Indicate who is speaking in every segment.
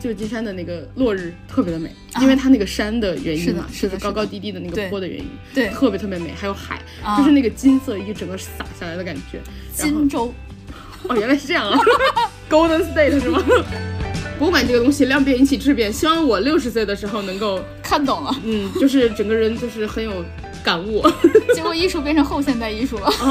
Speaker 1: 就是金山的那个落日特别的美，因为它那个山的原因嘛，
Speaker 2: 啊是的是的
Speaker 1: 就是高高低低的那个坡的原因，
Speaker 2: 对
Speaker 1: 特别特别美。还有海，
Speaker 2: 啊
Speaker 1: 就是那个金色一整个洒下来的感觉。然后
Speaker 2: 荆州，
Speaker 1: 哦，原来是这样啊，Golden State 是吗？ 博物馆这个东西，量变引起质变，希望我六十岁的时候能够，
Speaker 2: 看懂了，
Speaker 1: 嗯，就是整个人就是很有感悟。
Speaker 2: 结果艺术变成后现代艺术了。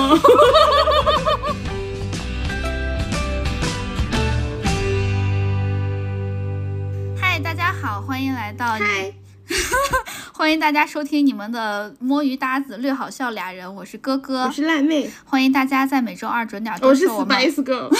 Speaker 2: 嗨，大家好，欢迎来到
Speaker 1: 嗨，
Speaker 2: 欢迎大家收听你们的摸鱼搭子略好笑俩人，我是哥哥，
Speaker 1: 辣妹，
Speaker 2: 欢迎大家在每周二准点
Speaker 1: 我
Speaker 2: 蹲
Speaker 1: 是
Speaker 2: 守我们，
Speaker 1: Spice Girl。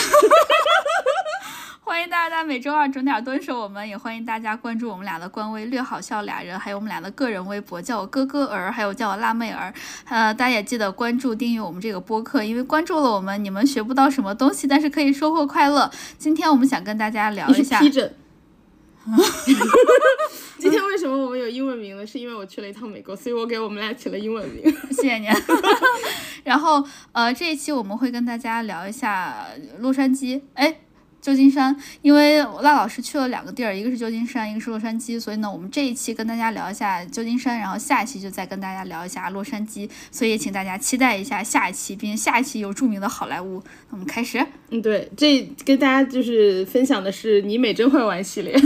Speaker 2: 欢迎大家在每周二准点蹲守我们，也欢迎大家关注我们俩的官微“略好笑俩人”，还有我们俩的个人微博，叫我哥哥儿，还有叫我辣妹儿。呃，大家也记得关注订阅我们这个播客，因为关注了我们，你们学不到什么东西，但是可以收获快乐。今天我们想跟大家聊
Speaker 1: 你
Speaker 2: 一
Speaker 1: 是
Speaker 2: 下
Speaker 1: 批，准。今天为什么我们有英文名呢？是因为我去了一趟美国，所以我给我们俩起了英文名。
Speaker 2: 谢谢您。 然后呃，这一期我们会跟大家聊一下洛杉矶，哎，旧金山，因为赖老师去了两个地儿，一个是旧金山，一个是洛杉矶，所以呢，我们这一期跟大家聊一下旧金山，然后下一期就再跟大家聊一下洛杉矶，所以也请大家期待一下下一期，并且下一期有著名的好莱坞。我们开始，
Speaker 1: 嗯，对，这跟大家就是分享的是你美真会玩系列。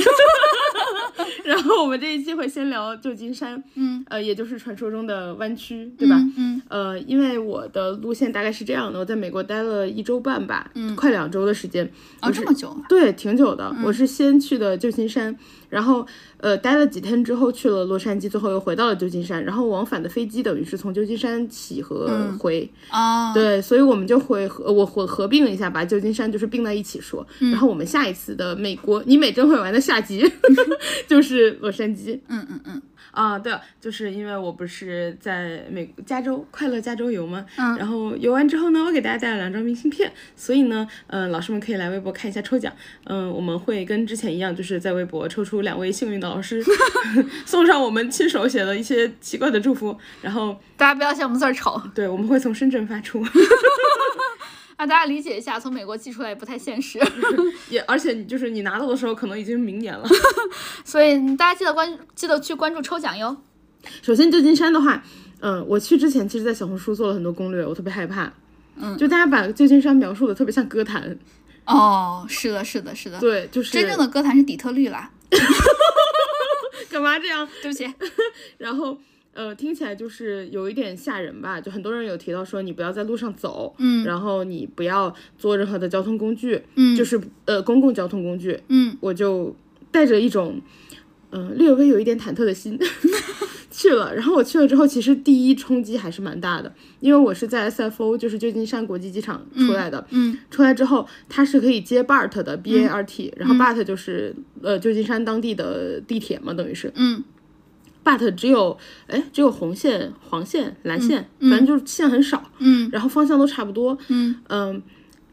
Speaker 1: 然后我们这一期会先聊旧金山，
Speaker 2: 嗯，
Speaker 1: 呃，也就是传说中的湾区，对吧？
Speaker 2: 嗯嗯
Speaker 1: 呃，因为我的路线大概是这样的，我在美国待了一周半吧，快两周的时间。
Speaker 2: 哦，这么久啊，
Speaker 1: 对，挺久的。我是先去的旧金山，然后呃待了几天之后去了洛杉矶，最后又回到了旧金山。然后往返的飞机等于是从旧金山起和回，
Speaker 2: 啊，
Speaker 1: 对，所以我们就会合呃我合合并了一下，把旧金山就是并在一起说。
Speaker 2: 嗯
Speaker 1: 然后我们下一次的美国你美真会玩的下集 就是洛杉矶。
Speaker 2: 嗯嗯嗯，
Speaker 1: 啊，对了，就是因为我不是在美加州快乐加州游嘛，
Speaker 2: 嗯
Speaker 1: 然后游完之后呢，我给大家带了两张明信片，所以呢，嗯、老师们可以来微博看一下抽奖，嗯、我们会跟之前一样，就是在微博抽出两位幸运的老 师，送上我们亲手写的一些奇怪的祝福，然后
Speaker 2: 大家不要嫌我们字儿丑
Speaker 1: 对，我们会从深圳发出，
Speaker 2: 啊，大家理解一下，从美国寄出来也不太现实。
Speaker 1: 也而且你就是你拿到的时候可能已经明年了。
Speaker 2: 所以大家记得关，记得去关注抽奖哟。
Speaker 1: 首先，旧金山的话，嗯，我去之前其实，在小红书做了很多攻略，我特别害怕。
Speaker 2: 嗯
Speaker 1: 就大家把旧金山描述的特别像歌坛，
Speaker 2: 哦，是的，是的，是的，
Speaker 1: 对，就是
Speaker 2: 真正的歌坛是底特律啦。
Speaker 1: 干嘛这样？
Speaker 2: 对不起，
Speaker 1: 然后呃，听起来就是有一点吓人吧？就很多人有提到说，你不要在路上走，
Speaker 2: 嗯
Speaker 1: 然后你不要坐任何的交通工具，
Speaker 2: 嗯
Speaker 1: 就是呃公共交通工具。
Speaker 2: 嗯，
Speaker 1: 我就带着一种嗯、呃略微有一点忐忑的心 去了。然后我去了之后，其实第一冲击还是蛮大的，因为我是在 SFO，就是旧金山国际机场出来的。
Speaker 2: 嗯
Speaker 1: 出来之后，它是可以接 BART 的 B A R T，、然
Speaker 2: 嗯
Speaker 1: 后 BART 就是、呃旧金山当地的地铁嘛，等于是，
Speaker 2: 嗯
Speaker 1: but 只有哎只有红线、黄线、蓝线，反正就是线很少，
Speaker 2: 嗯
Speaker 1: 然后方向都差不多，
Speaker 2: 嗯
Speaker 1: 嗯，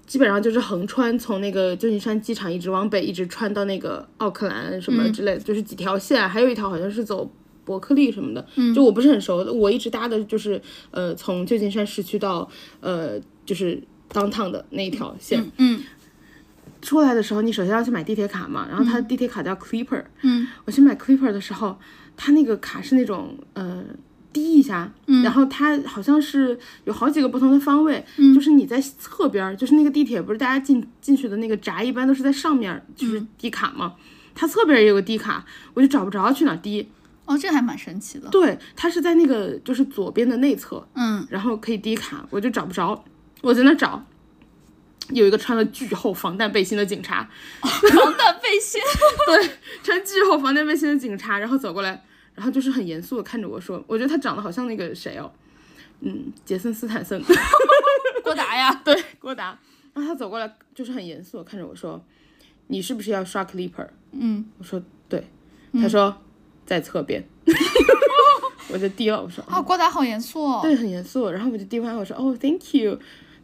Speaker 1: 基本上就是横穿从那个旧金山机场一直往北，一直穿到那个奥克兰什
Speaker 2: 嗯
Speaker 1: 么之类的，就是几条线，还有一条好像是走。伯克利什么的，
Speaker 2: 嗯
Speaker 1: 就我不是很熟，我一直搭的就是，呃，从旧金山市区到，呃，就是当趟的那一条线。
Speaker 2: 嗯
Speaker 1: 出来的时候，你首先要去买地铁卡嘛，然后它地铁卡叫 Clipper，
Speaker 2: 嗯
Speaker 1: 我去买 Clipper 的时候，它那个卡是那种呃滴一下，然后它好像是有好几个不同的方位，就是你在侧边儿，就是那个地铁不是大家进进去的那个闸，一般都是在上面儿，就是滴卡嘛。它侧边儿也有个滴卡，我就找不着去哪儿滴。
Speaker 2: 哦，这还蛮神奇的。
Speaker 1: 对，它是在那个就是左边的内侧，
Speaker 2: 嗯，
Speaker 1: 然后可以低卡，我就找不着，我在那找，有一个穿了巨厚防弹背心的警察，
Speaker 2: 防弹背心。
Speaker 1: 穿巨厚防弹背心的警察，然后走过来，然后就是很严肃的看着我说，我觉得他长得好像那个谁哦，嗯，杰森斯坦森，
Speaker 2: 郭达呀，嗯
Speaker 1: 对，郭达，然后他走过来就是很严肃的看着我说，你是不是要刷 Clipper？
Speaker 2: 嗯，
Speaker 1: 我说对，他说、在侧边， 我就低了，我说
Speaker 2: 哦，郭达好严肃哦。
Speaker 1: 对，很严肃。然后我就递完，我说哦，thank you，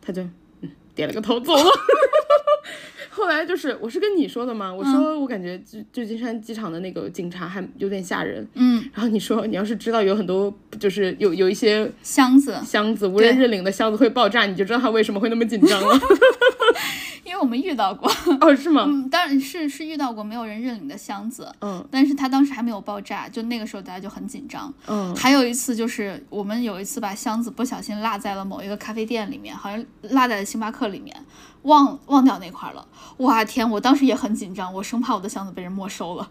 Speaker 1: 他就嗯点了个头走了。 后来就是我是跟你说的嘛，我说我感觉旧旧金山机场的那个警察还有点吓人。
Speaker 2: 嗯，
Speaker 1: 然后你说你要是知道有很多就是有有一些
Speaker 2: 箱子，
Speaker 1: 箱子无人
Speaker 2: 对
Speaker 1: 认领的箱子会爆炸，你就知道他为什么会那么紧张了。
Speaker 2: 因为我们遇到过，
Speaker 1: 哦，是吗？
Speaker 2: 嗯，当然是是遇到过没有人认领的箱子，
Speaker 1: 嗯
Speaker 2: 但是它当时还没有爆炸，就那个时候大家就很紧张。
Speaker 1: 嗯
Speaker 2: 还有一次就是我们有一次把箱子不小心落在了某一个咖啡店里面，好像落在了星巴克里面，忘忘掉那块儿了。哇天！我当时也很紧张，我生怕我的箱子被人没收了。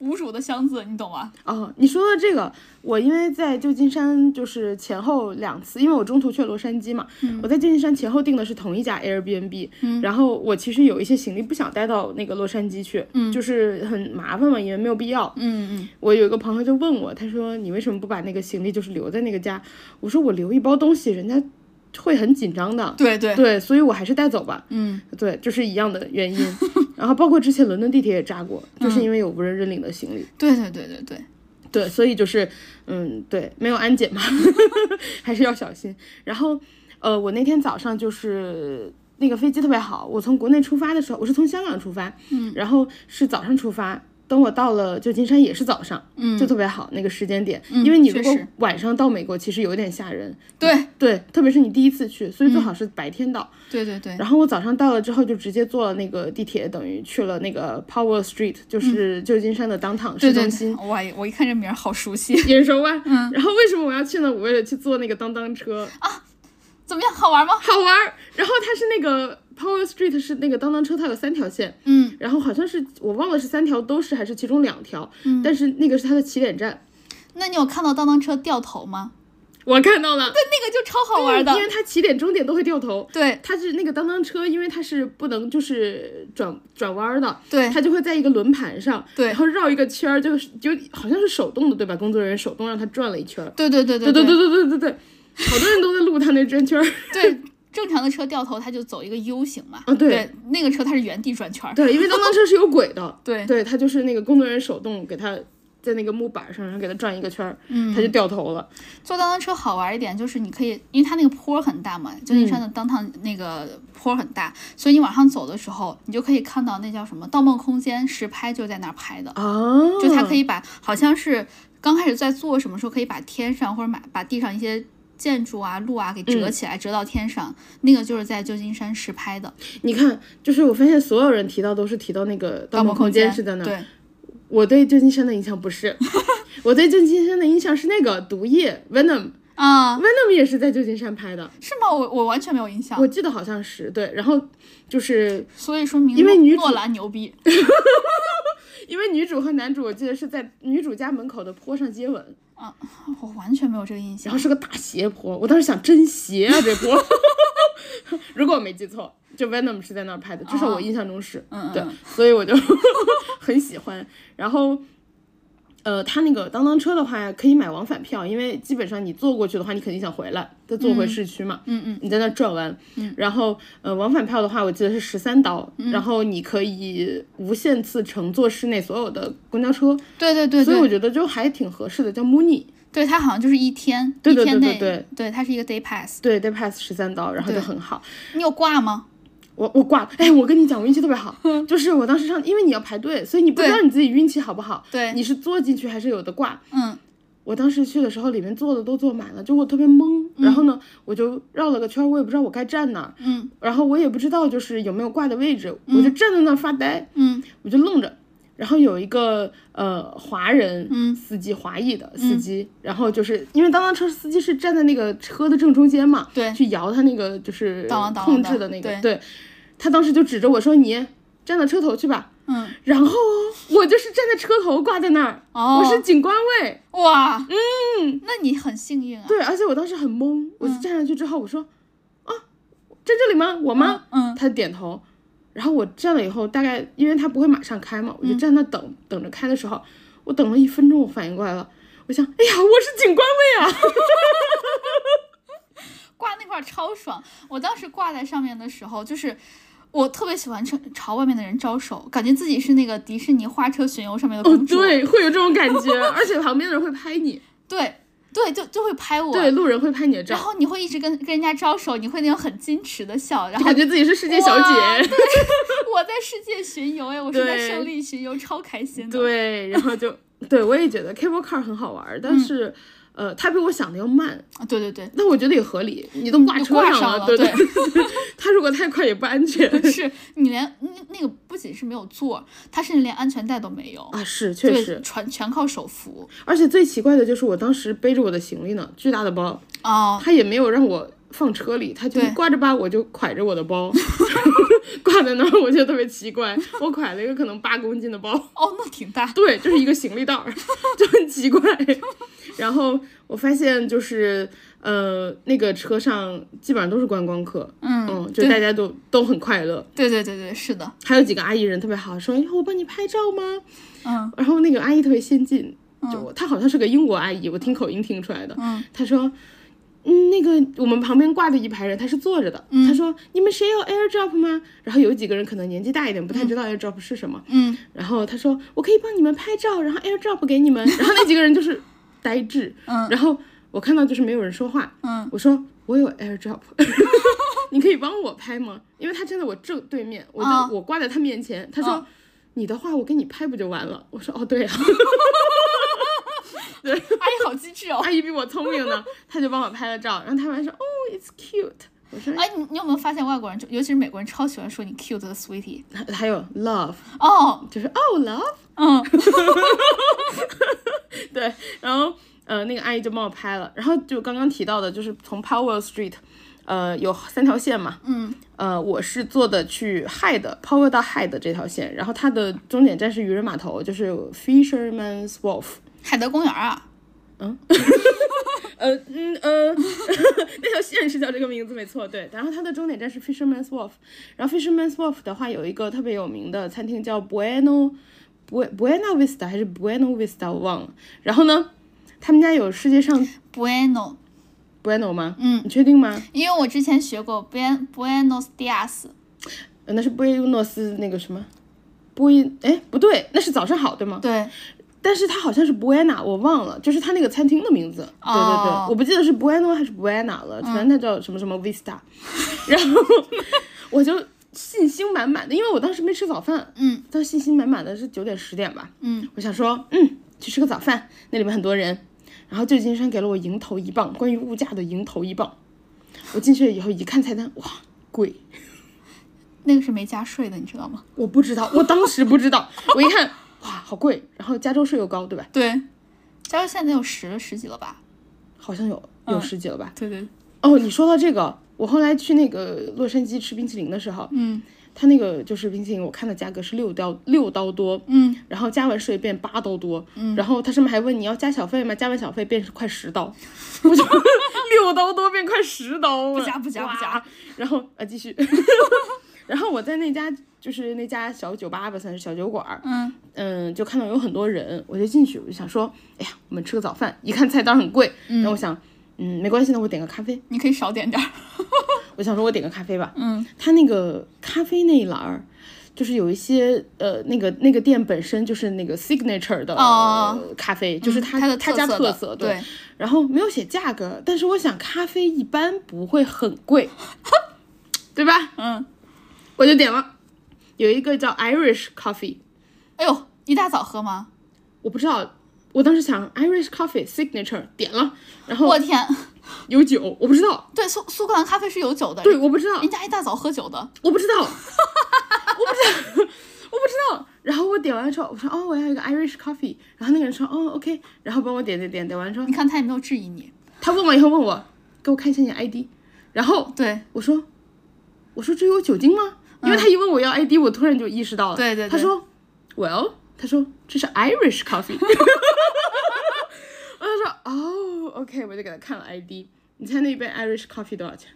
Speaker 2: 无主的箱子，你懂吗？
Speaker 1: 哦，你说的这个，我因为在旧金山就是前后两次，因为我中途去了洛杉矶嘛，
Speaker 2: 嗯
Speaker 1: 我在旧金山前后订的是同一家 Airbnb，、然后我其实有一些行李不想带到那个洛杉矶去，就是很麻烦嘛，也没有必要。
Speaker 2: 嗯嗯，
Speaker 1: 我有一个朋友就问我，他说你为什么不把那个行李就是留在那个家？我说我留一包东西，人家会很紧张的。
Speaker 2: 对对，
Speaker 1: 对，所以我还是带走吧。
Speaker 2: 嗯，
Speaker 1: 对，就是一样的原因。 然后包括之前伦敦地铁也炸过，就是因为有无人认领的行李。
Speaker 2: 对对对对对，
Speaker 1: 对，所以就是，嗯，对，没有安检嘛， 还是要小心。然后，呃，我那天早上就是那个飞机特别好，我从国内出发的时候，我是从香港出发，嗯，然后是早上出发。等我到了旧金山也是早上，嗯，就特别好那个时间点，因为你如
Speaker 2: 确
Speaker 1: 果
Speaker 2: 实
Speaker 1: 晚上到美国其实有点吓人，
Speaker 2: 对
Speaker 1: 对，特别是你第一次去，所以最好是白天到。
Speaker 2: 对对对，
Speaker 1: 然后我早上到了之后，就直接坐了那个地铁，等于去了那个 Power Street，就是旧金山的 downtown 市
Speaker 2: 嗯对对
Speaker 1: 中
Speaker 2: 对，
Speaker 1: 心。
Speaker 2: 哇，我一看这名儿好熟悉，
Speaker 1: 眼熟吧？嗯。然后为什么我要去呢？我也去坐那个当当车，
Speaker 2: 啊怎么样？好玩吗？
Speaker 1: 好玩儿。然后它是那个 Power Street 是那个当当车，它有三条线，
Speaker 2: 嗯，
Speaker 1: 然后好像是我忘了是三条都是还是其中两条，
Speaker 2: 嗯
Speaker 1: 但是那个是它的起点站，
Speaker 2: 那你有看到当当车掉头吗？
Speaker 1: 我看到了，
Speaker 2: 那个就超好玩的
Speaker 1: 因，为它起点终点都会掉头。
Speaker 2: 对
Speaker 1: 它是那个当当车，因为它是不能就是转转弯儿的，
Speaker 2: 对
Speaker 1: 它就会在一个轮盘上，
Speaker 2: 对
Speaker 1: 然后绕一个圈儿，就是就好像是手动的，对吧？工作人员手动让它转了一圈儿，
Speaker 2: 对对对
Speaker 1: 对对
Speaker 2: 对
Speaker 1: 对对对对对，好多人都在录它那转圈儿，
Speaker 2: 对，正常的车掉头它就走一个 U 型嘛，
Speaker 1: 啊对
Speaker 2: 那个车它是原地转圈儿，，
Speaker 1: 对，因为当当车是有轨的
Speaker 2: 对
Speaker 1: 对，它就是那个工作人员手动给它在那个木板上，然后给它转一个圈儿，嗯，它就掉头了。
Speaker 2: 坐当当车好玩一点就是你可以，因为它那个坡很大嘛，旧金山
Speaker 1: 嗯
Speaker 2: 的当趟那个坡很大，所以你往上走的时候，你就可以看到那叫什么《盗梦空间》实拍就在那儿拍的，
Speaker 1: 哦，
Speaker 2: 就它可
Speaker 1: 以，
Speaker 2: 以把好像是刚开始在做什么时候可以把天上或者把把地上一些。建筑啊，路啊，给折起来，
Speaker 1: 嗯
Speaker 2: 折到天上，那个就是在旧金山实拍的《
Speaker 1: 你看，就是我发现所有人提到都是提到那个《盗
Speaker 2: 梦
Speaker 1: 梦
Speaker 2: 空
Speaker 1: 空
Speaker 2: 间
Speaker 1: 间》》是在那儿。
Speaker 2: 对，
Speaker 1: 我对旧金山的印象不 是，我对旧金山的印象是那个《毒液》Venom，Venom
Speaker 2: 啊、
Speaker 1: 也是在旧金山拍的，
Speaker 2: 是吗？我我完全没有印象。
Speaker 1: 我记得好像是对。然后就是
Speaker 2: 所以说明
Speaker 1: 因为
Speaker 2: 诺
Speaker 1: 女
Speaker 2: 诺
Speaker 1: 主
Speaker 2: 兰牛逼，
Speaker 1: 因为女主和男主，我记得是在女主家门口的坡上接吻，
Speaker 2: 哦我完全没有这个印
Speaker 1: 然
Speaker 2: 象。
Speaker 1: 后是个大斜坡，我当时想真斜 啊这坡， 如果我没记错，就 Venom 是在那儿拍的，至少我印象中是，
Speaker 2: 嗯
Speaker 1: 对
Speaker 2: 嗯，
Speaker 1: 所以我就 很喜欢。然后，呃，他那个当当车的话可以买往返票，因为基本上你坐过去的话，你肯定想回来，再坐回市区嘛，
Speaker 2: 嗯嗯，
Speaker 1: 你在那儿转弯，然后呃往返票的话，我记得是十三刀，
Speaker 2: 嗯
Speaker 1: 然后你可以无限次乘坐市内所有的公交车，
Speaker 2: 对对对
Speaker 1: 所以我
Speaker 2: 对，
Speaker 1: 觉得就还挺合适的，叫 Muni。
Speaker 2: 对他好像就是一天，
Speaker 1: 对对对
Speaker 2: 一天
Speaker 1: 对
Speaker 2: 内，
Speaker 1: 对
Speaker 2: 对，它是一个 day pass。
Speaker 1: 对，Day Pass 十三刀，然后就很好。
Speaker 2: 你有挂吗？
Speaker 1: 我我挂了，哎，我跟你讲，我运气特别 好，
Speaker 2: 嗯
Speaker 1: 就是我当时上，因为你要排队，所以你不知道你自己运气好不好，
Speaker 2: 对
Speaker 1: 你是坐进去还是有的挂。
Speaker 2: 嗯，
Speaker 1: 我当时去的时候，里面坐的都坐满了，就我特别懵。然后呢，我就绕了个圈儿，我也不知道我该站哪儿，
Speaker 2: 嗯，
Speaker 1: 然后我也不知道就是有没有挂的位置，我就站在那儿发呆，
Speaker 2: 嗯，
Speaker 1: 我就愣着。然后有一个呃华人
Speaker 2: 嗯
Speaker 1: 司机，华裔的司机，然后就是因为当当车司机是站在那个车的正中间嘛，
Speaker 2: 对
Speaker 1: 去摇他那个就是
Speaker 2: 当啷当啷
Speaker 1: 控制
Speaker 2: 的
Speaker 1: 的那个，
Speaker 2: 对
Speaker 1: 对，他当时就指着我说：“你站到车头去吧。”
Speaker 2: 嗯，
Speaker 1: 然后哦我就是站在车头挂在那儿，
Speaker 2: 哦
Speaker 1: 我是警官位，
Speaker 2: 哇，嗯，那你很幸运啊。
Speaker 1: 对，而且我当时很懵，我就
Speaker 2: 嗯
Speaker 1: 站上去之后，我说：“啊，在这里吗？我吗？”
Speaker 2: 嗯，
Speaker 1: 他点头，然后我站了以后，大概因为他不会马上开嘛，我就
Speaker 2: 嗯
Speaker 1: 站那等、等着开的时候，我等了一分钟，我反应过来了，我想，哎呀，我是警官位啊！
Speaker 2: 挂那块儿超爽。我当时挂在上面的时候，就是我特别喜欢朝朝外面的人招手，感觉自己是那个迪士尼花车巡游上面的
Speaker 1: 哦
Speaker 2: 公，主。
Speaker 1: 对，会有这种感觉，而且旁边的人会拍 你，
Speaker 2: 对对，就就会拍我。
Speaker 1: 对，路人会拍你的
Speaker 2: 然
Speaker 1: 照，
Speaker 2: 后你会一直跟跟人家招手，你会那种很矜持的笑， 然
Speaker 1: 就
Speaker 2: 后
Speaker 1: 感觉自己是世界小
Speaker 2: 哇
Speaker 1: 姐，
Speaker 2: 对，我在世界巡游哎，我是在
Speaker 1: 对
Speaker 2: 胜利巡游，超开心 的。，嗯
Speaker 1: 对，然后就对我也觉得 cable car 很好玩，但是。呃，它比我想的要慢，
Speaker 2: 啊对对对，
Speaker 1: 但我觉得也合理。你都挂
Speaker 2: 就
Speaker 1: 车
Speaker 2: 挂
Speaker 1: 上
Speaker 2: 上
Speaker 1: 了，
Speaker 2: 了
Speaker 1: 对
Speaker 2: 对
Speaker 1: 对对 对，它如果太快也不安全
Speaker 2: 是你连那那个不仅是没有座，它甚至连安全带都没有，
Speaker 1: 啊。是，确
Speaker 2: 对，
Speaker 1: 实，
Speaker 2: 全全靠手扶
Speaker 1: 而且最奇怪的就是我当时背着我的行李呢，巨大的包，
Speaker 2: 啊。
Speaker 1: 他也没有让我放车里，他就
Speaker 2: 对
Speaker 1: 挂着吧，我就挎着我的 包，挂在那儿，我觉得特别奇怪。我挎了一个可能八公斤的包，
Speaker 2: 哦，那挺大，
Speaker 1: 对，就是一个行李袋儿， 就很奇怪。然后我发现就是，呃，那个车上基本上都是观光客，
Speaker 2: 嗯
Speaker 1: 嗯，就
Speaker 2: 对
Speaker 1: 大家都都很快乐。
Speaker 2: 对对对对，是的，
Speaker 1: 还有几个阿姨人特别好，说：“哎，我帮你拍照吗？”
Speaker 2: 嗯，
Speaker 1: 然后那个阿姨特别先进，就我她好像是个英国阿姨，我听口音听出来的。
Speaker 2: 嗯，
Speaker 1: 她说。嗯，那个我们旁边挂着一排人，她是坐着的。
Speaker 2: 嗯
Speaker 1: 她说：“你们谁有 AirDrop 吗？”然后有几个人可能年纪大一点，不太知道 AirDrop 是什么。
Speaker 2: 嗯，
Speaker 1: 然后她说：“我可以帮你们拍照，然后 AirDrop 给你们。” 然后那几个人就是呆滞。
Speaker 2: 嗯，
Speaker 1: 然后我看到就是没有人说话。
Speaker 2: 嗯，
Speaker 1: 我说：“我有 AirDrop，你可以帮我拍吗？”因为他站在我正对面，我就、
Speaker 2: 哦
Speaker 1: 我挂在他面前。他说：“
Speaker 2: 哦
Speaker 1: 你的话我给你拍不就完了？”我说：“哦，对呀、
Speaker 2: 阿姨好机智哦。
Speaker 1: 阿姨比我聪明呢，她就帮我拍了照，然后他们还说，哦，it's cute。我说，
Speaker 2: 哎，你你有没有发现外国人，就尤其是美国人，超喜欢说你 cute 的 sweetie？
Speaker 1: 还还有 love，
Speaker 2: 哦，
Speaker 1: 就是哦 love，
Speaker 2: 嗯，
Speaker 1: 对，然后呃那个阿姨就帮我拍了，然后就刚刚提到的，就是从 Powell Street，呃有三条线嘛，
Speaker 2: 嗯，
Speaker 1: 呃我是坐的去 Hyde Powell 到 Hyde 这条线，然后它的终点站是渔人码头，就是 Fisherman's Wharf，
Speaker 2: 海德公园啊，
Speaker 1: 呃嗯呃， 那条线是叫这个名字没错，对。然后它的终点站是 Fisherman's Wharf，然后 Fisherman's Wharf 的话有一个特别有名的餐厅叫 Bueno Bu- Buena Vista 还是 Bueno Vista 我忘了。然后呢，他们家有世界上
Speaker 2: Bueno，
Speaker 1: Bueno 吗？
Speaker 2: 嗯
Speaker 1: 你确定吗？
Speaker 2: 因为我之前学过 Buen Buenos Dias，
Speaker 1: 呃那是布宜诺斯那个什么。波音，哎，不对，那是早上好，对吗？
Speaker 2: 对，
Speaker 1: 但是它好像是 Buena，我忘了，就是它那个餐厅的名字。对对
Speaker 2: 哦嗯
Speaker 1: 对，我不记得是 Bueno 还是 Buena 了，反正它叫什么什么 Vista。然后我就信心满满的，因为我当时没吃早饭，
Speaker 2: 嗯，
Speaker 1: 当时信心满满的是九点十点吧，
Speaker 2: 嗯，
Speaker 1: 我想说，嗯，去吃个早饭，那里面很多人。然后旧金山给了我迎头一棒，关于物价的迎头一棒。我进去以后一看菜单，哇，贵！
Speaker 2: 那个是没加税的，你知道吗？
Speaker 1: 我不知道，我当时不知 道，我一看，哇，好贵。然后加州税又高，对吧？
Speaker 2: 对，加州现在有十十几了吧？
Speaker 1: 好像有
Speaker 2: 嗯
Speaker 1: 有十几了吧？
Speaker 2: 对对，
Speaker 1: 哦，你说到这个，我后来去那个洛杉矶吃冰淇淋的时候，
Speaker 2: 嗯
Speaker 1: 它那个就是冰淇淋，我看的价格是六刀六刀多，
Speaker 2: 嗯，
Speaker 1: 然后加完税变八刀多，然后它上面还问你要加小费吗？加完小费变快十 刀，我就六刀多变快十刀了，
Speaker 2: 不加不加不加
Speaker 1: 哇，然后啊继 续，然后我在那家就是那家小酒吧吧，算是小酒馆儿，
Speaker 2: 嗯
Speaker 1: 嗯，就看到有很多人，我就进去，我就想说，哎呀，我们吃个早饭，一看菜单很贵，然后我想，嗯，没关系，那我点个咖啡，
Speaker 2: 你可以少点点儿。
Speaker 1: 我想说我点个咖啡吧，
Speaker 2: 嗯，
Speaker 1: 它那个咖啡那一栏儿，就是有一些呃，那个那个店本身就是那个 signature 的、
Speaker 2: 哦
Speaker 1: 呃咖啡，就是它、
Speaker 2: 它的
Speaker 1: 它家
Speaker 2: 色
Speaker 1: 特
Speaker 2: 的
Speaker 1: 色
Speaker 2: 对，
Speaker 1: 然后没有写价格，但是我想咖啡一般不会很 贵，对吧？
Speaker 2: 嗯，
Speaker 1: 我就点了，有一个叫 Irish coffee，
Speaker 2: 哎呦，一大早喝吗？
Speaker 1: 我不知道。我当时想 Irish coffee signature 点了，然后
Speaker 2: 我天，
Speaker 1: 有酒，我不知道，
Speaker 2: 对，苏苏格兰咖啡是有酒的，
Speaker 1: 对，我不知道，
Speaker 2: 人家一大早喝酒的，
Speaker 1: 我不知道，我不知道，我不知道。然后我点完之后，我说哦，我要一个 Irish coffee。然后那个人说哦，OK，然后帮我点点点，点完之后
Speaker 2: 你，看他也没有质疑你。
Speaker 1: 他问完以后问我，给我看一下你的 ID。然后
Speaker 2: 对，
Speaker 1: 我说，我说这有酒精吗？因为他一问我要 ID，我突然就意识到了。
Speaker 2: 嗯对对对
Speaker 1: 他说，Well，他说这是 Irish coffee。我就说哦，OK，我就给他看了 ID。你猜那杯 Irish coffee 多少钱？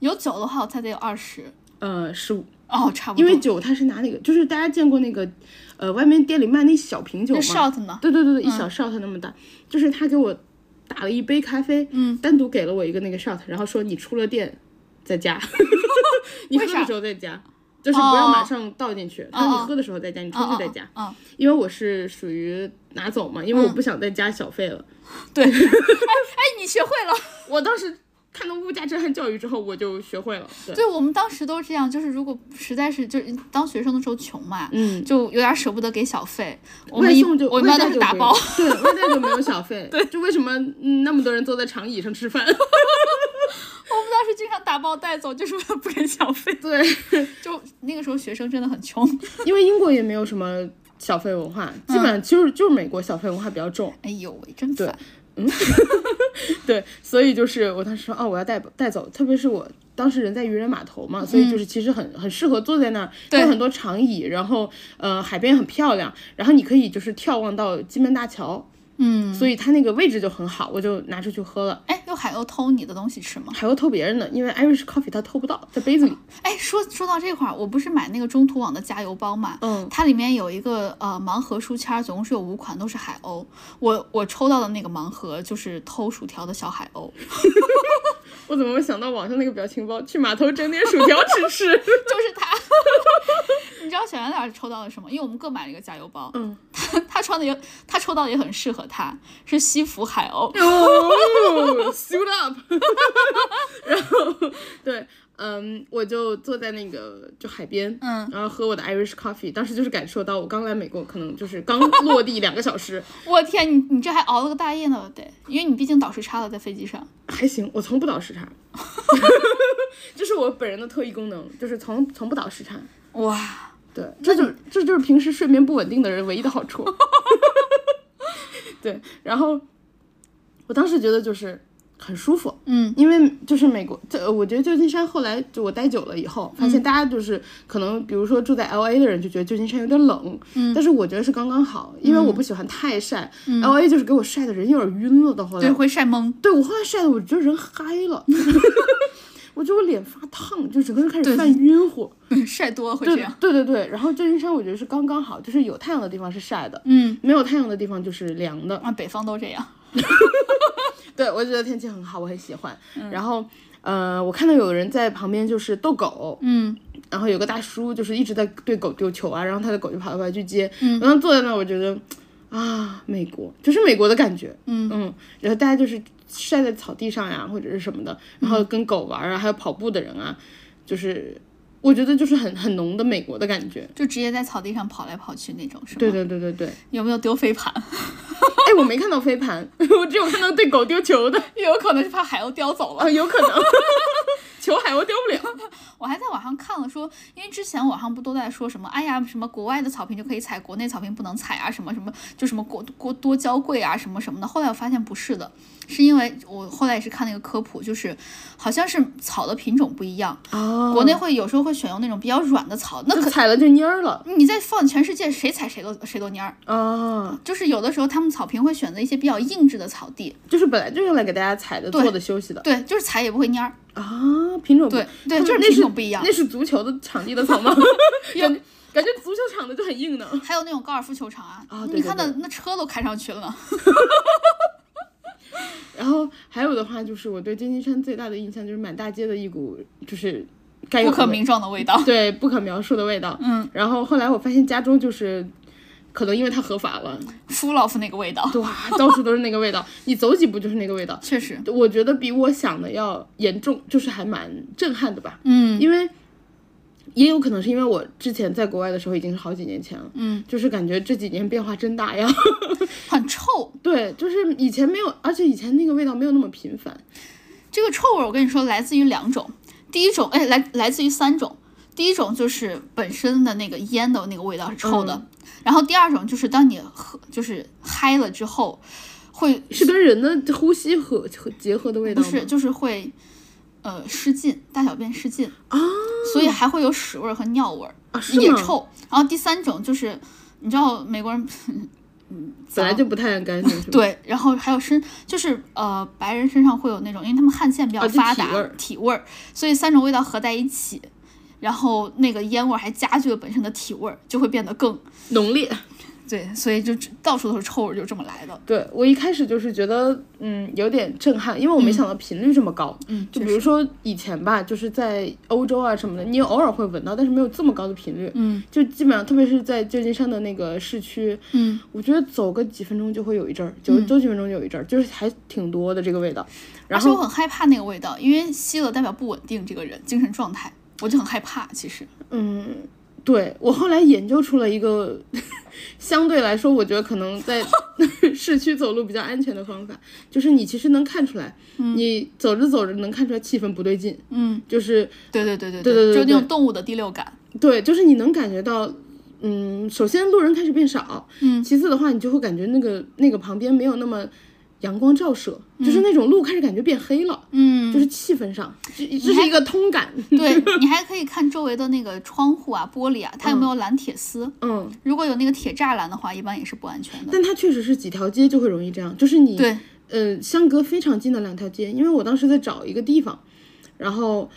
Speaker 2: 有酒的话，我猜得有二十。
Speaker 1: 呃，十五。
Speaker 2: 哦，差不
Speaker 1: 因
Speaker 2: 多。
Speaker 1: 为酒它是拿那个，就是大家见过那个，呃，外面店里卖那小瓶酒
Speaker 2: 那
Speaker 1: 吗？
Speaker 2: shot 呢？
Speaker 1: 对对对对，一小 shot 那么大，就是他给我打了一杯咖啡，嗯，单独给了我一个那个 shot，然后说你出了店再 加，你喝
Speaker 2: 为啥
Speaker 1: 的时候再加，就是不要马
Speaker 2: 哦
Speaker 1: 上倒进去，他说你喝的时候再加，你出
Speaker 2: 哦
Speaker 1: 去
Speaker 2: 哦
Speaker 1: 再加，
Speaker 2: 哦，
Speaker 1: 因为我是属于拿嗯走嘛，因为我不想再加小费了，
Speaker 2: 对。哎哎，你学会了，
Speaker 1: 我当时看到物价震撼教育之后，我就学会了。对，
Speaker 2: 对我们当时都是这样，就是如果实在是就是当学生的时候穷嘛，
Speaker 1: 嗯，
Speaker 2: 就有点舍不得给小费。我们
Speaker 1: 外
Speaker 2: 一
Speaker 1: 送就
Speaker 2: 我们一般
Speaker 1: 外
Speaker 2: 都
Speaker 1: 带
Speaker 2: 是
Speaker 1: 就
Speaker 2: 打
Speaker 1: 不
Speaker 2: 包，
Speaker 1: 对，外带就没有小费。 对，就为什么嗯那么多人坐在长椅上吃饭？
Speaker 2: 我们当时经常打包带走，就是为了不给小费。
Speaker 1: 对，
Speaker 2: 就那个时候学生真的很穷。
Speaker 1: 因为英国也没有什么小费文化，基本上就是就是美国小费文化比较重。
Speaker 2: 哎呦喂，真烦！
Speaker 1: 对， 所以就是我当时说，哦，我要带带走，特别是我当时人在渔人码头嘛，所以就是其实很、很适合坐在那儿，
Speaker 2: 对
Speaker 1: 有很多长椅，然后呃海边很漂亮，然后你可以就是眺望到金门大桥，
Speaker 2: 嗯，
Speaker 1: 所以它那个位置就很好，我就拿出去喝了。
Speaker 2: 哎，有海鸥偷你的东西吃吗？
Speaker 1: 还要偷别人的，因为 Irish coffee 它偷不到，在杯子里。
Speaker 2: 哎，说说到这块儿，我不是买那个中途网的加油包嘛，
Speaker 1: 嗯
Speaker 2: 它里面有一个呃盲盒书签儿，总共是有五款，都是海鸥。我我抽到的那个盲盒就是偷薯条的小海鸥， 就
Speaker 1: 我怎么会想到网上那个表情包？去码头整点薯条吃吃。
Speaker 2: 是它。 你知道小圆脸儿抽到了什么？因为我们各买了一个加油包，
Speaker 1: 嗯，
Speaker 2: 他他穿的也他抽到的也很适合他，是西服海鸥。
Speaker 1: 哦 ，suit up，然后对，嗯，我就坐在那个就海边，
Speaker 2: 嗯，
Speaker 1: 然后喝我的 Irish coffee，当时就是感受到我刚来美国，可能就是刚落地两个小时，
Speaker 2: 我天，你你这还熬了个大夜呢，得，因为你毕竟倒时差了，在飞机上。
Speaker 1: 还行，我从不倒时差， 这是我本人的特异功能，就是从从不倒时差。
Speaker 2: 哇，
Speaker 1: 对，这就是这就是平时睡眠不稳定的人唯一的好 处。对，然后我当时觉得就是很舒服，
Speaker 2: 嗯，
Speaker 1: 因为就是美国，这我觉得旧金山后来就我待久了以后，发
Speaker 2: 嗯
Speaker 1: 现大家就是、可能，比如说住在 L A 的人就觉得旧金山有点冷，嗯，但是我觉得是刚刚好，因
Speaker 2: 嗯
Speaker 1: 为我不喜欢太晒、l A 就是给我晒的人有点晕了，到后
Speaker 2: 对，
Speaker 1: 来，
Speaker 2: 会晒懵。
Speaker 1: 对我后来晒的，我觉得人嗨了， 我觉得我脸发烫，就整个人开始犯晕乎，
Speaker 2: 晒多了会
Speaker 1: 对
Speaker 2: 这样。
Speaker 1: 对对对，然后旧金山我觉得是刚刚好，就是有太阳的地方是晒的，
Speaker 2: 嗯，
Speaker 1: 没有太阳的地方就是凉的，
Speaker 2: 啊，北方都这样。
Speaker 1: 对，我觉得天气很好，我很喜欢。
Speaker 2: 嗯
Speaker 1: 然后，呃，我看到有人在旁边就是逗狗，
Speaker 2: 嗯，
Speaker 1: 然后有个大叔就是一直在对狗丢球啊，然后他的狗就跑来跑去接，嗯，然后坐在那儿，我觉得啊，美国就是美国的感觉，嗯然后大家就是晒在草地上呀，或者是什么的，然
Speaker 2: 嗯
Speaker 1: 后跟狗玩啊，还有跑步的人啊，就是我觉得就是很很浓的美国的感觉。
Speaker 2: 就直接在草地上跑来跑去那种，是吗？
Speaker 1: 对对对对对，
Speaker 2: 有没有丢飞盘？
Speaker 1: 哎，我没看到飞盘，我只有看到对狗丢球的，
Speaker 2: 有可能是怕海鸥叼走了。
Speaker 1: 啊，有可能 球海鸥丢不了。
Speaker 2: 我还在网上看了说，因为之前网上不都在说什么，哎呀，什么国外的草坪就可以踩，国内草坪不能踩啊，什么什么，就什么国国多娇贵啊，什么什么的。后来我发现不是的，是因为我后来也是看那个科普，就是好像是草的品种不一样，
Speaker 1: 哦，
Speaker 2: 国内会有时候会选用那种比较软的草，那
Speaker 1: 就
Speaker 2: 可
Speaker 1: 踩了就蔫儿了。
Speaker 2: 你再放全世界谁踩谁都谁都蔫儿。
Speaker 1: 哦，
Speaker 2: 就是有的时候他们草坪会选择一些比较硬质的草地，
Speaker 1: 就是本来就用来给大家踩的、
Speaker 2: 对
Speaker 1: 坐的、休息的
Speaker 2: 对，就是踩也不会蔫儿。
Speaker 1: 啊，品种不
Speaker 2: 对对
Speaker 1: 他们
Speaker 2: 就是
Speaker 1: 那
Speaker 2: 品种不一样
Speaker 1: 那是足球的场地的草 吗？感感觉足球场的就很硬呢。
Speaker 2: 还有那种高尔夫球场啊，
Speaker 1: 啊对对
Speaker 2: 你看那
Speaker 1: 对
Speaker 2: 那车都开上去了呢。
Speaker 1: 然后还有的话就是，我对旧金山最大的印象就是满大街的一股就是该有
Speaker 2: 不
Speaker 1: 的
Speaker 2: 可
Speaker 1: 味
Speaker 2: 名状的味道。
Speaker 1: 对不可描述的味道。嗯，然后后来我发现加州就是。可能因为它合法了，
Speaker 2: 夫老夫那个味道，
Speaker 1: 哇，到处都是那个味道，你走几步就是那个味道。
Speaker 2: 确实，
Speaker 1: 我觉得比我想的要严重，就是还蛮震撼的吧。
Speaker 2: 嗯
Speaker 1: 因为也有可能是因为我之前在国外的时候已经是好几年前了，
Speaker 2: 嗯，
Speaker 1: 就是感觉这几年变化真大呀。
Speaker 2: 很臭。
Speaker 1: 对，就是以前没有，而且以前那个味道没有那么频繁。
Speaker 2: 这个臭味儿，我跟你说，来自于两种。第一种，哎，来来自于三种。第一种就是本身的那个烟的那个味道是臭的，
Speaker 1: 嗯
Speaker 2: 然后第二种就是当你喝就是嗨了之后，会
Speaker 1: 是跟人的呼吸和和结合的味道
Speaker 2: 不
Speaker 1: 吗？
Speaker 2: 是就是会呃失禁，大小便失禁啊，所以还会有屎味儿和尿味儿，
Speaker 1: 啊，哦是
Speaker 2: 也
Speaker 1: 吗？
Speaker 2: 臭。然后第三种就是你知道美国人 嗯
Speaker 1: 本来就不太干净，是吧？
Speaker 2: 对，然后还有身，就是呃，白人身上会有那种，因为他们汗腺比较
Speaker 1: 啊就
Speaker 2: 发
Speaker 1: 体
Speaker 2: 达，
Speaker 1: 味儿
Speaker 2: 体味儿，所以三种味道合在一起，然后那个烟味儿还加剧了本身的体味儿，就会变得更
Speaker 1: 浓烈。
Speaker 2: 对，所以就到处都是臭味儿，就这么来的。
Speaker 1: 对我一开始就是觉得，嗯，有点震撼，因为我没想到频率这么高。
Speaker 2: 嗯，
Speaker 1: 就比如说以前吧，就是在欧洲啊什么的，你偶尔会闻到，但是没有这么高的频率。
Speaker 2: 嗯
Speaker 1: 就基本上，特别是在旧金山的那个市区，
Speaker 2: 嗯，
Speaker 1: 我觉得走个几分钟就会有一阵儿，走走几分钟就有一阵儿，就是还挺多的这个味道。
Speaker 2: 而
Speaker 1: 然
Speaker 2: 且我
Speaker 1: 后
Speaker 2: 很害怕那个味道，因为吸了代表不稳定这个人精神状态，我就很害怕。其实，
Speaker 1: 嗯，对我后来研究出了一个 相对来说，我觉得可能 在市区走路比较安全的方法，就是你其实能看出来，你走着走着能看出来气氛不对劲，
Speaker 2: 嗯，
Speaker 1: 就是
Speaker 2: 对对对对
Speaker 1: 对对对
Speaker 2: 就那
Speaker 1: 对
Speaker 2: 种动物的第六感。
Speaker 1: 对，就是你能感觉到。嗯，首先路人开始变少，
Speaker 2: 嗯
Speaker 1: 其次的话，你就会感觉那个那个旁边没有那么阳光照射，就是那种路开始感觉变黑了，
Speaker 2: 嗯，
Speaker 1: 就是气氛上，这这是一个通感，
Speaker 2: 对你还可以看周围的那个窗户啊、玻璃啊，它有没有蓝铁丝？
Speaker 1: 嗯，
Speaker 2: 如果有那个铁栅栏的话，一般也是不安全的。
Speaker 1: 但它确实是几条街就会容易这样，就是你
Speaker 2: 对，
Speaker 1: 呃，相隔非常近的两条街，因为我当时在找一个地方，然后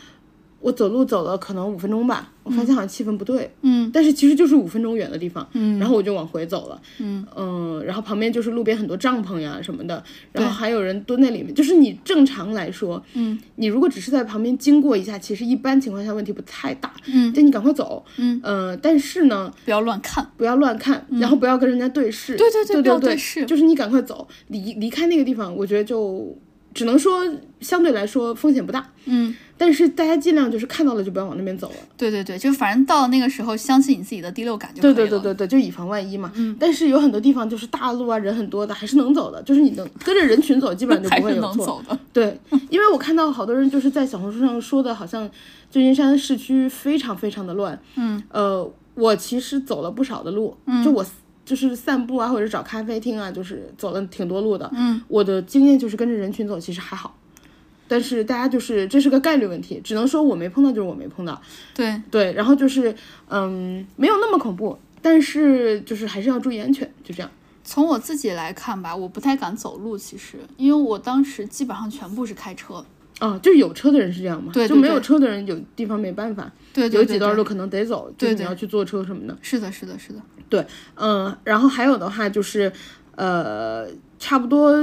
Speaker 1: 我走路走了可能五分钟吧，我发现好像气氛不对，
Speaker 2: 嗯
Speaker 1: 但是其实就是五分钟远的地方，
Speaker 2: 嗯
Speaker 1: 然后我就往回走了，
Speaker 2: 嗯
Speaker 1: 嗯，然后旁边就是路边很多帐篷呀什么的，然后
Speaker 2: 对
Speaker 1: 还有人蹲在里面，就是你正常来说，
Speaker 2: 嗯
Speaker 1: 你如果只是在旁边经过一下，其实一般情况下问题不太大，
Speaker 2: 嗯
Speaker 1: 但你赶快走，
Speaker 2: 嗯，
Speaker 1: 呃，但是呢，
Speaker 2: 不要乱看。
Speaker 1: 不要乱看，然后不要跟人家嗯对视。
Speaker 2: 对
Speaker 1: 对
Speaker 2: 对对
Speaker 1: 对
Speaker 2: 不要
Speaker 1: 对
Speaker 2: 对视
Speaker 1: 就是你赶快走，离离开那个地方，我觉得就只能说相对来说风险不大，
Speaker 2: 嗯，
Speaker 1: 但是大家尽量就是看到了就不要往那边走了。
Speaker 2: 对对对，就反正到那个时候，相信你自己的第六感就可以
Speaker 1: 对
Speaker 2: 了。
Speaker 1: 对对对对，就以防万一嘛。嗯。但是有很多地方就是大路啊，人很多的，还是能走的，就是你能跟着人群走，基本上就
Speaker 2: 还
Speaker 1: 不会
Speaker 2: 是
Speaker 1: 有
Speaker 2: 能
Speaker 1: 错。
Speaker 2: 走的。
Speaker 1: 对，
Speaker 2: 嗯
Speaker 1: 因为我看到好多人就是在小红书上说的，好像旧金山市区非常非常的乱。
Speaker 2: 嗯，
Speaker 1: 呃，我其实走了不少的路，就我就是散步啊，或者找咖啡厅啊，就是走了挺多路的。
Speaker 2: 嗯，
Speaker 1: 我的经验就是跟着人群走，其实还好。但是大家就是这是个概率问题，只能说我没碰到就是我没碰到，
Speaker 2: 对
Speaker 1: 对，然后就是嗯没有那么恐怖，但是就是还是要注意安全，就这样。
Speaker 2: 从我自己来看吧，我不太敢走路，其实，因为我当时基本上全部是开车。
Speaker 1: 啊，就是有车的人是这样嘛，
Speaker 2: 对对
Speaker 1: 就没有
Speaker 2: 对
Speaker 1: 车的人有地方没办法，
Speaker 2: 对对
Speaker 1: 有
Speaker 2: 对
Speaker 1: 几段
Speaker 2: 对
Speaker 1: 路可能得走，
Speaker 2: 对
Speaker 1: 就是
Speaker 2: 对
Speaker 1: 你要去坐车什么的。
Speaker 2: 是的，是的，是的。
Speaker 1: 对，嗯，然后还有的话就是，呃，差不多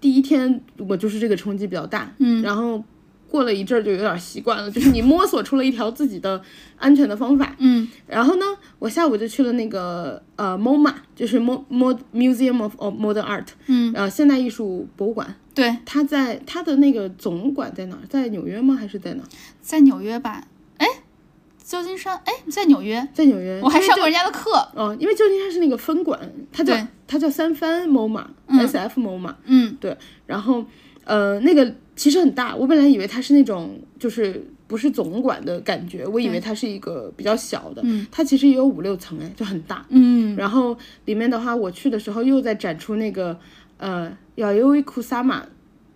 Speaker 1: 第一天我就是这个冲击比较大，
Speaker 2: 嗯
Speaker 1: 然后过了一阵儿就有点习惯了，就是你摸索出了一条自己的安全的方法。
Speaker 2: 嗯
Speaker 1: 然后呢，我下午就去了那个呃 MoMA，就是 Mo Mo Museum of of Modern Art，
Speaker 2: 嗯，
Speaker 1: 呃，现代艺术博物馆。
Speaker 2: 对，
Speaker 1: 它在它的那个总馆在哪儿？在纽约吗？还是在哪儿？
Speaker 2: 在纽约吧？哎，旧金山？哎，在纽约，
Speaker 1: 在纽约。
Speaker 2: 我还
Speaker 1: 因为
Speaker 2: 上
Speaker 1: 旧
Speaker 2: 过人家的课。
Speaker 1: 哦，因为旧金山是那个分馆，它叫
Speaker 2: 对
Speaker 1: 它叫三藩 MoMA，SF MoMA，、
Speaker 2: 嗯
Speaker 1: 对，然后呃，那个其实很大，我本来以为它是那种就是不是总馆的感觉，我以为它是一个比较小的，
Speaker 2: 嗯
Speaker 1: 它其实也有五六层哎，就很大。
Speaker 2: 嗯
Speaker 1: 然后里面的话，我去的时候又在展出那个呃，雅优伊库萨玛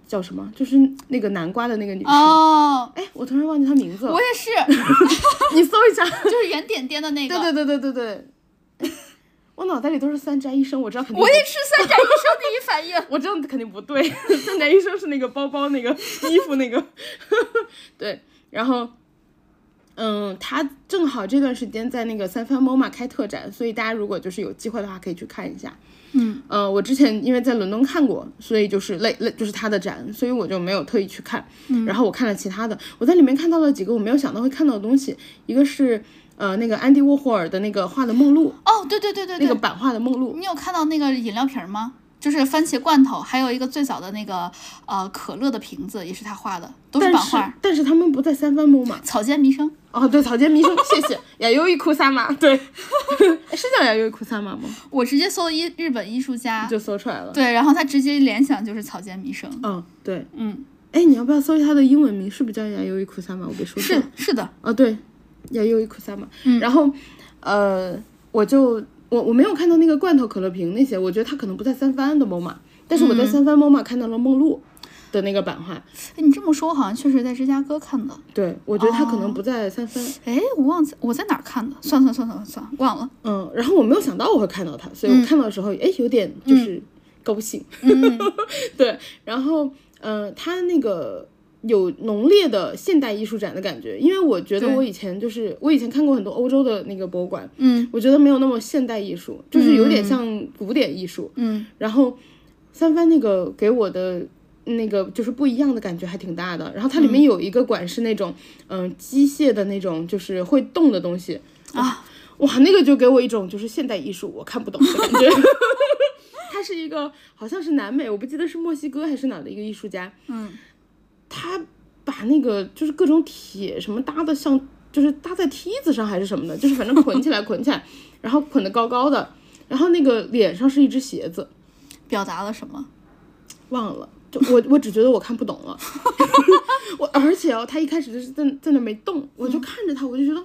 Speaker 1: 叫什么？就是那个南瓜的那个女士。
Speaker 2: 哦，
Speaker 1: 哎，我突然忘记她名字了
Speaker 2: 我，也是，
Speaker 1: 你搜一下。
Speaker 2: 就是圆点点的那个。
Speaker 1: 对对对对对对， 我脑袋里都是三宅一生，我知道肯定
Speaker 2: 我
Speaker 1: 不
Speaker 2: 也是三宅一生第一反应。
Speaker 1: 我知道肯定不对， 三宅一生是那个包包、那 个衣服、那个，对，然后。嗯，他正好这段时间在那个三藩 MoMA 开特展，所以大家如果就是有机会的话，可以去看一下。
Speaker 2: 嗯
Speaker 1: 呃，我之前因为在伦敦看过，所以就是类类就是他的展，所以我就没有特意去看。然后我看了其他的，我在里面看到了几个我没有想到会看到的东西，一个是呃那个安迪沃霍尔的那个画的梦露，
Speaker 2: 哦，对对对对
Speaker 1: 那个
Speaker 2: 对，
Speaker 1: 版画的梦露，
Speaker 2: 你有看到那个饮料瓶儿吗？就是番茄罐头，还有一个最早的那个呃可乐的瓶子，也是他画的，都
Speaker 1: 但
Speaker 2: 版
Speaker 1: 是
Speaker 2: 画。
Speaker 1: 但是他们不在三藩 MoMA，
Speaker 2: 草间弥生，
Speaker 1: 哦，对，草间弥 生，谢谢。雅优一库萨玛，对， 是叫雅优一库萨玛吗？
Speaker 2: 我直接搜了一日本艺术家，
Speaker 1: 就搜出来了。
Speaker 2: 对，然后他直接联想就是草间弥生，
Speaker 1: 嗯、对。
Speaker 2: 嗯，
Speaker 1: 哎，你要不要搜一下他的英文名？是不是叫雅优一库萨玛？我别说错了。
Speaker 2: 是是的，
Speaker 1: 哦，对，雅优一库萨玛。
Speaker 2: 嗯
Speaker 1: 然后，呃，我就我我没有看到那个罐头可乐瓶那些，我觉得他可能不在三藩的 MoMA，但是我
Speaker 2: 嗯
Speaker 1: 在三藩 MoMA 看到了梦露的那个版画。
Speaker 2: 哎，你这么说，我好像确实在芝加哥看的，
Speaker 1: 对，我觉得他可
Speaker 2: 哦
Speaker 1: 能不在三藩。
Speaker 2: 哎，我忘记我在哪儿看的，算算算算算，忘了，
Speaker 1: 嗯，然后我没有想到我会看到他，所以我看到的时候，哎、有点就是高兴。
Speaker 2: 嗯
Speaker 1: 对，然后呃，他那个有浓烈的现代艺术展的感觉，因为我觉得
Speaker 2: 对
Speaker 1: 我以前就是我以前看过很多欧洲的那个博物馆，
Speaker 2: 嗯
Speaker 1: 我觉得没有那么现代艺术，就是有点像古典艺术。
Speaker 2: 嗯
Speaker 1: 然后三番那个给我的那个就是不一样的感觉还挺大的。然后它里面有一个馆是那种嗯、机械的那种，就是会动的东西，
Speaker 2: 啊，
Speaker 1: 哇，那个就给我一种就是现代艺术我看不懂的感觉。 他是一个好像是南美，我不记得是墨西哥还是哪儿的一个艺术家，
Speaker 2: 嗯
Speaker 1: 他把那个就是各种铁什么搭的像，就是搭在梯子上还是什么的，就是反正捆起来捆起来，然后捆得高高的，然后那个脸上是一只鞋子，
Speaker 2: 表达了什么？
Speaker 1: 忘了。就我我只觉得我看不懂了， 我而且哦，他一开始就是在在那没动，我就看着他，我就觉得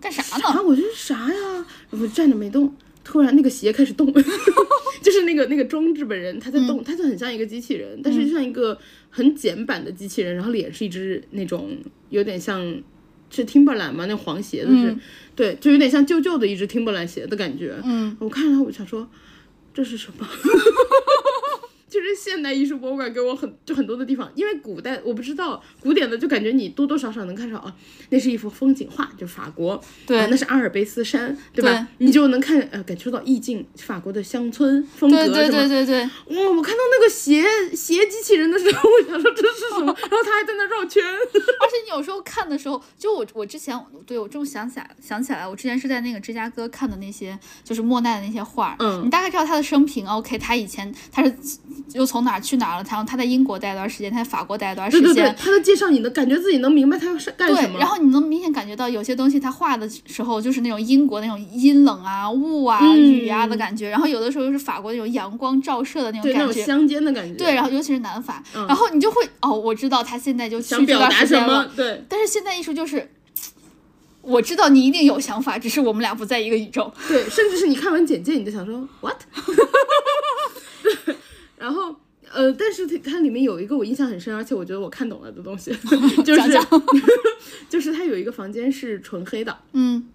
Speaker 2: 干啥
Speaker 1: 啊
Speaker 2: 呢？，
Speaker 1: 我这是啥呀？我站着没动，突然那个鞋开始动， 就是那个那个装置本人他在
Speaker 2: 嗯
Speaker 1: 动，他就很像一个机器人，但是就像一个很简版的机器人，然后脸是一只那种有点像是 Timberland 嘛，那黄鞋子是，
Speaker 2: 嗯
Speaker 1: 对，就有点像旧旧的一只 Timberland 鞋的感觉。
Speaker 2: 嗯，
Speaker 1: 我看着他，我想说这是什么？ 就是现代艺术博物馆给我很就很多的地方，因为古代我不知道，古典的就感觉你多多少少能看上啊，那是一幅风景画，就法国，
Speaker 2: 对
Speaker 1: 啊那是阿尔卑斯山，对吧？你就能看呃感受到意境，法国的乡村风格
Speaker 2: 对对
Speaker 1: 什
Speaker 2: 对
Speaker 1: 么。
Speaker 2: 对对，
Speaker 1: 哇、我看到那个鞋鞋机器人的时候，我想说这是什么， 然后他还在那绕圈，
Speaker 2: 而且你有时候看的时候，就我我之前对我这么想起来想起来，我之前是在那个芝加哥看的那些就是莫奈的那些画儿，
Speaker 1: 嗯
Speaker 2: 你大概知道他的生平，OK，他以前他是又从哪儿去哪儿了，然后他在英国待一段时间，他在法国待一段时
Speaker 1: 对对
Speaker 2: 间，
Speaker 1: 对，他在介绍你能感觉自己能明白他要是干什么，
Speaker 2: 对，然后你能明显感觉到有些东西它画的时候就是那种英国那种阴冷啊、雾啊、
Speaker 1: 嗯
Speaker 2: 雨啊的感觉，然后有的时候又是法国那种阳光照射的那种
Speaker 1: 对那
Speaker 2: 感
Speaker 1: 种
Speaker 2: 觉。
Speaker 1: 乡间的感觉，
Speaker 2: 对，然后尤其是南法，然后你就会哦，我知道他现在就去
Speaker 1: 想
Speaker 2: 这
Speaker 1: 表
Speaker 2: 段
Speaker 1: 达
Speaker 2: 时
Speaker 1: 什
Speaker 2: 间
Speaker 1: 么
Speaker 2: 了。，
Speaker 1: 对。
Speaker 2: 但是现代艺术就是，我知道你一定有想法，只是我们俩不在一个 宇宙。
Speaker 1: 对，甚至是你看完简介你就想说 what，对， 然后呃，但是它它里面有一个我印象很深，而且我觉得我看懂了的东西， 就是
Speaker 2: 讲讲
Speaker 1: 就是它有一个房间是纯黑的，
Speaker 2: 嗯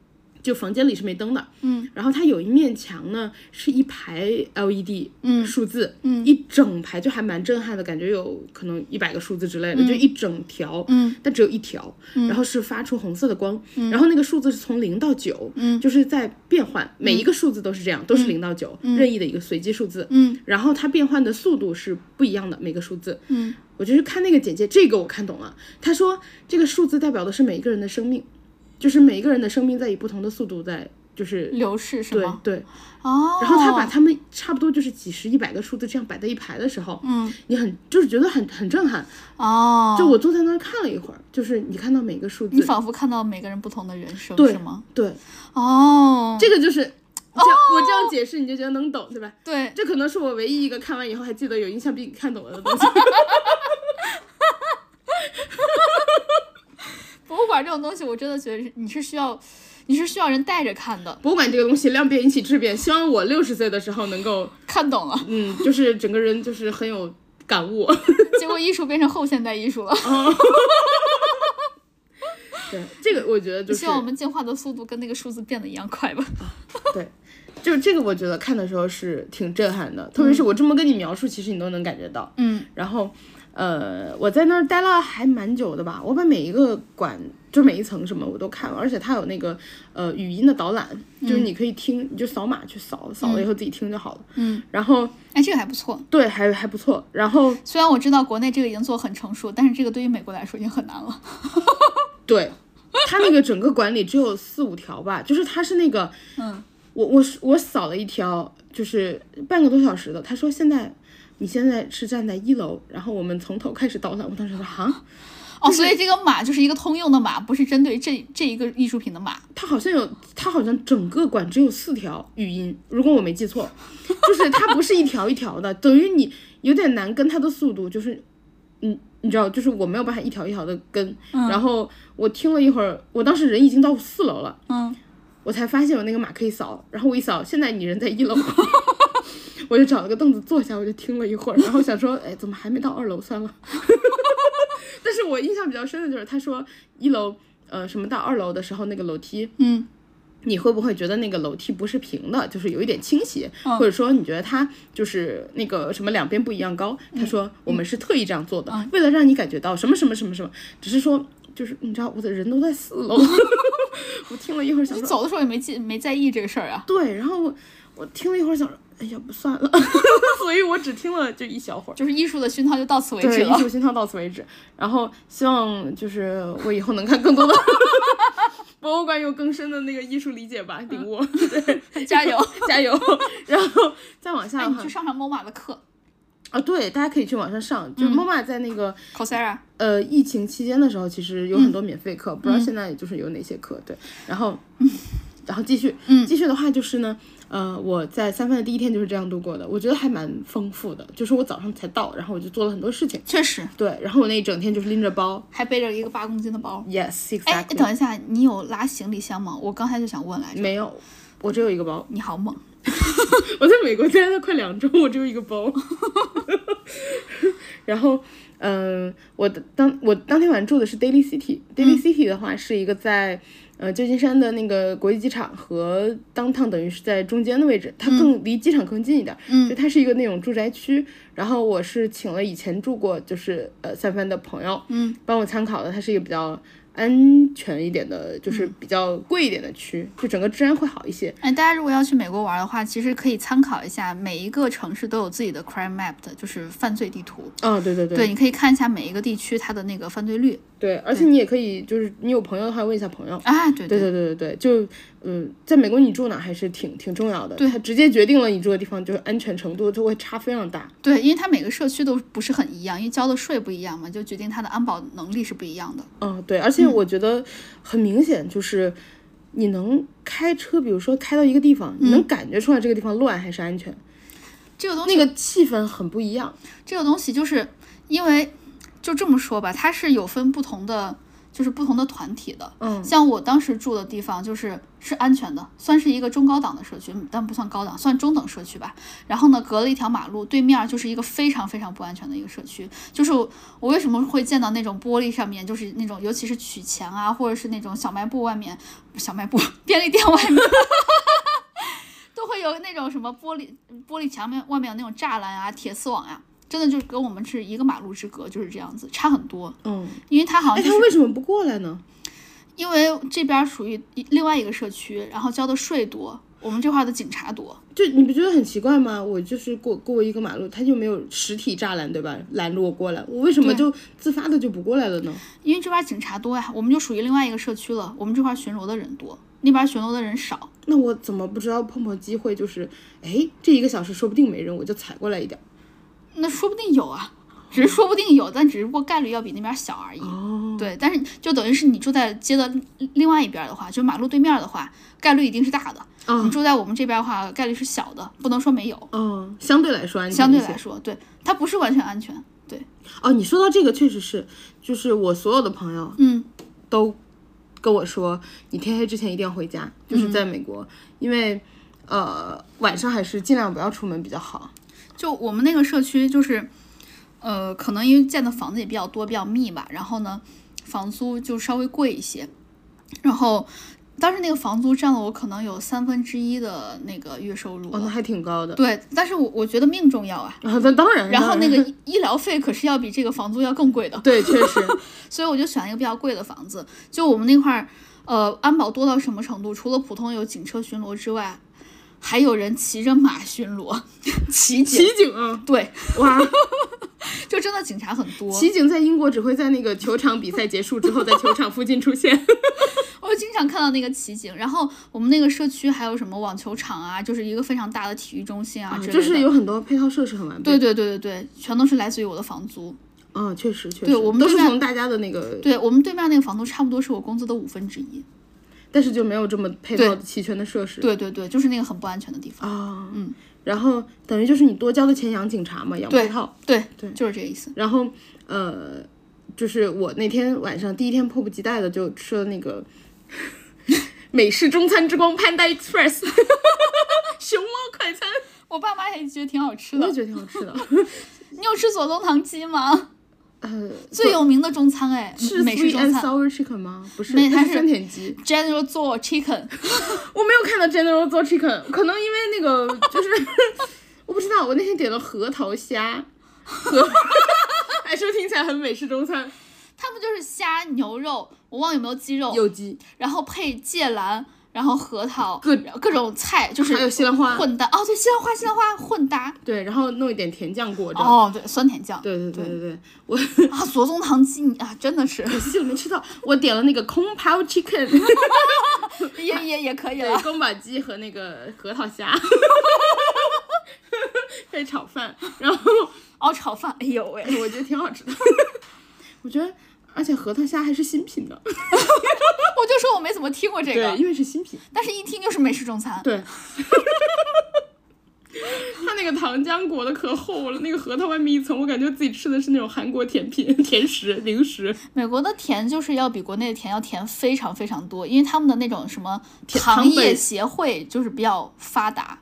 Speaker 1: 就房间里是没灯的，
Speaker 2: 嗯，
Speaker 1: 然后它有一面墙呢是一排 LED，
Speaker 2: 嗯
Speaker 1: 数字，
Speaker 2: 嗯
Speaker 1: 一整排就还蛮震撼的感觉，有可能一百个数字之类的，就一整条，
Speaker 2: 嗯，
Speaker 1: 但只有一条，然后是发出红色的光，然后那个数字是从零到九，
Speaker 2: 嗯
Speaker 1: 就是在变换，每一个数字都是这样，都是零到九，任意的一个随机数字，
Speaker 2: 嗯
Speaker 1: 然后它变换的速度是不一样的，每个数字，
Speaker 2: 嗯，
Speaker 1: 我就是看那个简介，这个我看懂了。他说这个数字代表的是每一个人的生命，就是每一个人的生命在以不同的速度在就是
Speaker 2: 流逝是
Speaker 1: 对
Speaker 2: 吗？
Speaker 1: 对，
Speaker 2: 嗯哦，
Speaker 1: 然后他把他们差不多就是几十、一百个数字这样摆在一排的时候，
Speaker 2: 嗯
Speaker 1: 你很就是觉得很很震撼。
Speaker 2: 哦，
Speaker 1: 就我坐在那儿看了一会儿，就是你看到每个数
Speaker 2: 你
Speaker 1: 字，
Speaker 2: 仿佛看到每个人不同的人生
Speaker 1: 对
Speaker 2: 是吗？
Speaker 1: 对，
Speaker 2: 哦，
Speaker 1: 这个就是这样我这样解释你就觉得能懂对吧？
Speaker 2: 对，
Speaker 1: 这可能是我唯一一个看完以后还记得有印象并看懂了的东西。
Speaker 2: 博物馆这种东西，我真的觉得是你是需要，你是需要人带着看的，
Speaker 1: 博物馆这个东西，量变引起质变，希望我六十岁的时候能够。
Speaker 2: 看懂了，
Speaker 1: 嗯，就是整个人就是很有感悟。
Speaker 2: 结果艺术变成后现代艺术了。
Speaker 1: 对，这个我觉得就是
Speaker 2: 希望我们进化的速度跟那个数字变得一样快吧。
Speaker 1: 对，就是这个我觉得看的时候是挺震撼的，特别是我这么跟你描述，其实你都能感觉到。
Speaker 2: 嗯
Speaker 1: 然后，呃，我在那儿待了还蛮久的吧，我把每一个馆，就每一层什么我都看了，而且它有那个呃语音的导览，就是你可以听，你就扫码去扫，扫了以后自己听就好了。
Speaker 2: 嗯，
Speaker 1: 然后
Speaker 2: 哎，这个还不错。
Speaker 1: 对，还还不错。然后
Speaker 2: 虽然我知道国内这个已经做很成熟，但是这个对于美国来说已经很难了。
Speaker 1: 对，它那个整个馆里只有四五条吧，就是它是那个
Speaker 2: 嗯，
Speaker 1: 我我是我扫了一条，就是半个多小时的。他说现在你现在是站在一楼，然后我们从头开始导览。我当时说啊哈，
Speaker 2: 哦，所以这个码就是一个通用的码，不是针对这这一个艺术品的码。
Speaker 1: 他好像有，他好像整个馆只有四条语音，如果我没记错，就是它不是一条一条的，等于你有点难跟它的速度，就是你你知道，就是我没有办法一条一条的跟。然后我听了一会儿，我当时人已经到四楼了，
Speaker 2: 嗯，
Speaker 1: 我才发现有那个码可以扫，然后我一扫，现在你人在一楼， 我就找了个凳子坐下，我就听了一会儿，然后想说，哎，怎么还没到二楼？算了。 但是我印象比较深的就是他说一楼，呃，什么到二楼的时候那个楼梯，
Speaker 2: 嗯
Speaker 1: 你会不会觉得那个楼梯不是平的，就是有一点倾斜，或者说你觉得它就是那个什么两边不一样高？他说我们是特意这样做的，为了让你感觉到什么什么什么什么，只是说就是你知道我的人都在四楼， 我听了一会儿想
Speaker 2: 你
Speaker 1: 说
Speaker 2: 走的时候也没记没在意这个事儿啊。
Speaker 1: 对，然后我我听了一会儿想说，哎呀不算了， 所以我只听了就一小会儿。
Speaker 2: 就是艺术的熏陶就到此为止
Speaker 1: 对，艺
Speaker 2: 了。
Speaker 1: 术熏陶到此为止。然后希望就是我以后能看更多的 博物馆有更深的那个艺术理解吧，领悟。对，
Speaker 2: 嗯 加油！
Speaker 1: 加油！ 然后再往下
Speaker 2: 哎，
Speaker 1: 的
Speaker 2: 你
Speaker 1: 话
Speaker 2: 去上上 MoMA 的课
Speaker 1: 啊，对，大家可以去网上上，
Speaker 2: 嗯
Speaker 1: 就是 MoMA 在那个
Speaker 2: ，Coursera。
Speaker 1: 呃疫情期间的时候，其实有
Speaker 2: 嗯
Speaker 1: 很多免费课，不知道现在就是有哪些课。对，然后
Speaker 2: 嗯
Speaker 1: 然后继续，继续的话就是呢。呃，我在三藩的第一天就是这样度过的，我觉得还蛮丰富的。就是我早上才到，然后我就做了很多事情，
Speaker 2: 确实，
Speaker 1: 对，然后我那一整天就是拎着包
Speaker 2: 还背着一个八公斤的包。
Speaker 1: ，yes
Speaker 2: 哎，
Speaker 1: exactly，、
Speaker 2: 等一下，你有拉行李箱吗？我刚才就想问来着。
Speaker 1: 没有，我只有一个包，
Speaker 2: 你好猛！
Speaker 1: 我在美国待了快两周，我只有一个包。 然后，嗯、我的当我当天晚上住的是 Daily City，Daily City 的话是一个在呃旧金山的那个国际机场和 downtown 等于是在中间的位置，它更离机场更近一点，嗯、就它是一个那种住宅区。然后我是请了以前住过就是呃三藩的朋友，嗯，帮我参考的，它是一个比较。安全一点的，就是比较贵一点的区，就整个治安会好一些。
Speaker 2: 哎，大家如果要去美国玩的话，其实可以参考一下，每一个城市都有自己的 crime map 的，就是犯罪地图。
Speaker 1: 啊、对对对，
Speaker 2: 对，你可以看一下每一个地区它的那个犯罪率。
Speaker 1: 对，啊而且你也可以，就是你有朋友的话问一下朋友。
Speaker 2: 哎，对
Speaker 1: 对对对对对，就嗯，在美国你住哪还是挺挺重要的，对，它直接决定了你住的地方就是安全程度就会差非常大。
Speaker 2: 对，因为它每个社区都不是很一样，因为交的税不一样嘛，就决定它的安保能力是不一样的。
Speaker 1: 嗯，对，而且我觉得很明显就是。你能开车，比如说开到一个地方，你能感觉出来这个地方乱还是安全，
Speaker 2: 这个东西
Speaker 1: 那个气氛很不一样。
Speaker 2: 这个东西就是因为就这么说吧，它是有分不同的，就是不同的团体的。
Speaker 1: 嗯，
Speaker 2: 像我当时住的地方就是是安全的，算是一个中高档的社区，但不算高档，算中等社区吧。然后呢，隔了一条马路，对面儿就是一个非常非常不安全的一个社区。就是我我为什么会见到那种玻璃上面，就是那种尤其是取钱啊，或者是那种小卖部外面，小卖部便利店外面。 都会有那种什么玻璃玻璃墙面外面有那种栅栏啊、铁丝网啊，真的就是跟我们是一个马路之隔，就是这样子，差很多。
Speaker 1: 嗯，
Speaker 2: 因为它好像、
Speaker 1: 哎，
Speaker 2: 就是
Speaker 1: 他为什么不过来呢？
Speaker 2: 因为这边儿属于一另外一个社区，然后交的税多，我们这块儿的警察多。
Speaker 1: 就你不觉得很奇怪吗？我就是过过一个马路，他就没有实体栅栏，对吧？拦着我过来，我为什么就自发的就不过来了呢？
Speaker 2: 因为这边儿警察多呀，我们就属于另外一个社区了。我们这块儿巡逻的人多，那边儿巡逻的人少。
Speaker 1: 那我怎么不知道碰碰机会就是，哎，这一个小时说不定没人，我就踩过来一点儿。
Speaker 2: 那说不定有啊，只是说不定有，但只不过概率要比那边儿小而已。
Speaker 1: 哦，
Speaker 2: 对，但是就等于是你住在街的另外一边儿的话，就马路对面儿的话，概率一定是大的。
Speaker 1: 啊
Speaker 2: 你住在我们这边儿的话，概率是小的，不能说没有。
Speaker 1: 哦，相对来说安全
Speaker 2: 嗯相对
Speaker 1: 一些
Speaker 2: 来说，对它不是完全安全。对，
Speaker 1: 哦，你说到这个确实是，就是我所有的朋友
Speaker 2: 嗯，
Speaker 1: 都跟我说，你天黑之前一定要回家，就是
Speaker 2: 嗯
Speaker 1: 在美国，因为呃晚上还是尽量不要出门比较好。
Speaker 2: 就我们那个社区就是，呃，可能因为建的房子也比较多、比较密吧，然后呢，房租就稍微贵一些。然后当时那个房租占了我可能有三分之一的那个月收入
Speaker 1: 哦，那
Speaker 2: 了。
Speaker 1: 还挺高的。
Speaker 2: 对，但是我我觉得命重要啊。
Speaker 1: 啊，那当然。
Speaker 2: 然后
Speaker 1: 当
Speaker 2: 那个医医疗费可是要比这个房租要更贵的，
Speaker 1: 对，确 实，
Speaker 2: 所以我就选了一个比较贵的房子。就我们那块儿，呃，安保多到什么程度？除了普通有警车巡逻之外，还有人骑着马巡逻， 骑警。
Speaker 1: 骑警 啊，
Speaker 2: 对，
Speaker 1: 哇，
Speaker 2: 就真的警察很多。
Speaker 1: 骑警在英国只会在那个球场比赛结束之后，在球场附近出现。
Speaker 2: 我就经常看到那个骑警，然后我们那个社区还有什么网球场啊，就是一个非常大的体育中心啊之类的。
Speaker 1: 就是有很多配套设施很完备。
Speaker 2: 对对对对对，全都是来自于我的房租。
Speaker 1: 嗯，确实确实，
Speaker 2: 对我们
Speaker 1: 都
Speaker 2: 对
Speaker 1: 是
Speaker 2: 面
Speaker 1: 从大家的那个，
Speaker 2: 对我们对面那个房租差不多是我工资的五分之一。
Speaker 1: 但是就没有这么配套齐全的设施。
Speaker 2: 对对对，就是那个很不安全的地方。
Speaker 1: 啊，嗯，然后等于就是你多交的钱养警察嘛，养配套。
Speaker 2: 对
Speaker 1: 对
Speaker 2: 就是这个意思。
Speaker 1: 然后呃，就是我那天晚上第一天迫不及待的就吃了那 个美式中餐之光 Panda Express，熊猫快餐，
Speaker 2: 我爸妈也觉得挺好吃
Speaker 1: 我也
Speaker 2: 的。
Speaker 1: 觉得挺好吃的。
Speaker 2: 你有吃左宗棠鸡吗？
Speaker 1: 呃，
Speaker 2: 最有名的中餐哎，
Speaker 1: 是
Speaker 2: 美式
Speaker 1: sweet
Speaker 2: 中
Speaker 1: and
Speaker 2: 餐
Speaker 1: sour chicken 吗？不是，
Speaker 2: 没它
Speaker 1: 它
Speaker 2: 是
Speaker 1: 酸甜鸡。
Speaker 2: ，General 做 Chicken，
Speaker 1: 我没有看到 General 做 chicken，可能因为那 个就是我不知道，我那天点了核桃虾， 核，哎，是不是听起来很美式中餐？
Speaker 2: 他们就是虾牛肉，我忘了有没有鸡肉，
Speaker 1: 有机，
Speaker 2: 然后配芥蓝，然后核桃，
Speaker 1: 各
Speaker 2: 各种菜就是
Speaker 1: 还有西兰花，
Speaker 2: 混搭。哦，对，西兰花，西兰花混搭。
Speaker 1: 对，然后弄一点甜酱果着。
Speaker 2: 哦，对，酸甜酱。
Speaker 1: 对对对对对，我
Speaker 2: 啊，左宗棠鸡你啊，真的 是
Speaker 1: 可惜我没吃到，我点了那个空抛 chicken，
Speaker 2: 也也也可以
Speaker 1: 对，
Speaker 2: 了。
Speaker 1: 宫保鸡和那个核桃虾， 配炒饭，然后
Speaker 2: 熬炒饭，哎 呦喂，
Speaker 1: 我觉得挺好吃的，我觉得。而且核桃虾还是新品的，
Speaker 2: 我就说我没怎么听过这
Speaker 1: 对，
Speaker 2: 个，
Speaker 1: 因为是新品。
Speaker 2: 但是一听就是美式中餐。
Speaker 1: 对， 它那个糖浆裹的可厚了，那个核桃外面一层，我感觉自己吃的是那种韩国甜品、甜食、零食，
Speaker 2: 美国的甜就是要比国内的甜要甜非常非常多，因为他们的那种什么
Speaker 1: 甜
Speaker 2: 糖
Speaker 1: 糖
Speaker 2: 业
Speaker 1: 本
Speaker 2: 协会就是比较发达，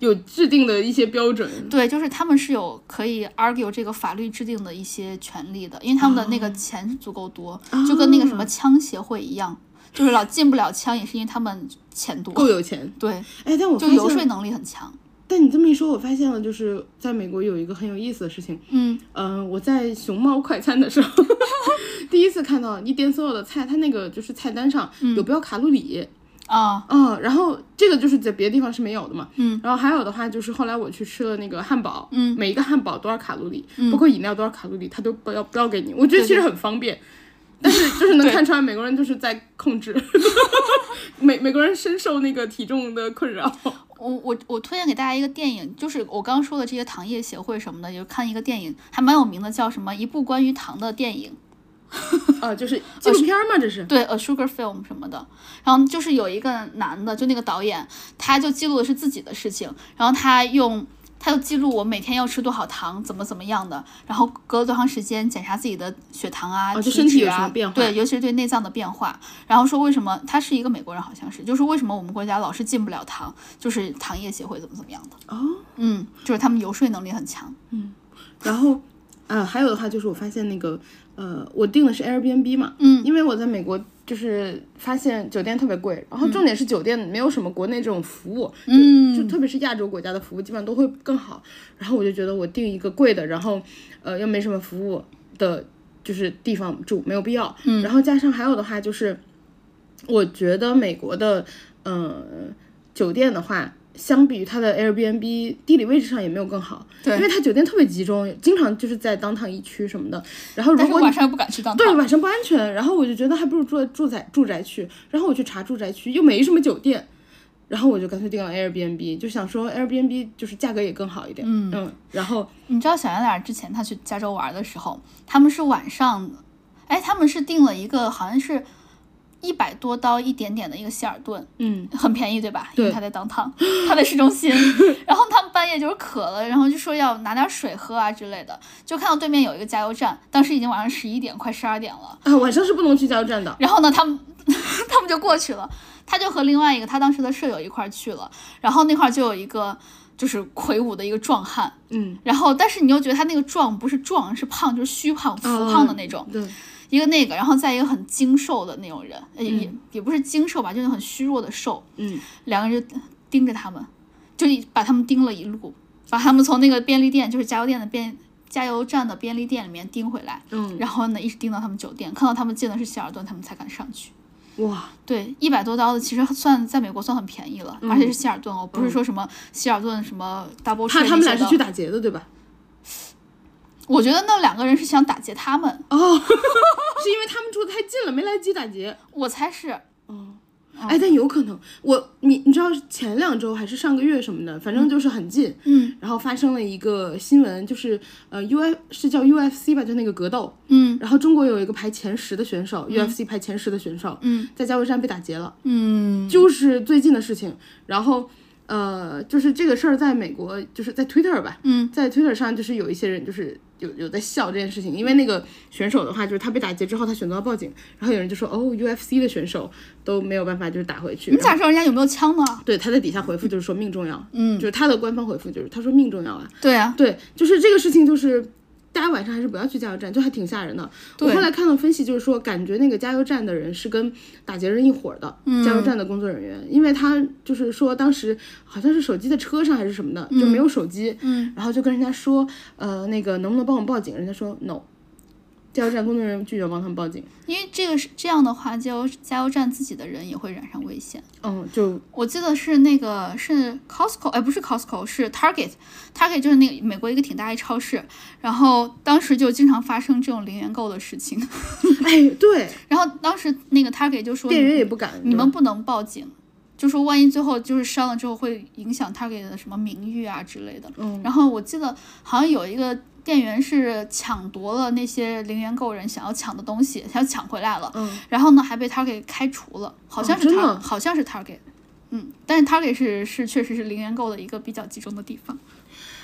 Speaker 1: 有制定的一些标准。
Speaker 2: 对，就是他们是有可以 argue 这个法律制定的一些权利的，因为他们的那个钱是足够多，
Speaker 1: 哦
Speaker 2: 就跟那个什么枪协会一样，就是老进不了枪也是因为他们钱多，
Speaker 1: 够有钱，
Speaker 2: 对，
Speaker 1: 哎，但我
Speaker 2: 就
Speaker 1: 发
Speaker 2: 游说
Speaker 1: 现，
Speaker 2: 能力很强。
Speaker 1: 但你这么一说，我发现了，就是在美国有一个很有意思的事情，
Speaker 2: 嗯，
Speaker 1: 嗯、我在熊猫快餐的时候， 第一次看到你点所有的菜，它那个就是菜单上有标卡路里，
Speaker 2: 啊，
Speaker 1: 嗯，然后这个就是在别的地方是没有的嘛。
Speaker 2: 嗯，
Speaker 1: 然后还有的话就是后来我去吃了那个汉堡，
Speaker 2: 嗯
Speaker 1: 每一个汉堡多少卡路里，包括饮料多少卡路里，它都不要不要给你。我觉得其实很方便，但是就是能看出来美国人就是在控 制，美美国人深受那个体重的困扰。
Speaker 2: 我我我推荐给大家一个电影，就是我刚说的这些糖业协会什么的，有看一个电影还蛮有名的，叫什么一部关于糖的电影。
Speaker 1: 啊，就是纪录片嘛，这是。
Speaker 2: 对，A Sugar Film 什么的。然后就是有一个男的，就那个导演，他就记录的是自己的事情，然后他用。他就记录我每天要吃多少糖，怎么怎么样的，然后隔了多长时间检查自己的血糖啊、
Speaker 1: 哦就
Speaker 2: 体
Speaker 1: 身体
Speaker 2: 脂
Speaker 1: 有什么
Speaker 2: 啊
Speaker 1: 变化
Speaker 2: 对，尤其是对内脏的变化。然后说为什么他是一个美国人，好像是，就是为什么我们国家老是进不了糖，就是糖业协会怎么怎么样的。
Speaker 1: 哦，
Speaker 2: 嗯，就是他们游说能力很强。
Speaker 1: 然后。啊，还有的话就是我发现那个，呃，我订的是 Airbnb 嘛，
Speaker 2: 嗯
Speaker 1: 因为我在美国就是发现酒店特别贵，然后重点是酒店没有什么国内这种服务，就
Speaker 2: 嗯，
Speaker 1: 特别是亚洲国家的服务基本上都会更好。然后我就觉得我订一个贵的，然后呃又没什么服务的，就是地方住没有必要。嗯，然后加上还有的话就是，我觉得美国的呃酒店的话。相比于它的 Airbnb 地理位置上也没有更好，
Speaker 2: 对
Speaker 1: 因为它酒店特别集中，经常就是在当趟一区什么的。然后如
Speaker 2: 但是
Speaker 1: 果
Speaker 2: 我
Speaker 1: 你
Speaker 2: 晚上又不敢去当
Speaker 1: 对，
Speaker 2: 糖。
Speaker 1: 晚上不安全。然后我就觉得还不如住在住在住宅区。然后我去查住宅区又没什么酒店，然后我就干脆订了 Airbnb，就想说 Airbnb 就是价格也更好一点。嗯然后
Speaker 2: 你知道小圆脸儿之前他去加州玩的时候，他们是晚上，哎，他们是订了一个好像是一百多刀一点点的一个希尔顿，
Speaker 1: 嗯，
Speaker 2: 很便宜对吧？因
Speaker 1: 对
Speaker 2: 为他在当趟，他在市中心。然后他们半夜就是渴了，然后就说要拿点水喝啊之类的，就看到对面有一个加油站，当时已经晚上十一点快十二点了。
Speaker 1: 啊，晚上是不能去加油站的。
Speaker 2: 然后呢，他们 他们就过去了，他就和另外一个他当时的舍友一块儿去了，然后那块儿就有一个就是魁梧的一个壮汉，
Speaker 1: 嗯，
Speaker 2: 然后，但是你又觉得他那个壮不是壮，是胖，就是虚胖、浮
Speaker 1: 嗯
Speaker 2: 胖的那种，
Speaker 1: 对，
Speaker 2: 一个那个，然后再一个很精瘦的那种人，呃也也不是精瘦吧，就是很虚弱的瘦。
Speaker 1: 嗯，
Speaker 2: 两个人就盯着他们，就一把他们盯了一路，把他们从那个便利店，就是加油店的便加油站的便利店里面盯回来，
Speaker 1: 嗯，
Speaker 2: 然后呢，一直盯到他们酒店，看到他们进的是希尔顿，他们才敢上去。
Speaker 1: 哇，
Speaker 2: 对，一百多刀的其实算在美国算很便宜了，而且是希尔顿哦，不是说什么希尔顿什么 double
Speaker 1: 嗯怕
Speaker 2: tree
Speaker 1: 他们俩
Speaker 2: 那些
Speaker 1: 是
Speaker 2: 的
Speaker 1: 去打劫的，对吧？
Speaker 2: 我觉得那两个人是想打劫他们，
Speaker 1: 哦， 是因为他们住的太近了，没来得及打劫。
Speaker 2: 我猜是。哦
Speaker 1: 哎，但有可能，我你你知道前两周还是上个月什么的，反正就是很近，
Speaker 2: 嗯
Speaker 1: 然后发生了一个新闻，就是呃 U F 是叫 U F C 吧，就那个格斗，
Speaker 2: 嗯
Speaker 1: 然后中国有一个排前十的选手、u f c 排前十的选手，
Speaker 2: 嗯，
Speaker 1: 在加油站被打劫了，
Speaker 2: 嗯
Speaker 1: 就是最近的事情。然后，呃，就是这个事儿在美国，就是在 Twitter 吧，
Speaker 2: 嗯
Speaker 1: 在 Twitter 上就是有一些人就是有有在笑这件事情，因为那个选手的话，就是他被打劫之后，他选择了报警，然后有人就说，哦，UFC 的选手都没有办法就是打回去，
Speaker 2: 你咋知道人家有没有枪呢？
Speaker 1: 对，他在底下回复就是说命重要，
Speaker 2: 嗯
Speaker 1: 就是他的官方回复就是他说命重要啊，
Speaker 2: 对啊，
Speaker 1: 对，就是这个事情就是。大家晚上还是不要去加油站，就还挺吓人的。我
Speaker 2: 对
Speaker 1: 后来看到分析，就是说感觉那个加油站的人是跟打劫人一伙儿的，
Speaker 2: 嗯
Speaker 1: 加油站的工作人员，因为他就是说当时好像是手机在车上还是什么的，就没有手机，
Speaker 2: 嗯，
Speaker 1: 然后就跟人家说，呃，那个能不能帮我们报警？人家说 no，加油站工作人员拒绝帮他们报警，
Speaker 2: 因为这个是这样的话，加油加油站自己的人也会染上危险。
Speaker 1: 嗯， 就
Speaker 2: 我记得是那个是 Costco，哎，不是 Costco，是 Target，Target 就是那个美国一个挺大一超市，然后当时就经常发生这种零元购的事情，
Speaker 1: 哎，对，
Speaker 2: 然后当时那个 Target 就说
Speaker 1: 店员也不敢，
Speaker 2: 嗯你们不能报警，就说万一最后就是删了之后会影响 Target 的什么名誉啊之类的。
Speaker 1: 嗯
Speaker 2: 然后我记得好像有一个店员是抢夺了那些零元购人想要抢的东西，他要抢回来了，
Speaker 1: 嗯哦
Speaker 2: 然后呢还被 Target 开除了，好像是
Speaker 1: 真
Speaker 2: Target，、
Speaker 1: 的
Speaker 2: 好像是 Target。嗯，但是 Target 是是确实是零元购的一个比较集中的地方。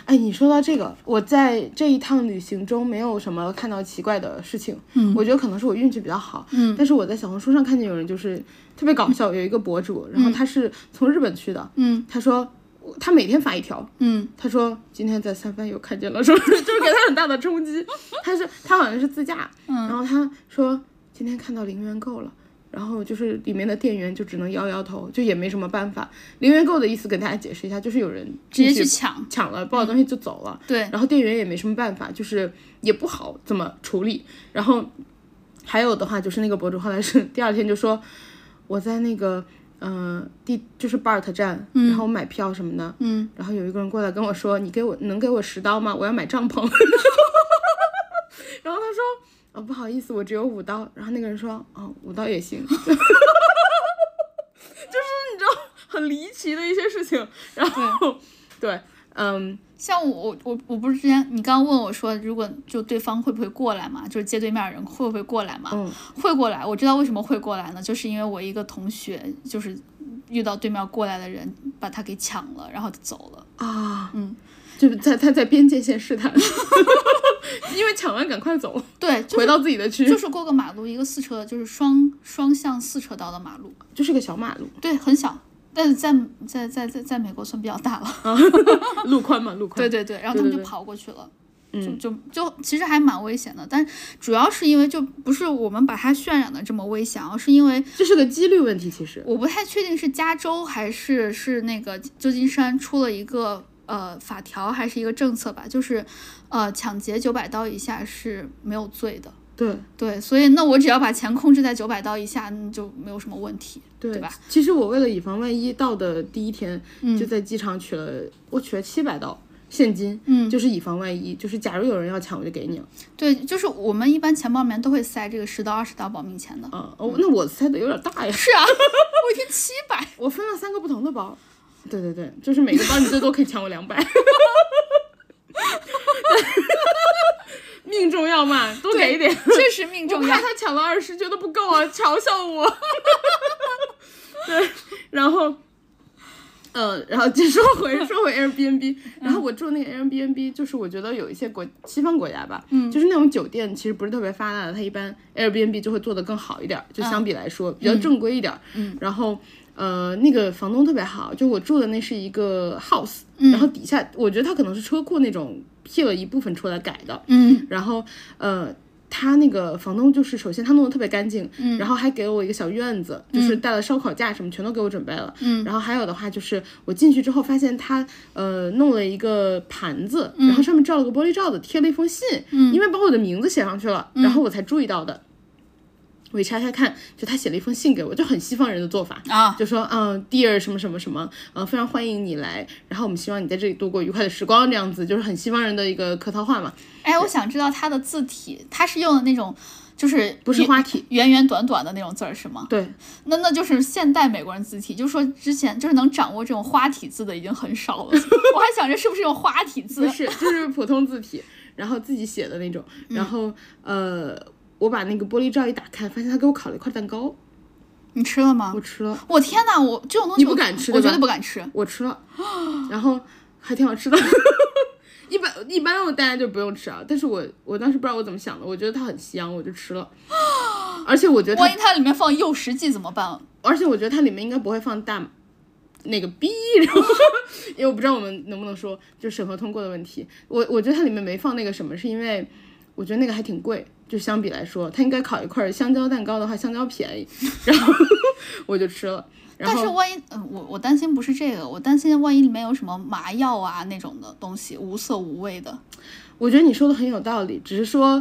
Speaker 1: 哎，你说到这个，我在这一趟旅行中没有什么看到奇怪的事情，嗯，我觉得可能是我运气比较好，嗯，但是我在小红书上看见有人就是特别搞笑，有一个博主，然后他是从日本去的，
Speaker 2: 嗯
Speaker 1: 他说我他每天发一条，
Speaker 2: 嗯，
Speaker 1: 他说今天在三藩有看见了，说 就是给他很大的冲击，他是他好像是自驾，
Speaker 2: 嗯
Speaker 1: 然后他说今天看到零元购了。然后就是里面的店员就只能摇摇头，就也没什么办法。零元购的意思跟大家解释一下，就是有人
Speaker 2: 直接
Speaker 1: 进
Speaker 2: 去抢。
Speaker 1: 抢了，抱了东西就走了。
Speaker 2: 对，
Speaker 1: 然后店员也没什么办法，就是也不好怎么处理。然后还有的话就是那个博主后来是 第二天就说我在那个呃地就是 BART 站，然后我买票什么的，
Speaker 2: 嗯，
Speaker 1: 然后有一个人过来跟我说你给我能给我十刀吗？我要买帐篷。 然后他说哦不好意思，我只有五刀。然后那个人说哦五刀也行。 就是你知道很离奇的一些事情，然后对，嗯，
Speaker 2: 像我我我我不是之前你刚刚问我说，如果就对方会不会过来嘛，就是街对面人会不会过来嘛？
Speaker 1: 嗯
Speaker 2: 会过来。我知道为什么会过来呢，就是因为我一个同学就是遇到对面过来的人，把他给抢了，然后走了。
Speaker 1: 啊，
Speaker 2: 嗯，
Speaker 1: 就是在他在边界线试 探，因为抢完赶快走，
Speaker 2: 对，就
Speaker 1: 回
Speaker 2: 是
Speaker 1: 到自己的区，
Speaker 2: 就是过个马路，一个四车就是双双向四车道的马路，
Speaker 1: 就是个小马路，
Speaker 2: 对，很小，但是在在在在在美国算比较 大了。
Speaker 1: 路宽嘛，路宽。
Speaker 2: 对对对，然后他们
Speaker 1: 对对对
Speaker 2: 就跑过去了。
Speaker 1: 嗯
Speaker 2: 就就就其实还蛮危险的，但主要是因为就不是我们把它渲染的这么危险，而是因为
Speaker 1: 这是个几率问题，其实。
Speaker 2: 我不太确定是加州还是是那个旧金山出了一个呃法条还是一个政策吧，就是呃抢劫九百刀以下是没有罪的。
Speaker 1: 对
Speaker 2: 对，所以那我只要把钱控制在九百刀以下，那就没有什么问题。
Speaker 1: 对
Speaker 2: 对吧？
Speaker 1: 其实我为了以防万一，到的第一天
Speaker 2: 嗯
Speaker 1: 就在机场取了，我取了七百刀现金，
Speaker 2: 嗯
Speaker 1: 就是以防万一，就是假如有人要抢，我就给你了。
Speaker 2: 对，就是我们一般钱包里面都会塞这个十到二十刀保命钱的。
Speaker 1: 啊，哦，那我塞的有点大呀，
Speaker 2: 是啊，我一天七百。
Speaker 1: 我分了三个不同的包。对对对，就是每个包你最多可以抢我两百。 命重要嘛，多给一点。
Speaker 2: 确实命
Speaker 1: 我
Speaker 2: 中
Speaker 1: 怕
Speaker 2: 要。
Speaker 1: 他抢了二十觉得不够啊，嘲笑我。 对，然后，嗯，然后就说回说回 Airbnb，然后
Speaker 2: 嗯
Speaker 1: 我住那个 Airbnb，就是我觉得有一些国西方国家吧，嗯，就是那种酒店其实不是特别发达的，它一般 Airbnb 就会做得更好一点儿，
Speaker 2: 嗯
Speaker 1: 就相比来说、比较正规一点，嗯，然后。呃，那个房东特别好，就我住的那是一个 house，、然
Speaker 2: 嗯
Speaker 1: 后底下我觉得它可能是车库那种辟了一部分出来改的，
Speaker 2: 嗯
Speaker 1: 然后呃，他那个房东就是首先他弄得特别干净，然后还给了我一个小院子，就是带了烧烤架什么全都给我准备了，嗯，然后还有的话就是我进去之后发现他呃弄了一个盘子，然后上面罩了个玻璃罩子，贴了一封信，嗯嗯，因嗯为把我的名字写上去了，然后我才注意到的。我一查查看，就他写了一封信给我，就很西方人的做法，
Speaker 2: 啊，
Speaker 1: 就说嗯、d e a r 什么什么什么，呃，非常欢迎你来，然后我们希望你在这里度过愉快的时光，这样子就是很西方人的一个客套话嘛，
Speaker 2: 哎，我想知道它的字体，它是用的那种就是
Speaker 1: 不是
Speaker 2: 圆
Speaker 1: 花体，
Speaker 2: 圆圆短短的那种字儿是吗？
Speaker 1: 对，
Speaker 2: 那那就是现代美国人字体，就是说之前就是能掌握这种花体字的已经很少了。 我还想着是不是用花体字
Speaker 1: 不，是，就是普通字体，然后自己写的那种。然后、呃，我把那个玻璃罩一打开，发现他给我烤了一块蛋糕，
Speaker 2: 你吃了吗
Speaker 1: 我？吃了，
Speaker 2: 我天哪，我这种东西
Speaker 1: 你不
Speaker 2: 我
Speaker 1: 敢吃
Speaker 2: 我
Speaker 1: 对
Speaker 2: 绝
Speaker 1: 吧
Speaker 2: 对不敢吃。
Speaker 1: 我吃了，然后还挺好吃的。 一般一般我大家就不用吃啊，但是我我当时不知道我怎么想的，我觉得它很香，我就吃了。而且我觉得
Speaker 2: 万
Speaker 1: 它，
Speaker 2: 一它里面放诱食剂怎么办？
Speaker 1: 而且我觉得它里面应该不会放大那个逼，然后 因为我不知道我们能不能说就是审核通过的问题。我我觉得它里面没放那个什么，是因为我觉得那个还挺贵，就相比来说，它应该烤一块香蕉蛋糕的话，香蕉便宜，然后我就吃了。然
Speaker 2: 但
Speaker 1: 后
Speaker 2: 是万一，呃我我担心不是这个，我担心万一里面有什么麻药啊那种的东西，无色无味的，
Speaker 1: 我觉得你说的很有道理，只是说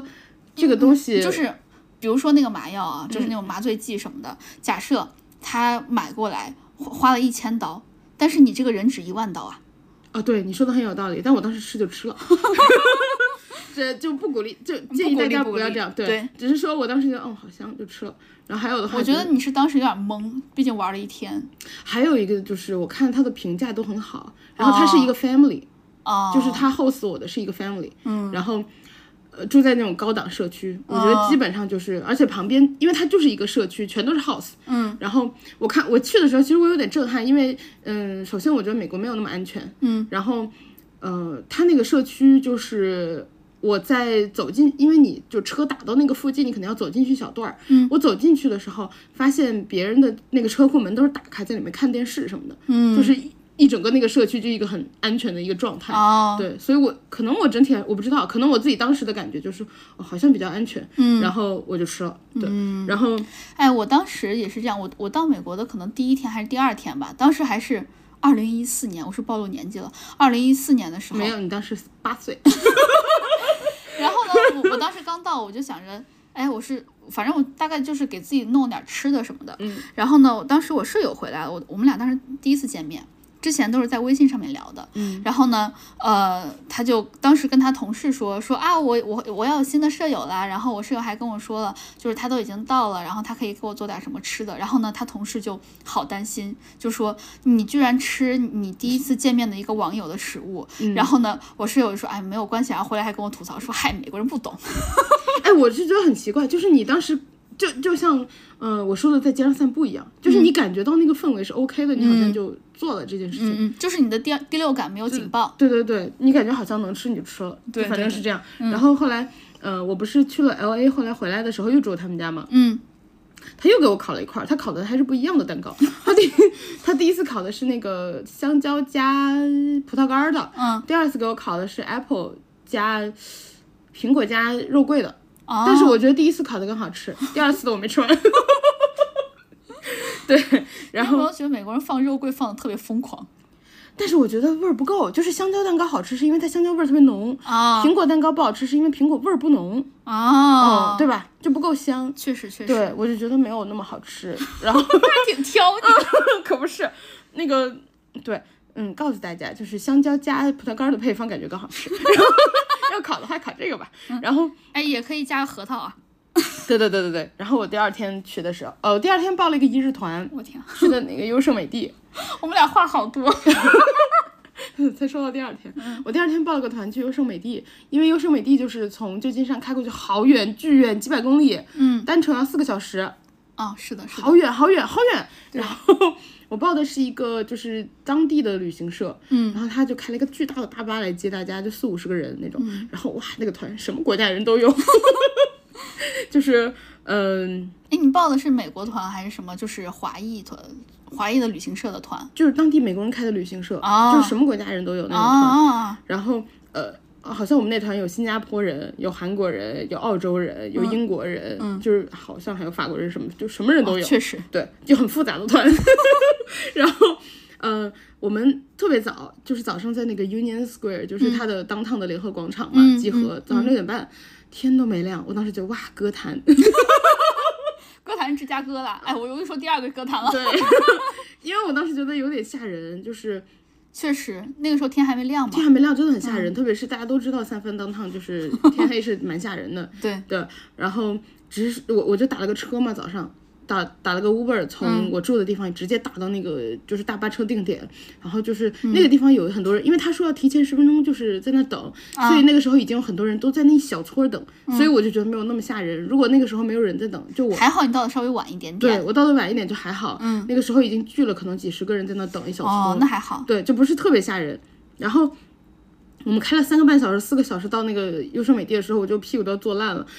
Speaker 1: 这个东西
Speaker 2: 就是比如说那个麻药啊，就是那种麻醉剂什么的。假设他买过来花花了一千刀，但是你这个人只一万刀啊，
Speaker 1: 啊，对你说的很有道理，但我当时吃就吃了。 这就不鼓励，就建议
Speaker 2: 鼓
Speaker 1: 大
Speaker 2: 励
Speaker 1: 家
Speaker 2: 不鼓
Speaker 1: 不要
Speaker 2: 励
Speaker 1: 这样。对，
Speaker 2: 对
Speaker 1: 只是说我当时觉得，哦，好香，就吃了。然后还有的话，
Speaker 2: 我觉得你是当时有点懵，毕竟玩了一天
Speaker 1: 还有一个就是，我看他的评价都很好，然后他是一个 family，、
Speaker 2: 啊，
Speaker 1: 就是他 host 我的是一个 family，嗯，哦然后。呃，住在那种高档社区，我觉得基本上就是，而且旁边，因为它就是一个社区，全都是 house，嗯，然后我看我去的时候，其实我有点震撼，因为，嗯，首先我觉得美国没有那么安全，嗯，然后，呃，它那个社区就是我在走进，因为你就车打到那个附近，你可能要走进去小段儿，嗯，我走进去的时候，发现别人的那个车库门都是打开，在里面看电视什么的，嗯，就是一一整个那个社区就一个很安全的一个状态，
Speaker 2: 哦，
Speaker 1: 对，所以我可能我整体我不知道，可能我自己当时的感觉就是、哦、好像比较安全，嗯，然后我就吃了，对，然后
Speaker 2: 哎，我当时也是这样，我我到美国的可能第一天还是第二天吧，当时还是二零一四年，我是暴露年纪了，二零一四年的时候
Speaker 1: 没，有，你当时八岁，
Speaker 2: 然后呢，我我当时刚到，我就想着，哎，我是反正我大概就是给自己弄点吃的什么的，
Speaker 1: 嗯，
Speaker 2: 然后呢，我当时我室友回来了，我我们俩当时第一次见面。之前都是在微信上面聊的，嗯，然后呢，呃，他就当时跟他同事说说啊，我我我要有新的舍友啦，然后我室友还跟我说了，就是他都已经到了，然后他可以给我做点什么吃的，然后呢，他同事就好担心，就说嗯你居然吃你第一次见面的一个网友的食物，然后呢，我室友就说哎没有关系，然后回来还跟我吐槽说嗨美国人不懂，
Speaker 1: 哎，我是觉得很奇怪，就是你当时。就就像，呃，我说的在街上散步一样，就是你感觉到那个氛围是 OK 的，你好像就做了这件事情。
Speaker 2: 嗯，就是你的第二第六感没有警报，
Speaker 1: 对对对，你感觉好像能吃你就吃了，
Speaker 2: 对
Speaker 1: 就反
Speaker 2: 对嗯
Speaker 1: 正是这样。然后后来，呃，我不是去了 L A，后来回来的时候又住他们家嘛，
Speaker 2: 嗯，
Speaker 1: 他又给我烤了一块儿，他烤的还是不一样的蛋 糕。他第他第一次烤的是那个香蕉加葡萄干儿的，
Speaker 2: 嗯，
Speaker 1: 第二次给我烤的是 apple 加苹果加肉桂的。
Speaker 2: 哦
Speaker 1: 但是我觉得第一次烤的更好吃，第二次的我没吃完。 对，然
Speaker 2: 你有没有觉得美国人放肉桂放的特别疯狂
Speaker 1: 但是我觉得味儿不够，就是香蕉蛋糕好吃是因为它香蕉味儿特别浓，
Speaker 2: 啊
Speaker 1: 苹果蛋糕不好吃是因为苹果味儿不浓，
Speaker 2: 啊
Speaker 1: 嗯，对吧？就不够香。
Speaker 2: 确实确实，
Speaker 1: 对，我就觉得没有那么好 吃。然后
Speaker 2: 还挺挑剔，
Speaker 1: 可不是，那个对，嗯，告诉大家，就是香蕉加葡萄干儿的配方感觉更好 吃。然后要烤的话，烤这个吧。然后，
Speaker 2: 哎，也可以加核桃啊，
Speaker 1: 对对对对对。然后我第二天去的时候，呃，我第二天报了一个一日团，
Speaker 2: 我天啊，
Speaker 1: 去的那个优胜美 地。
Speaker 2: 我们俩话好多，
Speaker 1: 才说到第二天，嗯我第二天报了个团去优胜美地，因为优胜美地就是从旧金山开过去好远，巨远，几百公里，
Speaker 2: 嗯，
Speaker 1: 单程要四个小时，
Speaker 2: 啊是的是的，
Speaker 1: 好远好远好远。然后我报的是一个就是当地的旅行社，
Speaker 2: 嗯，
Speaker 1: 然后他就开了一个巨大的大巴来接大家，就四五十个人那种。
Speaker 2: 嗯
Speaker 1: 然后哇，那个团什么国家人都有， 就是嗯、
Speaker 2: 哎你报的是美国团还是什么？就是华裔团，华裔的旅行社的团
Speaker 1: 就是当地美国人开的旅行社，
Speaker 2: 哦
Speaker 1: 就是什么国家人都有那种
Speaker 2: 啊
Speaker 1: 团。
Speaker 2: 啊啊，
Speaker 1: 然后呃，好像我们那团有新加坡人，有韩国人，有澳洲人，
Speaker 2: 嗯
Speaker 1: 有英国人，就是好像还有法国人什么，就什么人都有。
Speaker 2: 确实，
Speaker 1: 对，就很复杂的团。 然后，呃，我们特别早，就是早上在那个 Union Square，就是它的当趟的联合广场嘛，
Speaker 2: 嗯
Speaker 1: 集合，早上六点半。天都没亮，我当时就哇，歌坛，
Speaker 2: 歌坛芝加哥啦，哎，我又说第二个歌坛了，
Speaker 1: 对， 因为我当时觉得有点吓人，就是
Speaker 2: 确实那个时候天还没亮嘛
Speaker 1: 天，还没亮，真的很吓
Speaker 2: 嗯
Speaker 1: 人，特别是大家都知道三番当趟就是天黑是蛮吓人的，
Speaker 2: 对，
Speaker 1: 对，然后只是我我就打了个车嘛，早上打打了个 Uber，从
Speaker 2: 嗯
Speaker 1: 我住的地方直接打到那个就是大巴车定点，然后就是
Speaker 2: 嗯
Speaker 1: 那个地方有很多人，因为他说要提前十分钟就是在那等，
Speaker 2: 啊
Speaker 1: 所以那个时候已经有很多人都在那一小撮儿等，所以我就觉得没有那么吓人。如果那个时候没有人在等，就我。
Speaker 2: 嗯还好你到的稍微晚一点
Speaker 1: 对
Speaker 2: 点，
Speaker 1: 我到的晚一点就还好，嗯，那个时候已经聚了可能几十个人在那等一小撮，
Speaker 2: 哦，那还好，
Speaker 1: 对，就不是特别吓人。然后我们开了三个半小时、四个小时到那个优胜美地的时候，我就屁股都要坐烂了。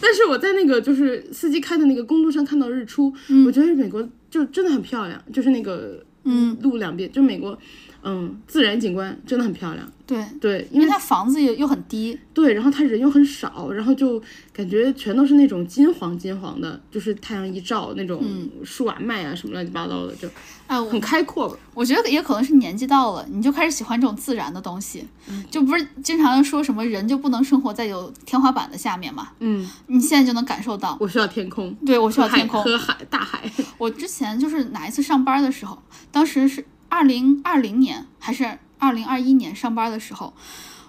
Speaker 1: 但是我在那个就是司机开的那个公路上看到日出，我觉得美国就真的很漂亮，就是那个
Speaker 2: 嗯，
Speaker 1: 路两边就美国，嗯，自然景观真的很漂亮。
Speaker 2: 对，嗯
Speaker 1: 对，因
Speaker 2: 因
Speaker 1: 为
Speaker 2: 为它房子又又很低，
Speaker 1: 对，然后它人又很少，然后就感觉全都是那种金黄金黄的，就是太阳一照那种树啊、麦啊什么乱七八糟的，就
Speaker 2: 哎，我
Speaker 1: 很开阔吧。
Speaker 2: 我觉得也可能是年纪到了，你就开始喜欢这种自然的东西，就不是经常说什么人就不能生活在有天花板的下面嘛？
Speaker 1: 嗯，
Speaker 2: 你现在就能感受到。
Speaker 1: 我需要天空，
Speaker 2: 对，我需要
Speaker 1: 海
Speaker 2: 天空。
Speaker 1: 和海大海。
Speaker 2: 我之前就是哪一次上班的时候，当时是二零二零年还是二零二一年上班的时候，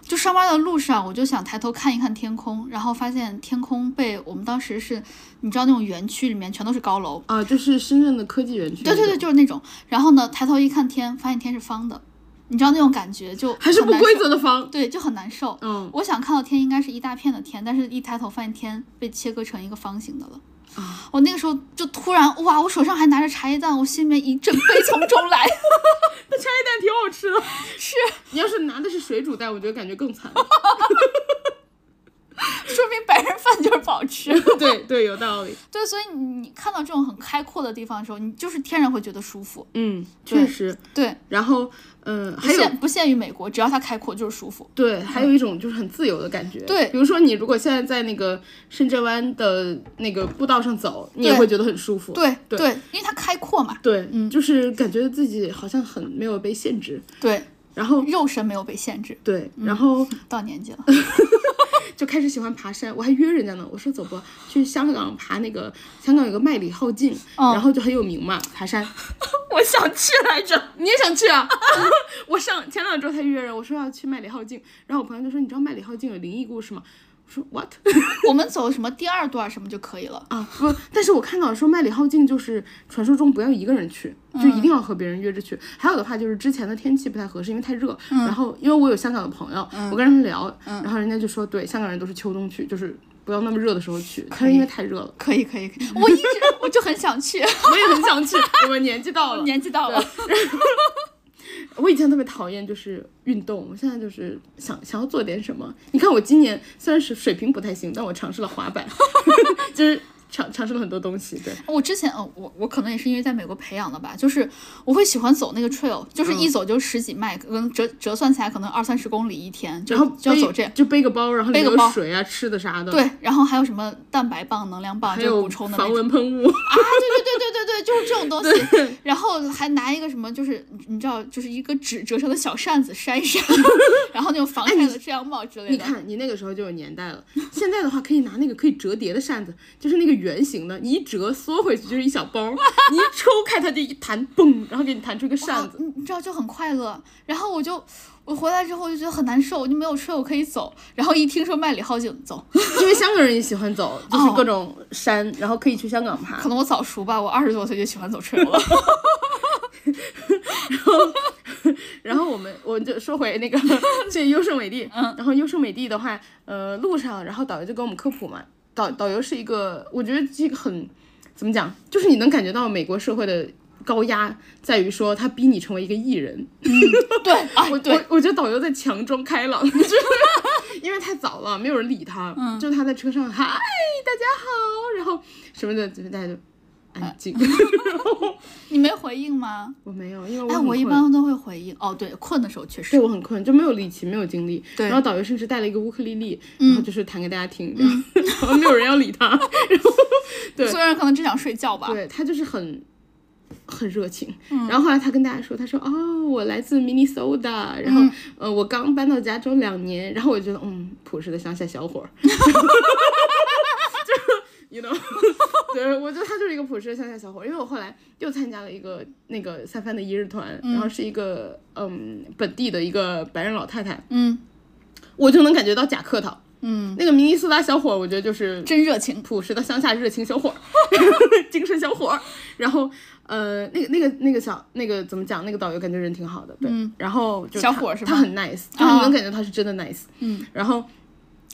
Speaker 2: 就上班的路上，我就想抬头看一看天空，然后发现天空被我们当时是，你知道那种园区里面全都是高楼，
Speaker 1: 啊，就是深圳的科技园区。
Speaker 2: 对对对，，就是那种。然后呢，抬头一看天，发现天是方的，你知道那种感觉就
Speaker 1: 还是
Speaker 2: 很
Speaker 1: 不
Speaker 2: 难
Speaker 1: 规
Speaker 2: 受
Speaker 1: 则的方。
Speaker 2: 对，就很难受。
Speaker 1: 嗯
Speaker 2: 我想看到天应该是一大片的天，但是一抬头发现天被切割成一个方形的了。
Speaker 1: 啊，
Speaker 2: 我那个时候就突然哇，我手上还拿着茶叶蛋，我心里面一阵悲从中来。
Speaker 1: 那茶叶蛋挺好吃的。 是，你要是拿的是水煮蛋，我觉得感觉更 惨。
Speaker 2: 说明白人饭就是不好吃。
Speaker 1: 对对，有道理。
Speaker 2: 对，所以你你看到这种很开阔的地方的时候，你就是天然会觉得舒服。
Speaker 1: 嗯，
Speaker 2: 对
Speaker 1: 确实。
Speaker 2: 对，
Speaker 1: 然后，嗯，
Speaker 2: 不
Speaker 1: 还有
Speaker 2: 限不限于美国，只要它开阔就是舒服。
Speaker 1: 对，还有一种就是很自由的感觉。
Speaker 2: 对
Speaker 1: 比如说你如果现在在那个深圳湾的那个步道上走，你也
Speaker 2: 对
Speaker 1: 会觉得很舒服。
Speaker 2: 对
Speaker 1: 对嗯
Speaker 2: 因为它开阔嘛。
Speaker 1: 对，就是感觉自己好像很没有被限制。
Speaker 2: 对，
Speaker 1: 然后
Speaker 2: 肉身没有被限制。
Speaker 1: 对，然后
Speaker 2: 到年纪了，
Speaker 1: 就开始喜欢爬山，我还约人家呢，我说走不去香港爬那个香港有个麦理浩径，
Speaker 2: 哦
Speaker 1: 然后就很有名嘛，爬山。
Speaker 2: 我想去来着。
Speaker 1: 你也想去啊？我上前两周才约人，我说要去麦理浩径，然后我朋友就说你知道麦理浩径有灵异故事吗？我说 what？
Speaker 2: 我们走什么第二段什么就可以了。，
Speaker 1: 啊， 不，但是我看到说麦理浩径就是传说中不要一个人去，就一定要和别人约着去。还有的话就是之前的天气不太合适，因为太热。然后因为我有香港的朋友，我跟他们聊，然后人家就说，对，香港人都是秋冬去，就是不要那么热的时候去，但是因为太热了
Speaker 2: 可以可以可以，我一直我就很想去，
Speaker 1: 我也很想去，我年纪到了。
Speaker 2: 年纪到了，
Speaker 1: 我以前特别讨厌就是运动，我现在就是想想要做点什么。你看我今年虽然是水平不太行，但我尝试了滑板， 就是尝尝试了很多东西。对，
Speaker 2: 我之前，哦，我我可能也是因为在美国培养的吧，就是我会喜欢走那个 trail，就是
Speaker 1: 嗯
Speaker 2: 一走就十几迈，可能折折算起来可能二三十公里一天，就
Speaker 1: 然后
Speaker 2: 就要
Speaker 1: 背
Speaker 2: 走这样。
Speaker 1: 就背个包，然后里
Speaker 2: 背
Speaker 1: 面有
Speaker 2: 个包
Speaker 1: 水啊、吃的啥的。
Speaker 2: 对，然后还有什么蛋白棒、能量棒，
Speaker 1: 还
Speaker 2: 就是
Speaker 1: 有
Speaker 2: 补充的那
Speaker 1: 防
Speaker 2: 种
Speaker 1: 蚊喷雾，
Speaker 2: 啊，对对对对对对，就是这种东西。 然后还拿一个什么，就是你你知道，就是一个纸折成的小扇子扇一扇， 然后那种防晒的遮阳帽之类
Speaker 1: 哎你
Speaker 2: 的。
Speaker 1: 看你那个时候就有年代了。现在的话，可以拿那个可以折叠的扇子，就是那个圆形的，你一折缩回去就是一小包，你一抽开它就一弹，嘣，然后给你弹出一个
Speaker 2: 然
Speaker 1: 扇
Speaker 2: 后
Speaker 1: 子。
Speaker 2: 你你知道就很快乐。然后我就我回来之后我就觉得很难受，我就没有车我可以走。然后一听说麦理浩径走，
Speaker 1: 因为香港人也喜欢走，就是
Speaker 2: 哦
Speaker 1: 各种山，然后可以去香港爬
Speaker 2: 可。能我早熟吧，我二十多岁就喜欢走 trail 了。
Speaker 1: 然后我们我就说回 那个去优胜美地，
Speaker 2: 嗯
Speaker 1: 然后优胜美地的话，呃，路上然后导游就给我们科普嘛，导导游是一个，我觉得这个很怎么讲，就是你能感觉到美国社会的高压在于说他逼你成为一个艺人，
Speaker 2: 对啊，
Speaker 1: 我
Speaker 2: 对
Speaker 1: 我我觉得导游在强装开 朗，就是因为太早了，没有人理他，
Speaker 2: 嗯
Speaker 1: 就他在车上嗨大家好，然后什么的，就是大家就安静，
Speaker 2: 啊 你没回应吗？
Speaker 1: 我没有，因为我
Speaker 2: 哎，
Speaker 1: 很
Speaker 2: 我一
Speaker 1: 困
Speaker 2: 般都会回应。哦，对，困的时候确实
Speaker 1: 对我很困，就没有力气，没有精力。
Speaker 2: 对
Speaker 1: 然后导游甚至带了一个乌克丽丽，然后就是弹给大家听，这样，然后没有人要理他。然后，对
Speaker 2: 所有人可能只想睡觉吧。
Speaker 1: 对他就是很很热情。然后后来他跟大家说，他说哦，我来自 Minnesota，然后、呃，我刚搬到加州两年，然后我就觉得嗯，朴实的乡下小伙儿。就 You know，对，我觉得他就是一个朴实的乡下小伙儿，因为我后来又参加了一个那个三番的一日团，然后是一个嗯本地的一个白人老太太，
Speaker 2: 嗯
Speaker 1: 我就能感觉到假客套。
Speaker 2: 嗯，
Speaker 1: 那个明尼苏达小伙，我觉得就是
Speaker 2: 真热情。
Speaker 1: 朴实的乡下热情小伙儿， 精神小伙儿。然后，呃，那个那个那个小那个怎么讲？那个导游感觉人挺好的，对。然后就
Speaker 2: 嗯小
Speaker 1: 他
Speaker 2: 伙儿是吧
Speaker 1: 他很 nice，就是你能感觉他是真的 nice。
Speaker 2: 嗯。
Speaker 1: 然后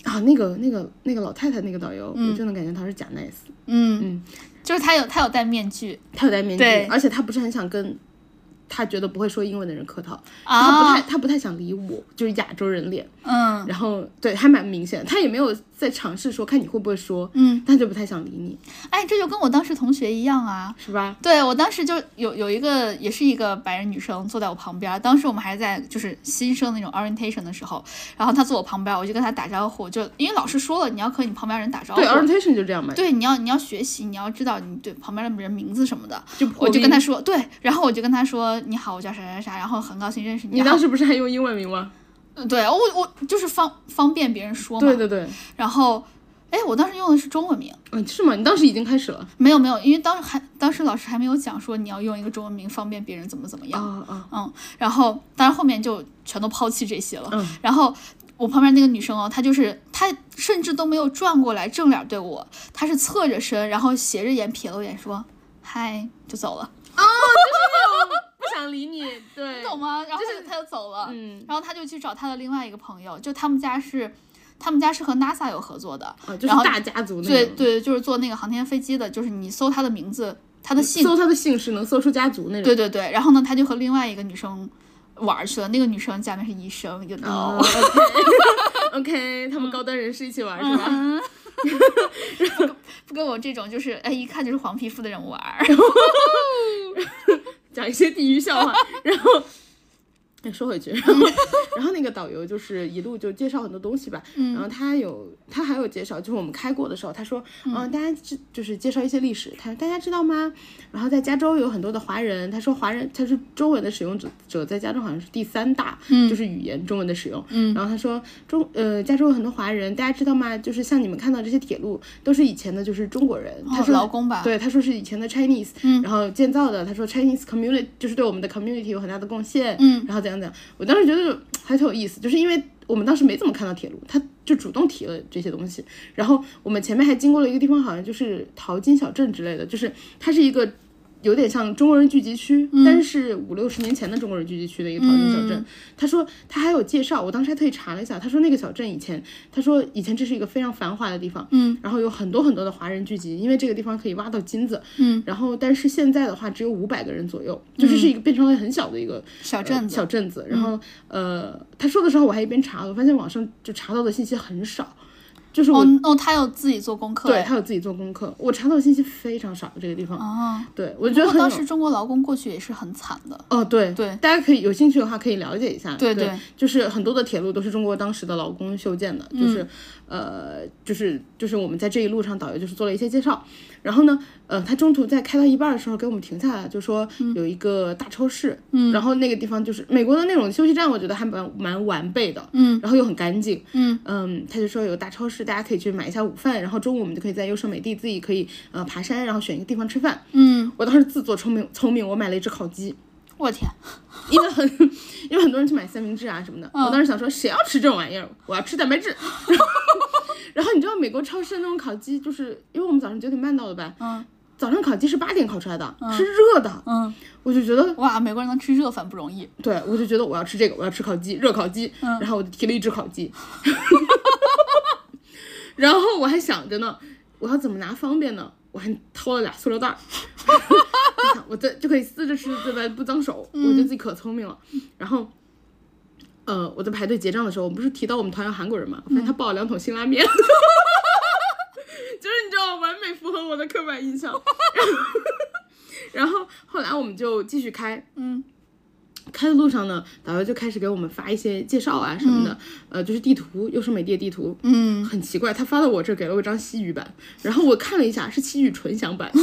Speaker 1: 啊，那个那个那个老太太那个导游，
Speaker 2: 嗯
Speaker 1: 我就能感觉他是假 nice。
Speaker 2: 嗯嗯，就是他有他有戴面具。
Speaker 1: 他有戴面具
Speaker 2: 对，
Speaker 1: 而且他不是很想跟他觉得不会说英文的人客套，他不
Speaker 2: 啊
Speaker 1: 太，他不太想理我，就是亚洲人脸。
Speaker 2: 嗯
Speaker 1: 然后对，还蛮明显，他也没有在尝试说看你会不会说，
Speaker 2: 嗯，
Speaker 1: 他就不太想理你，
Speaker 2: 哎，这就跟我当时同学一样啊，
Speaker 1: 是吧？
Speaker 2: 对我当时就有有一个也是一个白人女生坐在我旁边儿，当时我们还在就是新生那种 orientation 的时候，然后她坐我旁边儿，我就跟她打招呼，就因为老师说了你要和你旁边人打招呼
Speaker 1: 对，，orientation 就这样嘛，
Speaker 2: 对，你要你要学习，你要知道你对旁边的人名字什么的。
Speaker 1: 就
Speaker 2: 我
Speaker 1: 破
Speaker 2: 就
Speaker 1: 冰
Speaker 2: 跟她说，对，然后我就跟她说你好，我叫啥啥啥，然后很高兴认识你。
Speaker 1: 你
Speaker 2: 然
Speaker 1: 当
Speaker 2: 后
Speaker 1: 时不是还用英文名吗？
Speaker 2: 对我我就是方方便别人说嘛。
Speaker 1: 对对对，
Speaker 2: 然后，哎，我当时用的是中文名。
Speaker 1: 嗯，是吗？你当时已经开始了。
Speaker 2: 没有没有，因为当时还当时老师还没有讲说你要用一个中文名方便别人怎么怎么样，
Speaker 1: 啊啊，
Speaker 2: 嗯，然后当然后面就全都抛弃这些了，
Speaker 1: 嗯
Speaker 2: 然后我旁边那个女生哦，她就是她甚至都没有转过来正脸对我，她是侧着身，然后斜着眼瞥了我一眼说嗨就走了，
Speaker 1: 不想理 你，对，
Speaker 2: 懂吗？然后她就她就走了，
Speaker 1: 嗯，
Speaker 2: 然后她就去找她的另外一个朋友，就他们家是他们家是和 NASA 有合作的，
Speaker 1: 啊，就是
Speaker 2: 然后
Speaker 1: 大家族那
Speaker 2: 对
Speaker 1: 种，
Speaker 2: 对，就是做那个航天飞机的，就是你搜她的名字，她的姓
Speaker 1: 搜他的姓氏能搜出家族那种。
Speaker 2: 对对对，然后呢，他就和另外一个女生玩儿去了，那个女生家里面是医生，you know，、
Speaker 1: 哦，OK，OK，他们 高端人士一起玩是吧？
Speaker 2: 不跟我这种就是哎一看就是黄皮肤的人 玩儿。
Speaker 1: 讲一些地域笑话，然后。哎说回去，然后， 然后那个导游就是一路就介绍很多东西吧，然后他有他还有介绍，就是我们开过的时候，他说，嗯、大家知就是介绍一些历史，他说大家知道吗？然后在加州有很多的华人，他说华人他是中文的使用者者在加州好像是第三大，
Speaker 2: 嗯
Speaker 1: 就是语言中文的使用，嗯，然后他说中呃加州有很多华人，大家知道吗？就是像你们看到这些铁路都是以前的就是中国人，他
Speaker 2: 哦
Speaker 1: 说
Speaker 2: 劳工吧嗯
Speaker 1: 对，他说是以前的 Chinese，、然后建造的。他说 Chinese community 就是对我们的 community 有很大的贡献，嗯，然后怎样怎样。我当时觉得还挺有意思，就是因为我们当时没怎么看到铁路，他就主动提了这些东西。然后我们前面还经过了一个地方，好像就是淘金小镇之类的，就是它是一个。有点像中国人聚集区，
Speaker 2: 嗯
Speaker 1: 但是五六十年前的中国人聚集区的一个淘金小镇。他说他还有介绍，我当时还特意查了一下，他说那个小镇以前，他说以前这是一个非常繁华的地方，嗯，然后有很多很多的华人聚集，因为这个地方可以挖到金子，嗯，然后但是现在的话只有五百个人左右，就是是一个变成了很小的一个
Speaker 2: 嗯小镇子嗯
Speaker 1: 小镇子。然后、呃，他说的时候我还一边查，我发现网上就查到的信息很少，就是我、
Speaker 2: 哦哦，他有自己做功课。
Speaker 1: 对他有自己做功课，我查到的信息非常少，这个地方，
Speaker 2: 哦，
Speaker 1: 对我觉
Speaker 2: 不
Speaker 1: 得
Speaker 2: 过
Speaker 1: 很有
Speaker 2: 当时中国劳工过去也是很惨的。
Speaker 1: 哦，对
Speaker 2: 对
Speaker 1: 大家可以有兴趣的话可以了解一下。
Speaker 2: 对
Speaker 1: 对嗯
Speaker 2: 对
Speaker 1: 就是很多的铁路都是中国当时的劳工修建的，就是呃，就是就是我们在这一路上导游就是做了一些介绍，然后呢，呃，他中途在开到一半的时候给我们停下来，就说有一个大超市，嗯，然后那个地方就是美国的那种休息站，我觉得还蛮蛮完备的，嗯，然后又很干净，嗯他就说有大超市，大家可以去买一下午饭，然后中午我们就可以在优胜美地自己可以呃爬山，然后选一个地方吃饭。
Speaker 2: 嗯，
Speaker 1: 我当时自作聪明聪明，我买了一只烤鸡。
Speaker 2: 我天，
Speaker 1: 因为很，因为很多人去买三明治啊什么的，我当时想说谁要吃这种玩意儿，我要吃蛋白质。然后，然后你知道美国超市那种烤鸡，就是因为我们早上九点半到的吧，
Speaker 2: 嗯
Speaker 1: 早上烤鸡是八点烤出来的，是热的，
Speaker 2: 嗯，
Speaker 1: 我就觉得，
Speaker 2: 哇，美国人能吃热饭不容易。
Speaker 1: 对我就觉得我要吃这个，我要吃烤鸡，热烤鸡，然后我就提了一只烤鸡， 然后我还想着呢，我要怎么拿方便呢？我还掏了俩塑料袋儿， 我想我这就可以撕着吃，对吧？不脏手，我觉得自己可聪明了。然后，呃，我在排队结账的时候，我们不是提到我们团有韩国人嘛，我发现他抱了两桶辛拉面， 就是你知道，完美符合我的刻板印象。 然后后来我们就继续开，
Speaker 2: 嗯。
Speaker 1: 开的路上呢，导游就开始给我们发一些介绍啊什么的，呃，就是地图，又是美的地图，
Speaker 2: 嗯，
Speaker 1: 很奇怪，他发到我这儿给了我一张西语版，然后我看了一下是西语纯享版， 因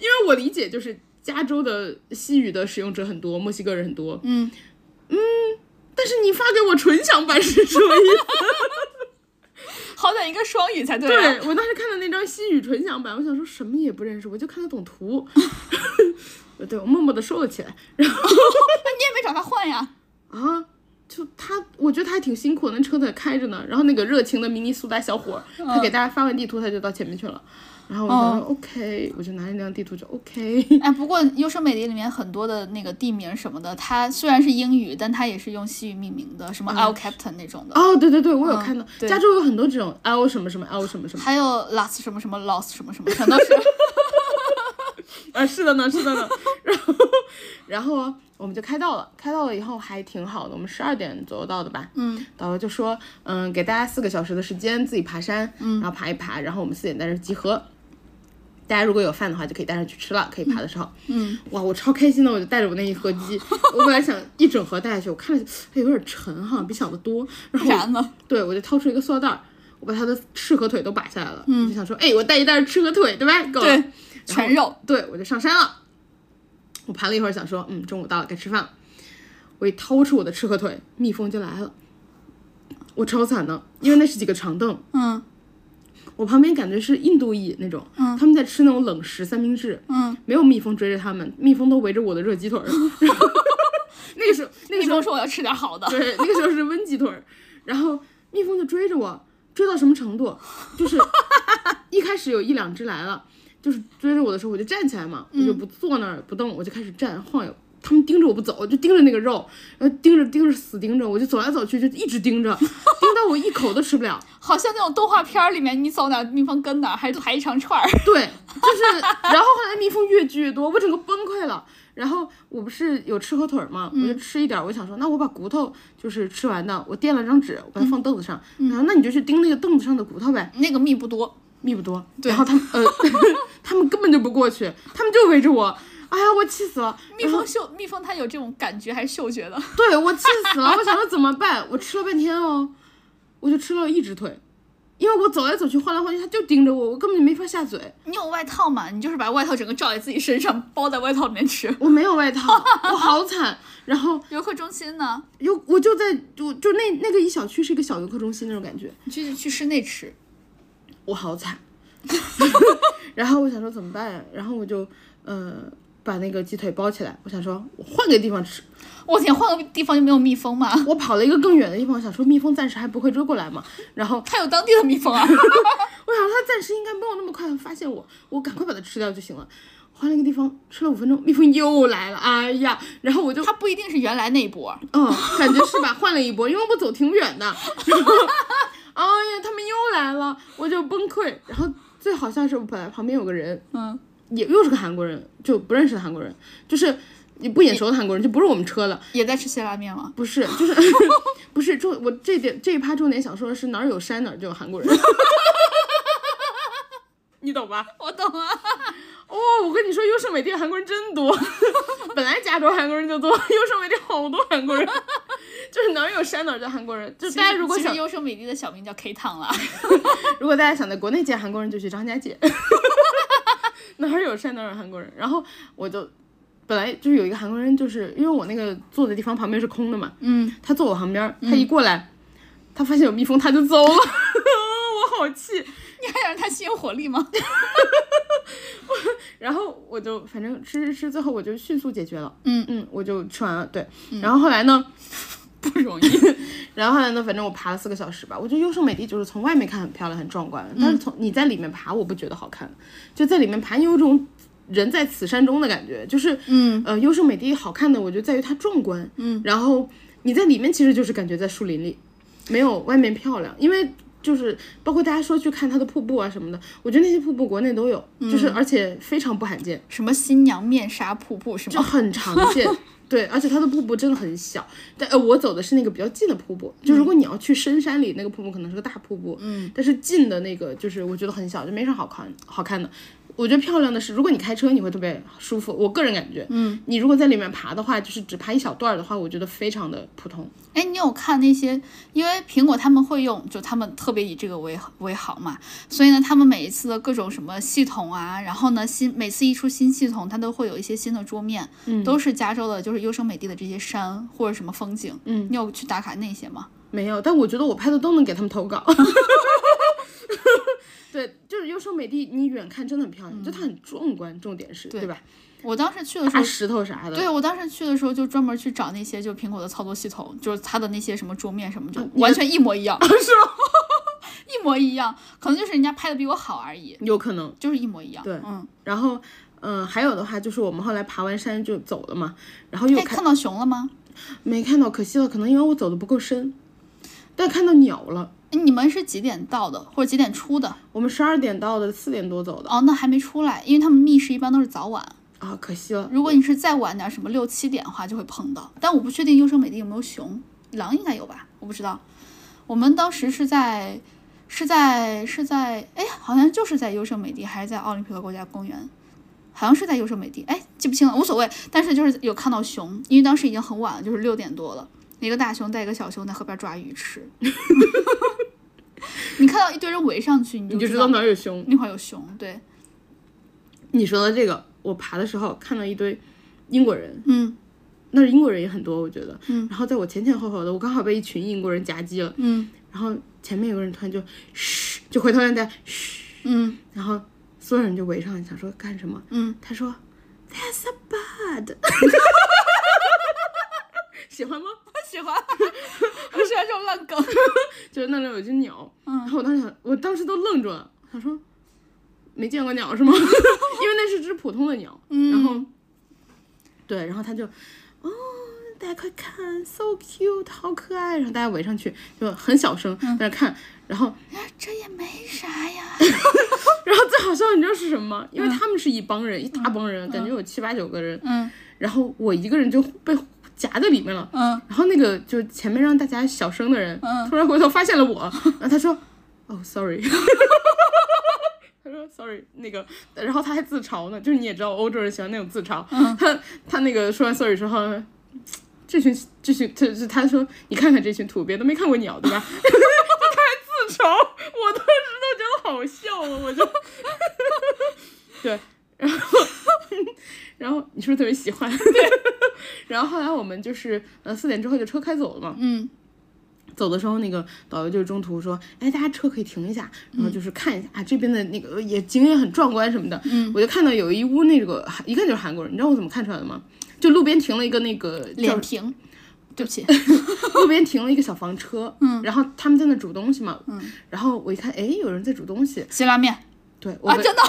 Speaker 1: 为我理解就是加州的西语的使用者很多，墨西哥人很多，
Speaker 2: 嗯
Speaker 1: 但是你发给我纯享版是什么意思？
Speaker 2: 好歹一个双语 才对啊。
Speaker 1: 对我当时看到那张西语纯享版，我想说什么也不认识，我就看得懂图， 对我默默的收了起来， 然后
Speaker 2: 那你也没找他换呀？
Speaker 1: 啊。就他，我觉得他还挺辛苦的，那车子还开着呢。然后那个热情的明尼苏达小伙儿，他给大家发完地图，他就到前面去了。然后我就想说、OK，我就拿着那张地图就 OK。
Speaker 2: 哎，不过优胜美地里面很多的那个地名什么的，它虽然是英语，但它也是用西语命名的，什么 L Captain 那种的。
Speaker 1: 哦，对对对，我有看到，
Speaker 2: 对
Speaker 1: 加州有很多这种哎 L 什么什么 L 什么什么，
Speaker 2: 还有 last 什么什么 lost 什么什么，全都是。
Speaker 1: 呃，是的呢，是的呢。 然后，然后我们就开到了，开到了以后还挺好的，我们十二点左右到的吧。
Speaker 2: 嗯，
Speaker 1: 导游就说，嗯，给大家四个小时的时间自己爬山，
Speaker 2: 嗯
Speaker 1: 然后爬一爬，然后我们四点在这儿集合。大家如果有饭的话，就可以带上去吃了。可以爬的时候，
Speaker 2: 嗯，
Speaker 1: 哇，我超开心的，我就带着我那一盒 鸡，我本来想一整盒带下去，我看了，哎，有点沉哈，比想的多。然后我
Speaker 2: 然呢？
Speaker 1: 对，我就掏出一个塑料袋儿，我把它的翅和腿都拔下来了。嗯，我就想说，哎，我带一袋翅和腿，对吧？够了。
Speaker 2: 对，全肉。
Speaker 1: 对，我就上山了。我盘了一会儿，想说，嗯，中午到了，该吃饭了。我一掏出我的翅和腿，蜜蜂就来了。我超惨的，因为那是几个长凳，
Speaker 2: 嗯
Speaker 1: 我旁边感觉是印度裔那种，他们在吃那种冷食三明治，
Speaker 2: 嗯，
Speaker 1: 没有蜜蜂追着他们，蜜蜂都围着我的热鸡腿儿。 然后那个时候，那个
Speaker 2: 蜜
Speaker 1: 时候
Speaker 2: 蜂说我要吃点好的。
Speaker 1: 对，那个时候是温鸡腿儿，然后蜜蜂就追着我，追到什么程度？就是一开始有一两只来了，就是追着我的时候，我就站起来嘛，我就不坐那儿不动，我就开始站晃悠。他们盯着我不走，就盯着那个肉，然后盯着盯着死盯着，我就走来走去，就一直盯着，盯到我一口都吃不了。
Speaker 2: 好像那种动画片儿里面，你走哪儿蜜蜂跟哪儿，还排一长串儿。
Speaker 1: 对，就是，然后后来蜜蜂越聚越多，我整个崩溃了。然后我不是有吃和腿儿嘛，我就吃一点儿，我想说，那我把骨头就是吃完的，我垫了张纸，我把它放凳子上，然后那你就去盯那个凳子上的骨头呗，
Speaker 2: 那个蜜不多，
Speaker 1: 密不多。然后他们呃， 他们根本就不过去，他们就围着我，哎呀，我气死了。
Speaker 2: 蜜蜂嗅，嗯蜜蜂它有这种感觉还是嗅觉的？
Speaker 1: 对我气死了，我想说怎么办？我吃了半天哦，我就吃了一只腿，因为我走来走去晃来晃去，它就盯着我，我根本就没法下嘴。
Speaker 2: 你有外套吗？你就是把外套整个罩在自己身上，包在外套里面吃。
Speaker 1: 我没有外套，我好惨。然后
Speaker 2: 游客中心呢？
Speaker 1: 游，我就在就就那那个一小区是一个小游客中心那种感觉，
Speaker 2: 你去去室内吃。
Speaker 1: 我好惨。 然后我想说怎么办呀？然后我就呃把那个鸡腿包起来，我想说我换个地方吃。
Speaker 2: 我天，换个地方就没有蜜蜂吗？
Speaker 1: 我跑了一个更远的地方，我想说蜜蜂暂时还不会追过来嘛。然后
Speaker 2: 它有当地的蜜蜂 啊。
Speaker 1: 我想说它暂时应该没有那么快地发现我，我赶快把它吃掉就行了。换了一个地方，吃了五分钟，蜜蜂又来了，哎呀！然后我就
Speaker 2: 它不一定是原来那一波。
Speaker 1: 嗯，感觉是吧？换了一波，因为我走挺远的。 然后，哎呀，他们又来了，我就崩溃。然后最好笑是，我本来旁边有个人，
Speaker 2: 嗯，
Speaker 1: 也又是个韩国人，就不认识的韩国人，就是也不眼熟的韩国人，就不是我们车的，
Speaker 2: 也在吃辛拉面吗？
Speaker 1: 不是，就是 不是重我这点这一趴重点想说的是哪儿有山哪儿就有韩国人， 你懂吧？
Speaker 2: 我懂啊。
Speaker 1: 哦，我跟你说，优胜美地的韩国人真多， 本来加州韩国人就多，优胜美地好多韩国人， 就是哪儿有山哪儿叫韩国人。就大家如果
Speaker 2: 其实
Speaker 1: 想，
Speaker 2: 优胜美地的小名叫 K 烫啦。
Speaker 1: 如果大家想在国内见韩国人，就去张家界， 哪儿有山哪儿有韩国人。然后我就本来就是有一个韩国人，就是因为我那个坐的地方旁边是空的嘛，
Speaker 2: 嗯，
Speaker 1: 他坐我旁边，他一过来，他发现有蜜蜂，他就走了， 我好气。
Speaker 2: 你还想让它吸引火力吗？
Speaker 1: 然后我就反正吃吃吃，最后我就迅速解决了。
Speaker 2: 嗯
Speaker 1: 嗯，我就吃完了。对，然后后来呢，
Speaker 2: 不容易。
Speaker 1: 然后后来呢，反正我爬了四个小时吧。我觉得优胜美地就是从外面看很漂亮、很壮观，
Speaker 2: 嗯
Speaker 1: 但是从你在里面爬，我不觉得好看。就在里面爬，你有种人在此山中的感觉。就是，
Speaker 2: 嗯，
Speaker 1: 呃，优胜美地好看的，我觉得在于它壮观。嗯，然后你在里面其实就是感觉在树林里，没有外面漂亮，因为。就是包括大家说去看它的瀑布啊什么的，我觉得那些瀑布国内都有，就是而且非常不罕见。
Speaker 2: 什么新娘面纱瀑布是
Speaker 1: 就
Speaker 2: 吗？
Speaker 1: 很常 见。对，而且它的瀑布真的很小，但呃，我走的是那个比较近的瀑布。就如果你要去深山里，那个瀑布可能是个大瀑布，嗯，但是近的那个就是我觉得很小，就没啥好看好看的。我觉得漂亮的是，如果你开车，你会特别舒服。我个人感觉，嗯，你如果在里面爬的话，就是只爬一小段儿的话，我觉得非常的普通。
Speaker 2: 哎，你有看那些？因为苹果他们会用，就他们特别以这个为为好嘛，所以呢，他们每一次的各种什么系统啊，然后呢，新每次一出新系统，它都会有一些新的桌面，都是加州的，就是优胜美地的这些山或者什么风景，嗯，你有去打卡那些吗？
Speaker 1: 没有，但我觉得我拍的都能给他们投稿。 对，就是优胜美地，你远看真的很漂
Speaker 2: 嗯
Speaker 1: 亮，就它很壮观，重点是，对吧？
Speaker 2: 我当时去的时
Speaker 1: 大
Speaker 2: 候，
Speaker 1: 石头啥的，
Speaker 2: 对我当时去的时候就专门去找那些就苹果的操作系统，就是它的那些什么桌面什么，就完全一模一 样，
Speaker 1: 是吗？
Speaker 2: 一模一样，可能就是人家拍的比我好而已，
Speaker 1: 有可能。
Speaker 2: 就是一模一样。对，嗯，
Speaker 1: 然后，嗯、还有的话就是我们后来爬完山就走了嘛，然后又
Speaker 2: 哎，看到熊了吗？
Speaker 1: 没看到，可惜了，可能因为我走的不够深，但看到鸟了。
Speaker 2: 哎你们是几点到的，或者几点出的？哦
Speaker 1: 我们十二点到的，四点多走的。
Speaker 2: 哦，那还没出来，因为他们密室一般都是早晚。
Speaker 1: 啊，可惜了。
Speaker 2: 如果你是再晚点，什么六七点的话，就会碰到。但我不确定优胜美地有没有熊，狼应该有吧？我不知道。我们当时是在是在是在哎，好像就是在优胜美地，还是在奥林匹克国家公园？好像是在优胜美地，哎，记不清了，无所谓。但是就是有看到熊，因为当时已经很晚了，就是六点多了，一个大熊带一个小熊在河边抓鱼吃。 你看到一堆人围上去，你
Speaker 1: 你
Speaker 2: 就
Speaker 1: 就
Speaker 2: 知
Speaker 1: 知
Speaker 2: 道
Speaker 1: 道哪儿有熊。
Speaker 2: 那块有熊，对，
Speaker 1: 你说的这个，我爬的时候看到一堆英国人，
Speaker 2: 嗯
Speaker 1: 那儿英国人也很多，我觉得。嗯。然后在我前前后后的，我刚好被一群英国人夹击了，
Speaker 2: 嗯
Speaker 1: 然后前面有个人突然就嘘，就回头让大家嘘，
Speaker 2: 嗯
Speaker 1: 然后所有人就围上来想说干什么？
Speaker 2: 嗯，
Speaker 1: 他说 That's a bird 。喜欢吗？
Speaker 2: 我喜欢， 我喜欢这种烂梗。
Speaker 1: 就是那里有一只鸟，
Speaker 2: 嗯
Speaker 1: 然后我当时想，我当时都愣住了，想说没见过鸟是吗？因 为那是只普通的鸟，
Speaker 2: 嗯
Speaker 1: 然后对，然后他就哦，大家快看，so cute，好可爱，然后大家围上去就很小声
Speaker 2: 嗯
Speaker 1: 在那看，然后
Speaker 2: 这也没啥呀。
Speaker 1: 然后最好笑的你知道是什么吗？因为他们是一帮人，一大帮人，感觉有七八九个人，
Speaker 2: 嗯
Speaker 1: 然后我一个人就被夹在里面了。
Speaker 2: 嗯
Speaker 1: 然后那个就前面让大家小声的人，突然回头发现了我，然后他说：“哦，sorry。” 他说：“sorry。”那个，然后他还自嘲呢，就是你也知道，欧洲人喜欢那种自嘲。他他那个说完 sorry 之后，这群这群这这，他说：“你看看这群土鳖都没看过鸟，对吧？” 他还自嘲，我当时都觉得好笑啊，我就对。 然后，然后你是不是特别喜欢？ 然后后来我们就是呃四点之后就车开走了嘛，
Speaker 2: 嗯
Speaker 1: 走的时候那个导游就是中途说，哎，大家车可以停一下，然后就是看一下、啊这边的那个也景也很壮观什么的。
Speaker 2: 嗯，
Speaker 1: 我就看到有一屋那个一看就是韩国人，你知道我怎么看出来的吗？就路边停了一个那个叫
Speaker 2: 脸平，对不起，
Speaker 1: 路边停了一个小房车，嗯，然后他们在那煮东西嘛，嗯，然后我一看，哎，有人在煮东西，
Speaker 2: 辛拉面
Speaker 1: 对我
Speaker 2: 啊，
Speaker 1: 闻、
Speaker 2: 真的，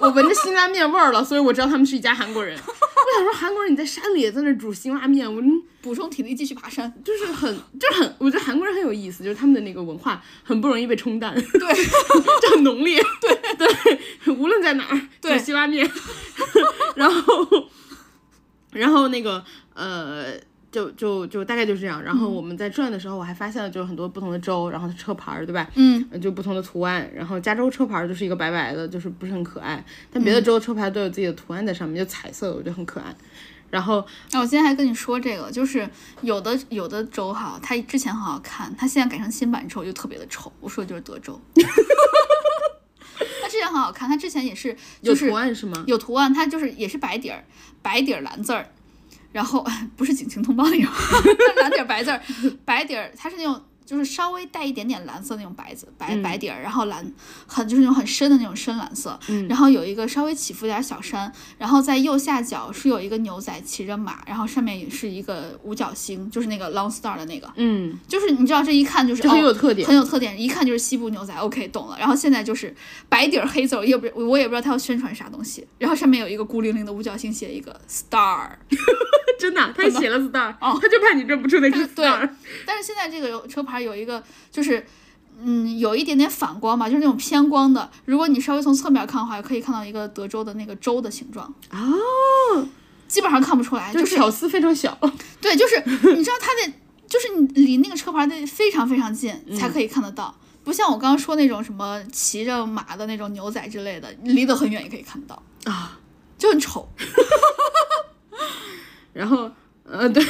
Speaker 1: 我闻着辛拉面味儿了，所以我知道他们是一家韩 国人。我想说韩国人你在山里也在那煮辛拉面，我
Speaker 2: 补充体力继续爬山。
Speaker 1: 就是很，就是很，我觉得韩国人很有意思，就是他们的那个文化很不容易被冲淡，
Speaker 2: 对，
Speaker 1: 就很浓烈，对 对，无论在哪儿，
Speaker 2: 对
Speaker 1: 煮辛拉面， 然后，然后那个呃，就就就大概就是这样。然后
Speaker 2: 嗯
Speaker 1: 我们在转的时候，我还发现了就是很多不同的州，然后车牌儿，对吧？
Speaker 2: 嗯，
Speaker 1: 呃就不同的图案，然后加州车牌儿就是一个白白的，就是不是很可爱，但
Speaker 2: 嗯
Speaker 1: 别的州车牌都有自己的图案在上面，就彩色的，我觉得很可爱。然后
Speaker 2: 那我今天还跟你说这个，就是有的有的州哈，它之前很好看，它现在改成新版之后就特别的丑。我说的就是德州， 它之前很好看，它之前也是
Speaker 1: 有
Speaker 2: 就是
Speaker 1: 图案是吗？
Speaker 2: 有图案，它就是也是白底儿，白底儿蓝字儿，然后不是警情通报那种， 蓝底儿白字儿，白底儿它是那种就是稍微带一点点蓝色那种白字白白底儿，然后蓝很就是那种很深的那种深蓝色，然后有一个稍微起伏点儿小山，然后在右下角是有一个牛仔骑着马，然后上面也是一个五角星，就是那个 long star 的那个，
Speaker 1: 嗯，
Speaker 2: 就是你知道这一看就是
Speaker 1: 这很
Speaker 2: 哦
Speaker 1: 有特点。
Speaker 2: 很有特点，一看就是西部牛仔。OK，懂了。然后现在就是白底儿黑字儿，也不我也不知道他要宣传啥东西。然后上面有一个孤零零的五角星，写一个 star。
Speaker 1: 真的，他写了 star，
Speaker 2: 哦
Speaker 1: 他就怕你认不出那
Speaker 2: 他
Speaker 1: 是
Speaker 2: 对
Speaker 1: star。
Speaker 2: 但是现在这个有车牌有一个就是。嗯，有一点点反光吧，就是那种偏光的。如果你稍微从侧面看的话，可以看到一个德州的那个州的形状，
Speaker 1: 哦，
Speaker 2: 基本上看不出来。
Speaker 1: 就
Speaker 2: 啊就是是
Speaker 1: 巧思非常小。
Speaker 2: 对，就是你知道它得，就是你离那个车牌得非常非常近
Speaker 1: 嗯
Speaker 2: 才可以看得到，不像我刚刚说那种什么骑着马的那种牛仔之类的，离得很远也可以看得到
Speaker 1: 啊，
Speaker 2: 就很丑。
Speaker 1: 然后。呃，对，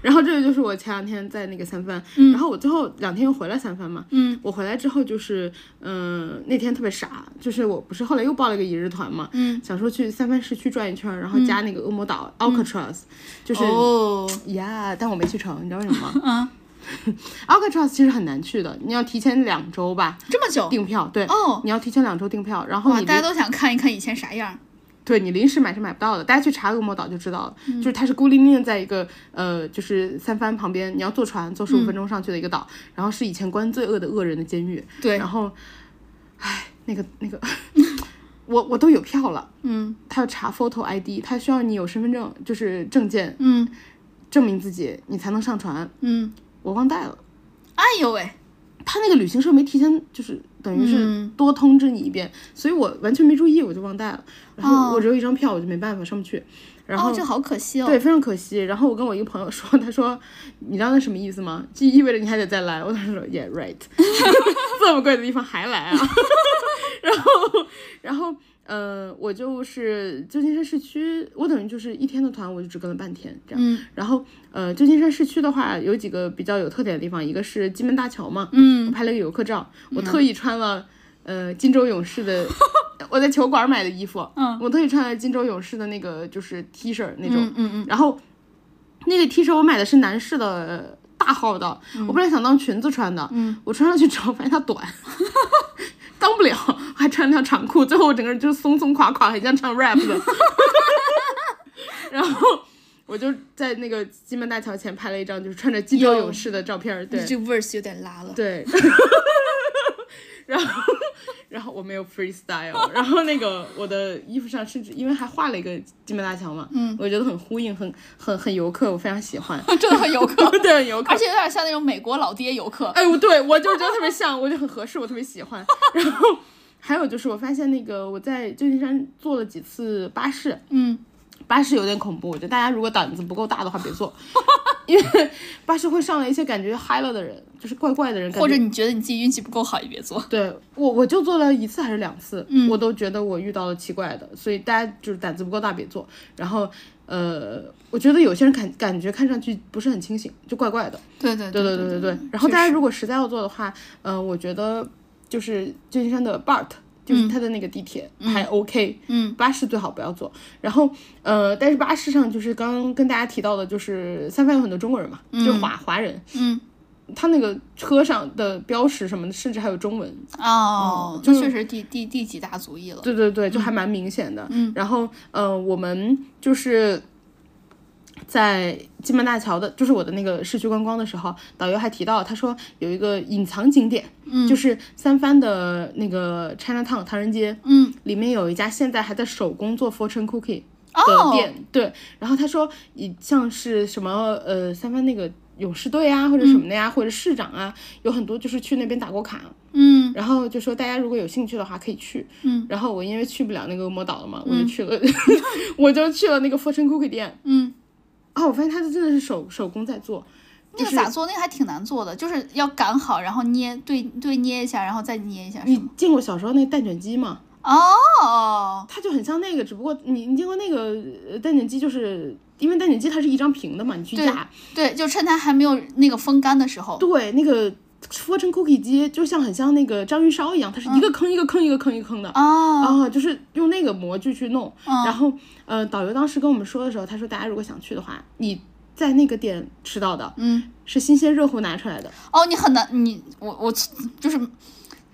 Speaker 1: 然后这个就是我前两天在那个三藩，然后我最后两天又回来三藩嘛，
Speaker 2: 嗯，
Speaker 1: 我回来之后就是，嗯、那天特别傻，就是我不是后来又报了一个一日团嘛，
Speaker 2: 嗯，
Speaker 1: 想说去三藩市区转一圈儿，然后加那个恶魔岛、Alcatraz，就是
Speaker 2: 哦，
Speaker 1: 呀但我没去成，你知道为什么吗
Speaker 2: 嗯，
Speaker 1: ？Alcatraz 其实很难去的，你要提前两周吧
Speaker 2: 这么久
Speaker 1: 订票，对，
Speaker 2: 哦，
Speaker 1: 你要提前两周订票，然后
Speaker 2: 哇，
Speaker 1: 你
Speaker 2: 大家都想看一看以前啥样儿。
Speaker 1: 对你临时买是买不到的，大家去查恶魔岛就知道了，
Speaker 2: 嗯
Speaker 1: 就是它是孤零零地在一个呃，就是三藩旁边，你要坐船坐十
Speaker 2: 嗯
Speaker 1: 五分钟上去的一个岛，然后是以前关罪恶的恶人的监狱，
Speaker 2: 对
Speaker 1: 然，后，唉，那个那个， 我我都有票了，
Speaker 2: 嗯
Speaker 1: 他要查 photo ID，他需要你有身份证，就是证件
Speaker 2: 嗯
Speaker 1: 证明自己，你才能上船，
Speaker 2: 嗯，
Speaker 1: 我忘带了，
Speaker 2: 哎呦喂，
Speaker 1: 他那个旅行社没提前，就是等于是
Speaker 2: 嗯
Speaker 1: 多通知你一遍，所以我完全没注意，我就忘带了。然
Speaker 2: 哦
Speaker 1: 后我只有一张票，我就没办法上不去。然后、
Speaker 2: 哦，这好可惜哦。
Speaker 1: 对，非常可惜。然后我跟我一个朋友说，他说：“你知道那什么意思吗？就意味着你还得再来。”我当时说：“Yeah, right，这么贵的地方还来啊！” 然后，然后，呃，我就是旧金山市区，我等于就是一天的团，我就只跟了半天这样。
Speaker 2: 嗯
Speaker 1: 然后，呃，旧金山市区的话，有几个比较有特点的地方，一个是金门大桥嘛，我
Speaker 2: 嗯，
Speaker 1: 拍了个游客照，我特意穿了呃金州勇士的，我在球馆买的衣服，
Speaker 2: 嗯
Speaker 1: 我特意穿了金州勇士的那个就是 T 恤那种，
Speaker 2: 嗯嗯嗯，
Speaker 1: 然后那个 T 恤我买的是男士的大号的，我本来想当裙子穿的，
Speaker 2: 嗯
Speaker 1: 我穿上去之后发现它短， 当不了，还穿了条长裤，最后我整个人就是松松垮垮，很像唱 rap 的， 然后。我就在那个金门大桥前拍了一张，就是穿着金州
Speaker 2: 有
Speaker 1: 勇士的照片儿，对
Speaker 2: 你，这 verse 有点拉了。
Speaker 1: 对，然后然后我没有 freestyle，然后那个我的衣服上甚至因为还画了一个金门大桥嘛，嗯，我觉得很呼应，很很很游客，我非常喜 欢，
Speaker 2: 真的很游客，
Speaker 1: 哦对，很游客
Speaker 2: 而。且有点像那种美国老爹游客。
Speaker 1: 哎，我对我就是觉得特别像，我就很合适，我特别喜 欢。然后还有就是，我发现那个我在旧金山坐了几次巴士，
Speaker 2: 嗯，
Speaker 1: 巴士有点恐怖，我觉得大家如果胆子不够大的话，别 坐，因为巴士会上来一些感觉嗨了的人，就是怪怪的人，感
Speaker 2: 或
Speaker 1: 觉
Speaker 2: 者你觉得你自己运气不够好，也别做。
Speaker 1: 对我，我就做了一次还是两次，
Speaker 2: 嗯
Speaker 1: 我都觉得我遇到了奇怪的，所以大家就是胆子不够大别做。然后，呃，我觉得有些人感感觉看上去不是很清醒，就怪怪的。
Speaker 2: 对对
Speaker 1: 对
Speaker 2: 对
Speaker 1: 对
Speaker 2: 对
Speaker 1: 对然后
Speaker 2: 确
Speaker 1: 大家
Speaker 2: 实
Speaker 1: 如果实在要做的话，呃，我觉得就是旧金山的 BART，就是它的那个地铁、还 OK，
Speaker 2: 嗯，
Speaker 1: 巴士最好不要坐。然后呃，但是巴士上就是刚刚跟大家提到的，就是三藩有很多中国人嘛，就华华人，
Speaker 2: 嗯，
Speaker 1: 他那个车上的标识什么的，甚至还有中文，
Speaker 2: 哦，
Speaker 1: 嗯就
Speaker 2: 那
Speaker 1: 是
Speaker 2: 确实地地地几大族裔了。
Speaker 1: 对对对，就还蛮明显的。嗯，然后呃，我们就是在金门大桥的，就是我的那个市区观光的时候，导游还提到，他说有一个隐藏景点，嗯，就是三藩的那个 China Town 唐人街，
Speaker 2: 嗯，
Speaker 1: 里面有一家现在还在手工做 fortune cookie 的
Speaker 2: 哦
Speaker 1: 店，对。然后他说，以像是什么呃三藩那个。勇士队啊，或者什么的呀、或者市长啊，有很多就是去那边打过卡，
Speaker 2: 嗯
Speaker 1: 然后就说大家如果有兴趣的话可以去，
Speaker 2: 嗯，
Speaker 1: 然后我因为去不了那个恶魔岛了嘛，我就去了， 我就去了那个 fortune cookie 店，
Speaker 2: 嗯，
Speaker 1: 啊、我发现他真的是手手工在做，
Speaker 2: 那个咋做？那个还挺难做的，就是要擀好，然后捏对对捏一下，然后再捏一下，是
Speaker 1: 你
Speaker 2: 吗？
Speaker 1: 见过小时候那蛋卷机吗？
Speaker 2: 哦，
Speaker 1: 它就很像那个，只不过你你见过那个呃蛋卷机，就是因为蛋卷机它是一张平的嘛，你去
Speaker 2: 对
Speaker 1: 压，
Speaker 2: 对，就趁它还没有那个风干的时候。
Speaker 1: 对，那个 fortune cookie 机就像很像那个章鱼烧一样，它是
Speaker 2: 嗯
Speaker 1: 一个坑一个坑一个坑一个坑的，
Speaker 2: 哦，嗯
Speaker 1: 啊、就是用那个模具去弄。然后，呃，导游当时跟我们说的时候，他说大家如果想去的话，你在那个店吃到的
Speaker 2: 嗯，
Speaker 1: 是新鲜热乎拿出来的，
Speaker 2: 哦，你很难，你我我就是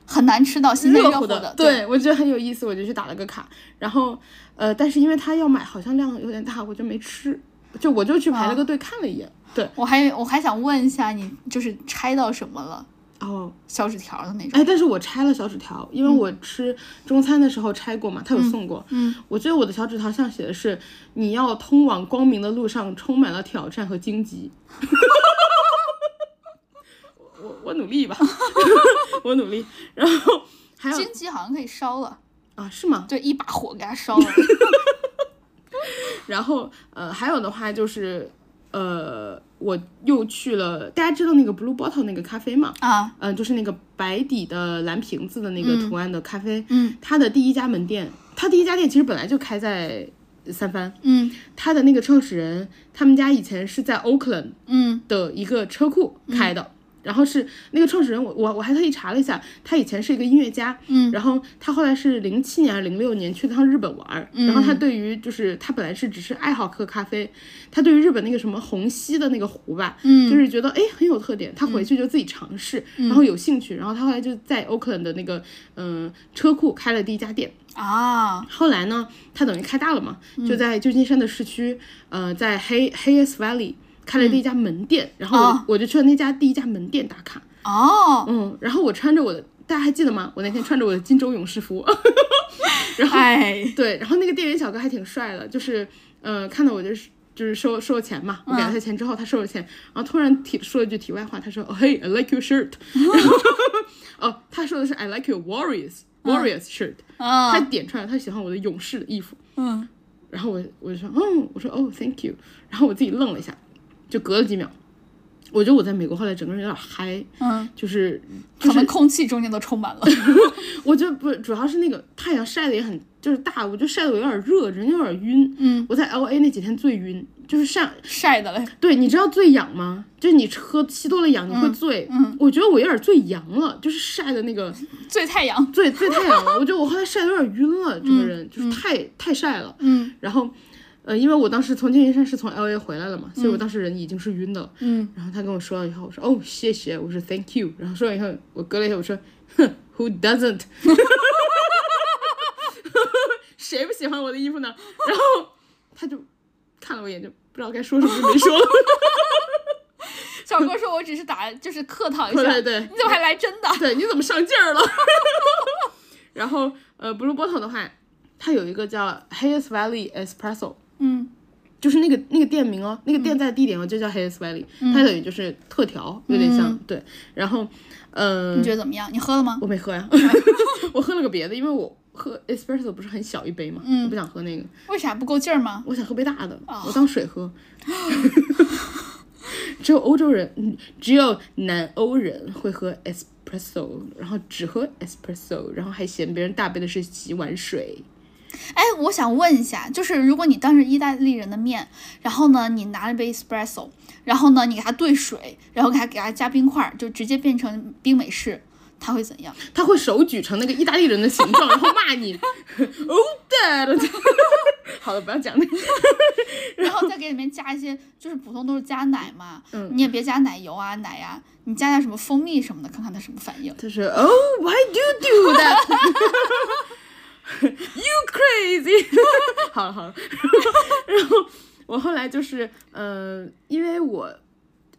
Speaker 2: 很难吃到新鲜热
Speaker 1: 乎
Speaker 2: 的，
Speaker 1: 对，我觉得很有意思，我就去打了个卡。然后，呃，但是因为他要买，好像量有点大，我就没吃，就我就去排
Speaker 2: 嗯
Speaker 1: 了个队看了一眼。对，
Speaker 2: 我还我还想问一下，你就是拆到什么了？
Speaker 1: 哦，
Speaker 2: 小纸条的那种？
Speaker 1: 哎，但是我拆了小纸条，因为我吃中餐的时候拆过嘛，他有送过。
Speaker 2: 嗯，
Speaker 1: 我觉得我的小纸条上写的是“你要通往光明的路上充满了挑战和荆棘”，我我努力吧， 我努力。然后还有
Speaker 2: 荆棘好像可以烧了，
Speaker 1: 啊，是吗？
Speaker 2: 对，一把火给它 烧了。
Speaker 1: 然后呃，还有的话就是呃，我又去了，大家知道那个 Blue Bottle 那个咖啡吗？
Speaker 2: 啊，
Speaker 1: 嗯、就是那个白底的蓝瓶子的那个图案的咖啡，
Speaker 2: 嗯
Speaker 1: 它的第一家门店，它第一家店其实本来就开在三藩，
Speaker 2: 嗯
Speaker 1: 它的那个创始人，他们家以前是在 Oakland
Speaker 2: 嗯，
Speaker 1: 的一个车库开的。然后是那个创始人，我我我还特意查了一下，他以前是一个音乐家，
Speaker 2: 嗯
Speaker 1: 然后他后来是零七年还是零六年去趟日本玩儿，
Speaker 2: 嗯
Speaker 1: 然后他对于就是他本来是只是爱好喝咖啡，他对于日本那个什么虹吸的那个壶吧，
Speaker 2: 嗯
Speaker 1: 就是觉得哎很有特点，他回去就自己尝试，然后有兴趣，然后他后来就在 Oakland 的那个嗯、呃车库开了第一家店，
Speaker 2: 啊，
Speaker 1: 后来呢，他等于开大了嘛，
Speaker 2: 嗯
Speaker 1: 就在旧金山的市区，呃，在 Hay Hayes Valley 开了第一家门店，然后我,、
Speaker 2: 嗯哦
Speaker 1: 我就去了那家第一家门店打卡，
Speaker 2: 哦，
Speaker 1: 嗯，然后我穿着我的，大家还记得吗？我那天穿着我的金州勇士 服，
Speaker 2: 哎，
Speaker 1: 哎对，然后那个店员小哥还挺帅的，就是呃，看到我就是就是收收了钱嘛，
Speaker 2: 嗯
Speaker 1: 我给了他钱之后，他收了钱，然后突然提说了一句题外话，他说、哦、，Hey, I like your shirt。然后哦，他说的是 I like your Warriors Warriors shirt，、
Speaker 2: 啊
Speaker 1: 他，点出来他喜欢我的勇士的衣服。
Speaker 2: 嗯
Speaker 1: 然后我我就说，嗯，我说哦，thank you。然后我自己愣了一下，就隔了几秒。我觉得我在美国后来整个人有点嗨，
Speaker 2: 嗯，
Speaker 1: 就是
Speaker 2: 可能空气中间都 充满了，
Speaker 1: 我就不主要是那个太阳晒的也很就是大，我就晒得我有点热，人有点晕。
Speaker 2: 嗯，
Speaker 1: 我在 L A 那几天最晕，就是上
Speaker 2: 晒的嘞，
Speaker 1: 对，你知道醉氧吗？就是你喝吸多了氧，你会醉。
Speaker 2: 嗯
Speaker 1: 我觉得我有点醉阳了，就是晒的那个
Speaker 2: 最太阳，
Speaker 1: 醉醉太阳了。我觉得我后来晒的有点晕了，整个人、就是太、太晒了。
Speaker 2: 嗯
Speaker 1: 然后，呃，因为我当时从旧金山是从 L A 回来了嘛，所以我当时人已经是晕的了。
Speaker 2: 嗯，
Speaker 1: 然后他跟我说了以后，我说哦谢谢，我说 Thank you。然后说完以后，我隔了一下，我说哼，Who doesn't？谁不喜欢我的衣服呢？然后他就看了我一眼，就不知道该说什么，就没说了。
Speaker 2: 小哥说我只是打就是客套一下，
Speaker 1: 对对嗯对
Speaker 2: 你怎么还来真的？
Speaker 1: 对，你怎么上劲儿了？ 然后呃，Blue Bottle 的话，它有一个叫 Hayes Valley Espresso，
Speaker 2: 嗯
Speaker 1: 就是那个那个店名哦，那个店在的地点哦，就叫 Hayes Valley，、它等于就是特调，有点像、对。然后呃
Speaker 2: 你，觉得怎么样？你喝了吗？
Speaker 1: 我没喝呀， 我喝了个别的，因为我喝 Espresso 不是很小一杯嘛，我不想喝那个，
Speaker 2: 为啥不够劲儿吗？
Speaker 1: 我想喝杯大的，我当水喝。 只有欧洲人，嗯只有南欧人会喝 espresso，然后只喝 espresso，然后还嫌别人大杯的是洗碗水。
Speaker 2: 哎，我想问一下，就是如果你当着意大利人的面，然后呢，你拿了杯 espresso，然后呢，你给它兑水，然后给它给它加冰块儿，就直接变成冰美式，它会怎 样？
Speaker 1: 他会手举成那个意大利人的形状，然后骂你。 哦，对， 好了，不要讲那个。
Speaker 2: 然后再给里面加一些，就是普通都是加奶嘛，
Speaker 1: 嗯
Speaker 2: 你也别加奶油啊、奶呀、你加点什么蜂蜜什么的，看看它什么反应。
Speaker 1: 他说：“Oh, why do you do that? you crazy！” 好了好了，然后我后来就是，呃，因为我，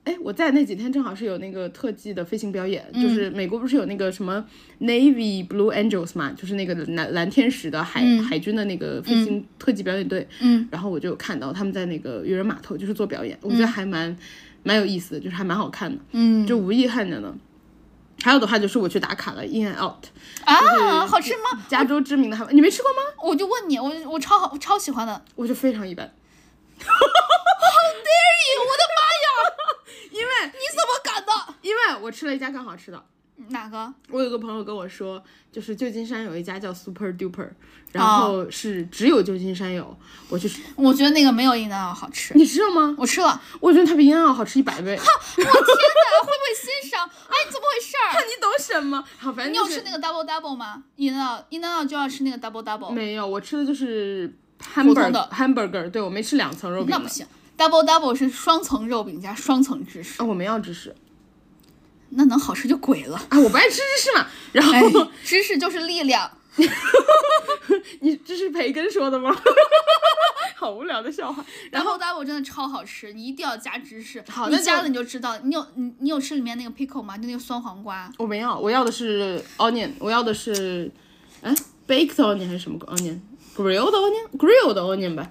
Speaker 1: 哎，我在那几天正好是有那个特技的飞行表演，就是美国不是有那个什么 Navy Blue Angels 嘛，就是那个蓝蓝天使的海、海军的那个飞行特技表演队，
Speaker 2: 嗯，
Speaker 1: 然后我就看到他们在那个渔人码头就是做表演，我觉得还蛮、蛮有意思的，就是还蛮好看的，
Speaker 2: 嗯
Speaker 1: 就无意看着呢。还有的话就是我去打卡了 In and Out，
Speaker 2: 啊，好吃吗？
Speaker 1: 加州知名的汉堡，你没吃过吗？
Speaker 2: 我就问你，我我超好，我超喜欢的。
Speaker 1: 我就非常一般，
Speaker 2: 哎呦，我的
Speaker 1: 因为
Speaker 2: 妈呀！ 你怎么敢的？
Speaker 1: 因为我吃了一家更好吃的。
Speaker 2: 哪个？
Speaker 1: 我有个朋友跟我说，就是旧金山有一家叫 Super Duper，然
Speaker 2: 哦
Speaker 1: 后是只有旧金山有。我就是
Speaker 2: 我觉得那个没有印南奥好吃。
Speaker 1: 你知道吗？
Speaker 2: 我吃了，
Speaker 1: 我觉得它比 In and Out 好吃一百倍。那
Speaker 2: 我天哪，会不会欣赏？ 哎，你怎么回事儿？
Speaker 1: 你懂什么？好，反正
Speaker 2: 你
Speaker 1: 就
Speaker 2: 有
Speaker 1: 是
Speaker 2: 吃那个 double double 吗？印南奥，印南奥就要吃那个 double double，
Speaker 1: 没有，我吃的就是
Speaker 2: 通
Speaker 1: hamburger
Speaker 2: 的
Speaker 1: hamburger，对我没吃两层肉饼
Speaker 2: 那
Speaker 1: 的。
Speaker 2: 不行，double double 是双层肉饼加双层芝士，
Speaker 1: 啊，我没要芝士
Speaker 2: 那能好吃就鬼了。
Speaker 1: 啊，我不爱吃芝士嘛。然后、
Speaker 2: 哎，知识就是力量。
Speaker 1: 你这是培根说的吗？ 好无聊的笑话。
Speaker 2: 然后 double 真的超好吃，你一定要加芝士。
Speaker 1: 好
Speaker 2: 你
Speaker 1: 那就
Speaker 2: 加了你就知道。你有你你有吃里面那个 pickle 吗？就那个酸黄瓜。
Speaker 1: 我没要，我要的是 onion，我要的是，哎，baked onion 还是什么 onion？grilled onion，grilled onion 吧。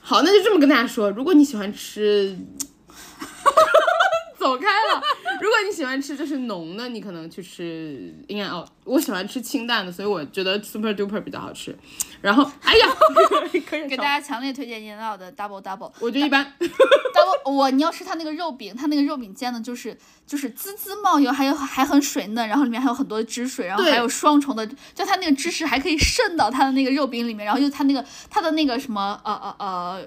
Speaker 1: 好，那就这么跟大家说，如果你喜欢吃， 走开了。如果你喜欢吃就是浓的，你可能去吃 in and out。我喜欢吃清淡的，所以我觉得 super duper 比较好吃。然后，哎呀， 可以
Speaker 2: 给大家强烈推荐印奥的 double double
Speaker 1: 我觉得一般。
Speaker 2: double 我你要吃它那个肉饼，它那个肉饼煎的就是就是滋滋冒油，还有还很水嫩，然后里面还有很多的汁水，然后
Speaker 1: 对
Speaker 2: 还有双重的，就它那个芝士还可以渗到它的那个肉饼里面，然后又它那个它的那个什么呃呃呃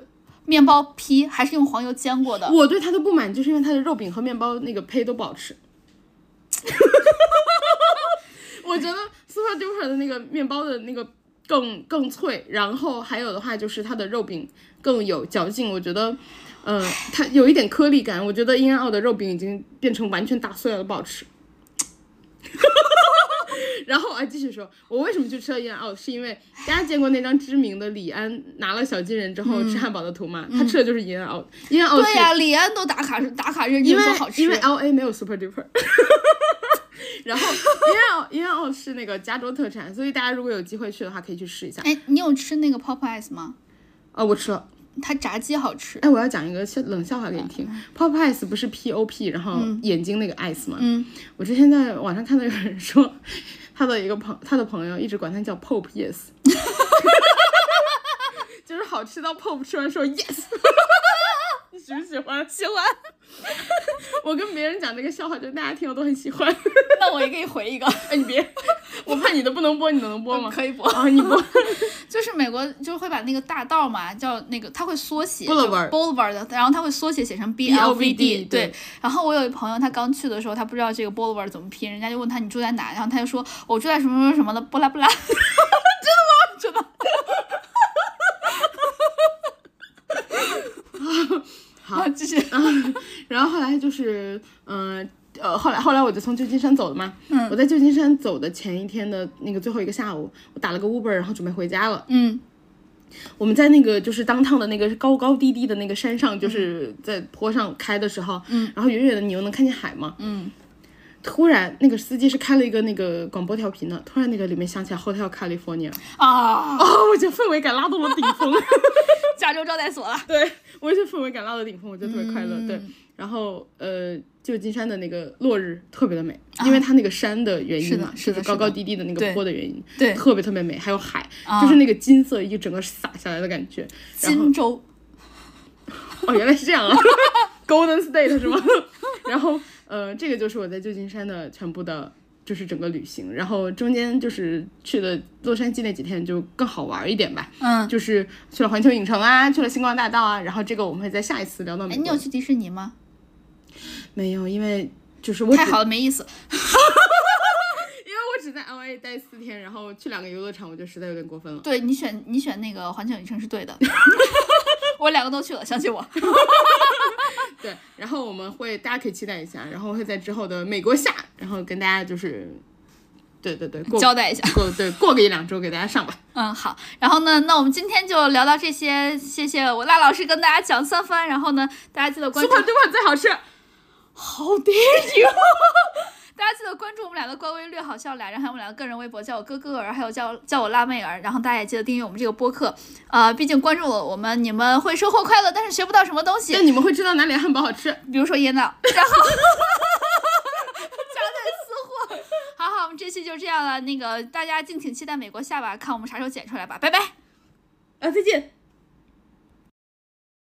Speaker 2: 面包皮还是用黄油煎过的，
Speaker 1: 我对它的不满就是因为它的肉饼和面包那个胚都不好吃。 我觉得 Super Duper 的那个面包的那个更更脆，然后还有的话就是它的肉饼更有嚼劲。我觉得，呃，它有一点颗粒感。我觉得英奥的肉饼已经变成完全打碎了，不好吃。 然后啊，继续说，我为什么去吃了燕奥，是因为大家见过那张知名的李安拿了小金人之后吃汉堡的图吗？他吃的就是燕奥，燕奥
Speaker 2: 嗯对
Speaker 1: 是
Speaker 2: 呀、李安都打卡打卡认证
Speaker 1: 因为
Speaker 2: 说好吃，
Speaker 1: 因为 L A 没有 Super Duper。然后，因为因为奥是那个加州特产，所以大家如果有机会去的话，可以去试一下。
Speaker 2: 哎，你有吃那个 Popeyes 吗？
Speaker 1: 啊，我吃了，
Speaker 2: 它炸鸡好吃。
Speaker 1: 哎，我要讲一个笑冷笑话给你
Speaker 2: 嗯
Speaker 1: 听。Pop Eyes 不是 P O P，然后眼睛那个 eyes 吗？
Speaker 2: 嗯，
Speaker 1: 我之前在网上看到有人说，他的一个朋他的朋友一直管他叫 Pop Yes，就是好吃到 Pop 吃完说 Yes，你喜不喜欢？
Speaker 2: 喜欢，
Speaker 1: 我跟别人讲这个笑话，就大家听了都很喜欢。
Speaker 2: 那我也给你回一个，
Speaker 1: 哎，你别，我怕你的不能播，你的能播吗？
Speaker 2: 可以不？
Speaker 1: 啊，你播。
Speaker 2: 就是美国就是会把那个大道嘛，叫那个，它会缩写
Speaker 1: Boulevard
Speaker 2: 就 Boulevard，然后它会缩写写成 B L V D。
Speaker 1: BLVD 对
Speaker 2: 对，然后我有一朋友，他刚去的时候，他不知道这个 Boulevard 怎么拼，人家就问他你住在哪，然后他就说我住在什么什么什么的布拉布 拉。
Speaker 1: 好，
Speaker 2: 继续。
Speaker 1: 然后后来就是，嗯、呃，后来后来我就从旧金山走了嘛。嗯。我在旧金山走的前一天的那个最后一个下午，我打了个 Uber，然后准备回家了。
Speaker 2: 嗯
Speaker 1: 我们在那个就是当趟的那个高高低低的那个山上，就是在坡上开的时候，嗯，然后远远的你又能看见海嘛，
Speaker 2: 嗯，
Speaker 1: 突然那个司机是开了一个那个广播调频的，突然那个里面响起来 Hotel California，
Speaker 2: 啊，
Speaker 1: 哦，我觉得氛围感拉到了顶峰。
Speaker 2: 加州招待所了。
Speaker 1: 对，我也是氛围感拉到顶峰，我觉得特别快乐。
Speaker 2: 嗯
Speaker 1: 对，然后呃，旧金山的那个落日特别的美，因为它那个山的原因嘛，
Speaker 2: 啊是的是的
Speaker 1: 就是高高
Speaker 2: 的
Speaker 1: 低低的那个
Speaker 2: 对
Speaker 1: 坡的原因，
Speaker 2: 对啊
Speaker 1: 特别特别美。还有海，就是那个金色一整个洒下来的感觉。然后
Speaker 2: 金州，
Speaker 1: 哦，原来是这样啊 ，Golden State 是吗？ 然后呃，这个就是我在旧金山的全部的。就是整个旅行，然后中间就是去了洛杉矶那几天就更好玩一点吧，
Speaker 2: 嗯，
Speaker 1: 就是去了环球影城啊，去了星光大道啊，然后这个我们会在下一次聊到美
Speaker 2: 哎，
Speaker 1: 国。
Speaker 2: 你有去迪士尼吗？
Speaker 1: 没有，因为就是我只
Speaker 2: 太好了，没意思。
Speaker 1: 因为我只在 L A 待四天，然后去两个游乐场，我觉得实在有点过分了。
Speaker 2: 对你选你选那个环球影城是对的， 我两个都去了，相信我。
Speaker 1: 对，然后我们会大家可以期待一下，然后会在之后的美国夏，然后跟大家就是，对对对，过
Speaker 2: 交代一下。
Speaker 1: 过对过个一两周给大家上吧。
Speaker 2: 嗯，好。然后呢，那我们今天就聊到这些，谢谢我辣老师跟大家讲三番。然后呢，大家记得关注
Speaker 1: 对，饭最好吃，
Speaker 2: 好 dare
Speaker 1: 啊
Speaker 2: you！大家记得关注我们俩的官微“略好笑俩人”，还有我们俩的个人微博，叫我哥哥儿，还有叫叫我辣妹儿。然后大家也记得订阅我们这个播客，呃，毕竟关注了我们，你们会收获快乐，但是学不到什么东西
Speaker 1: 但。你们会知道哪里的汉堡好吃。
Speaker 2: 比如说椰闹，然后夹带私货。好好，我们这期就这样了。那个大家敬请期待美国下吧，看我们啥时候剪出来吧。拜拜。
Speaker 1: 啊，再见。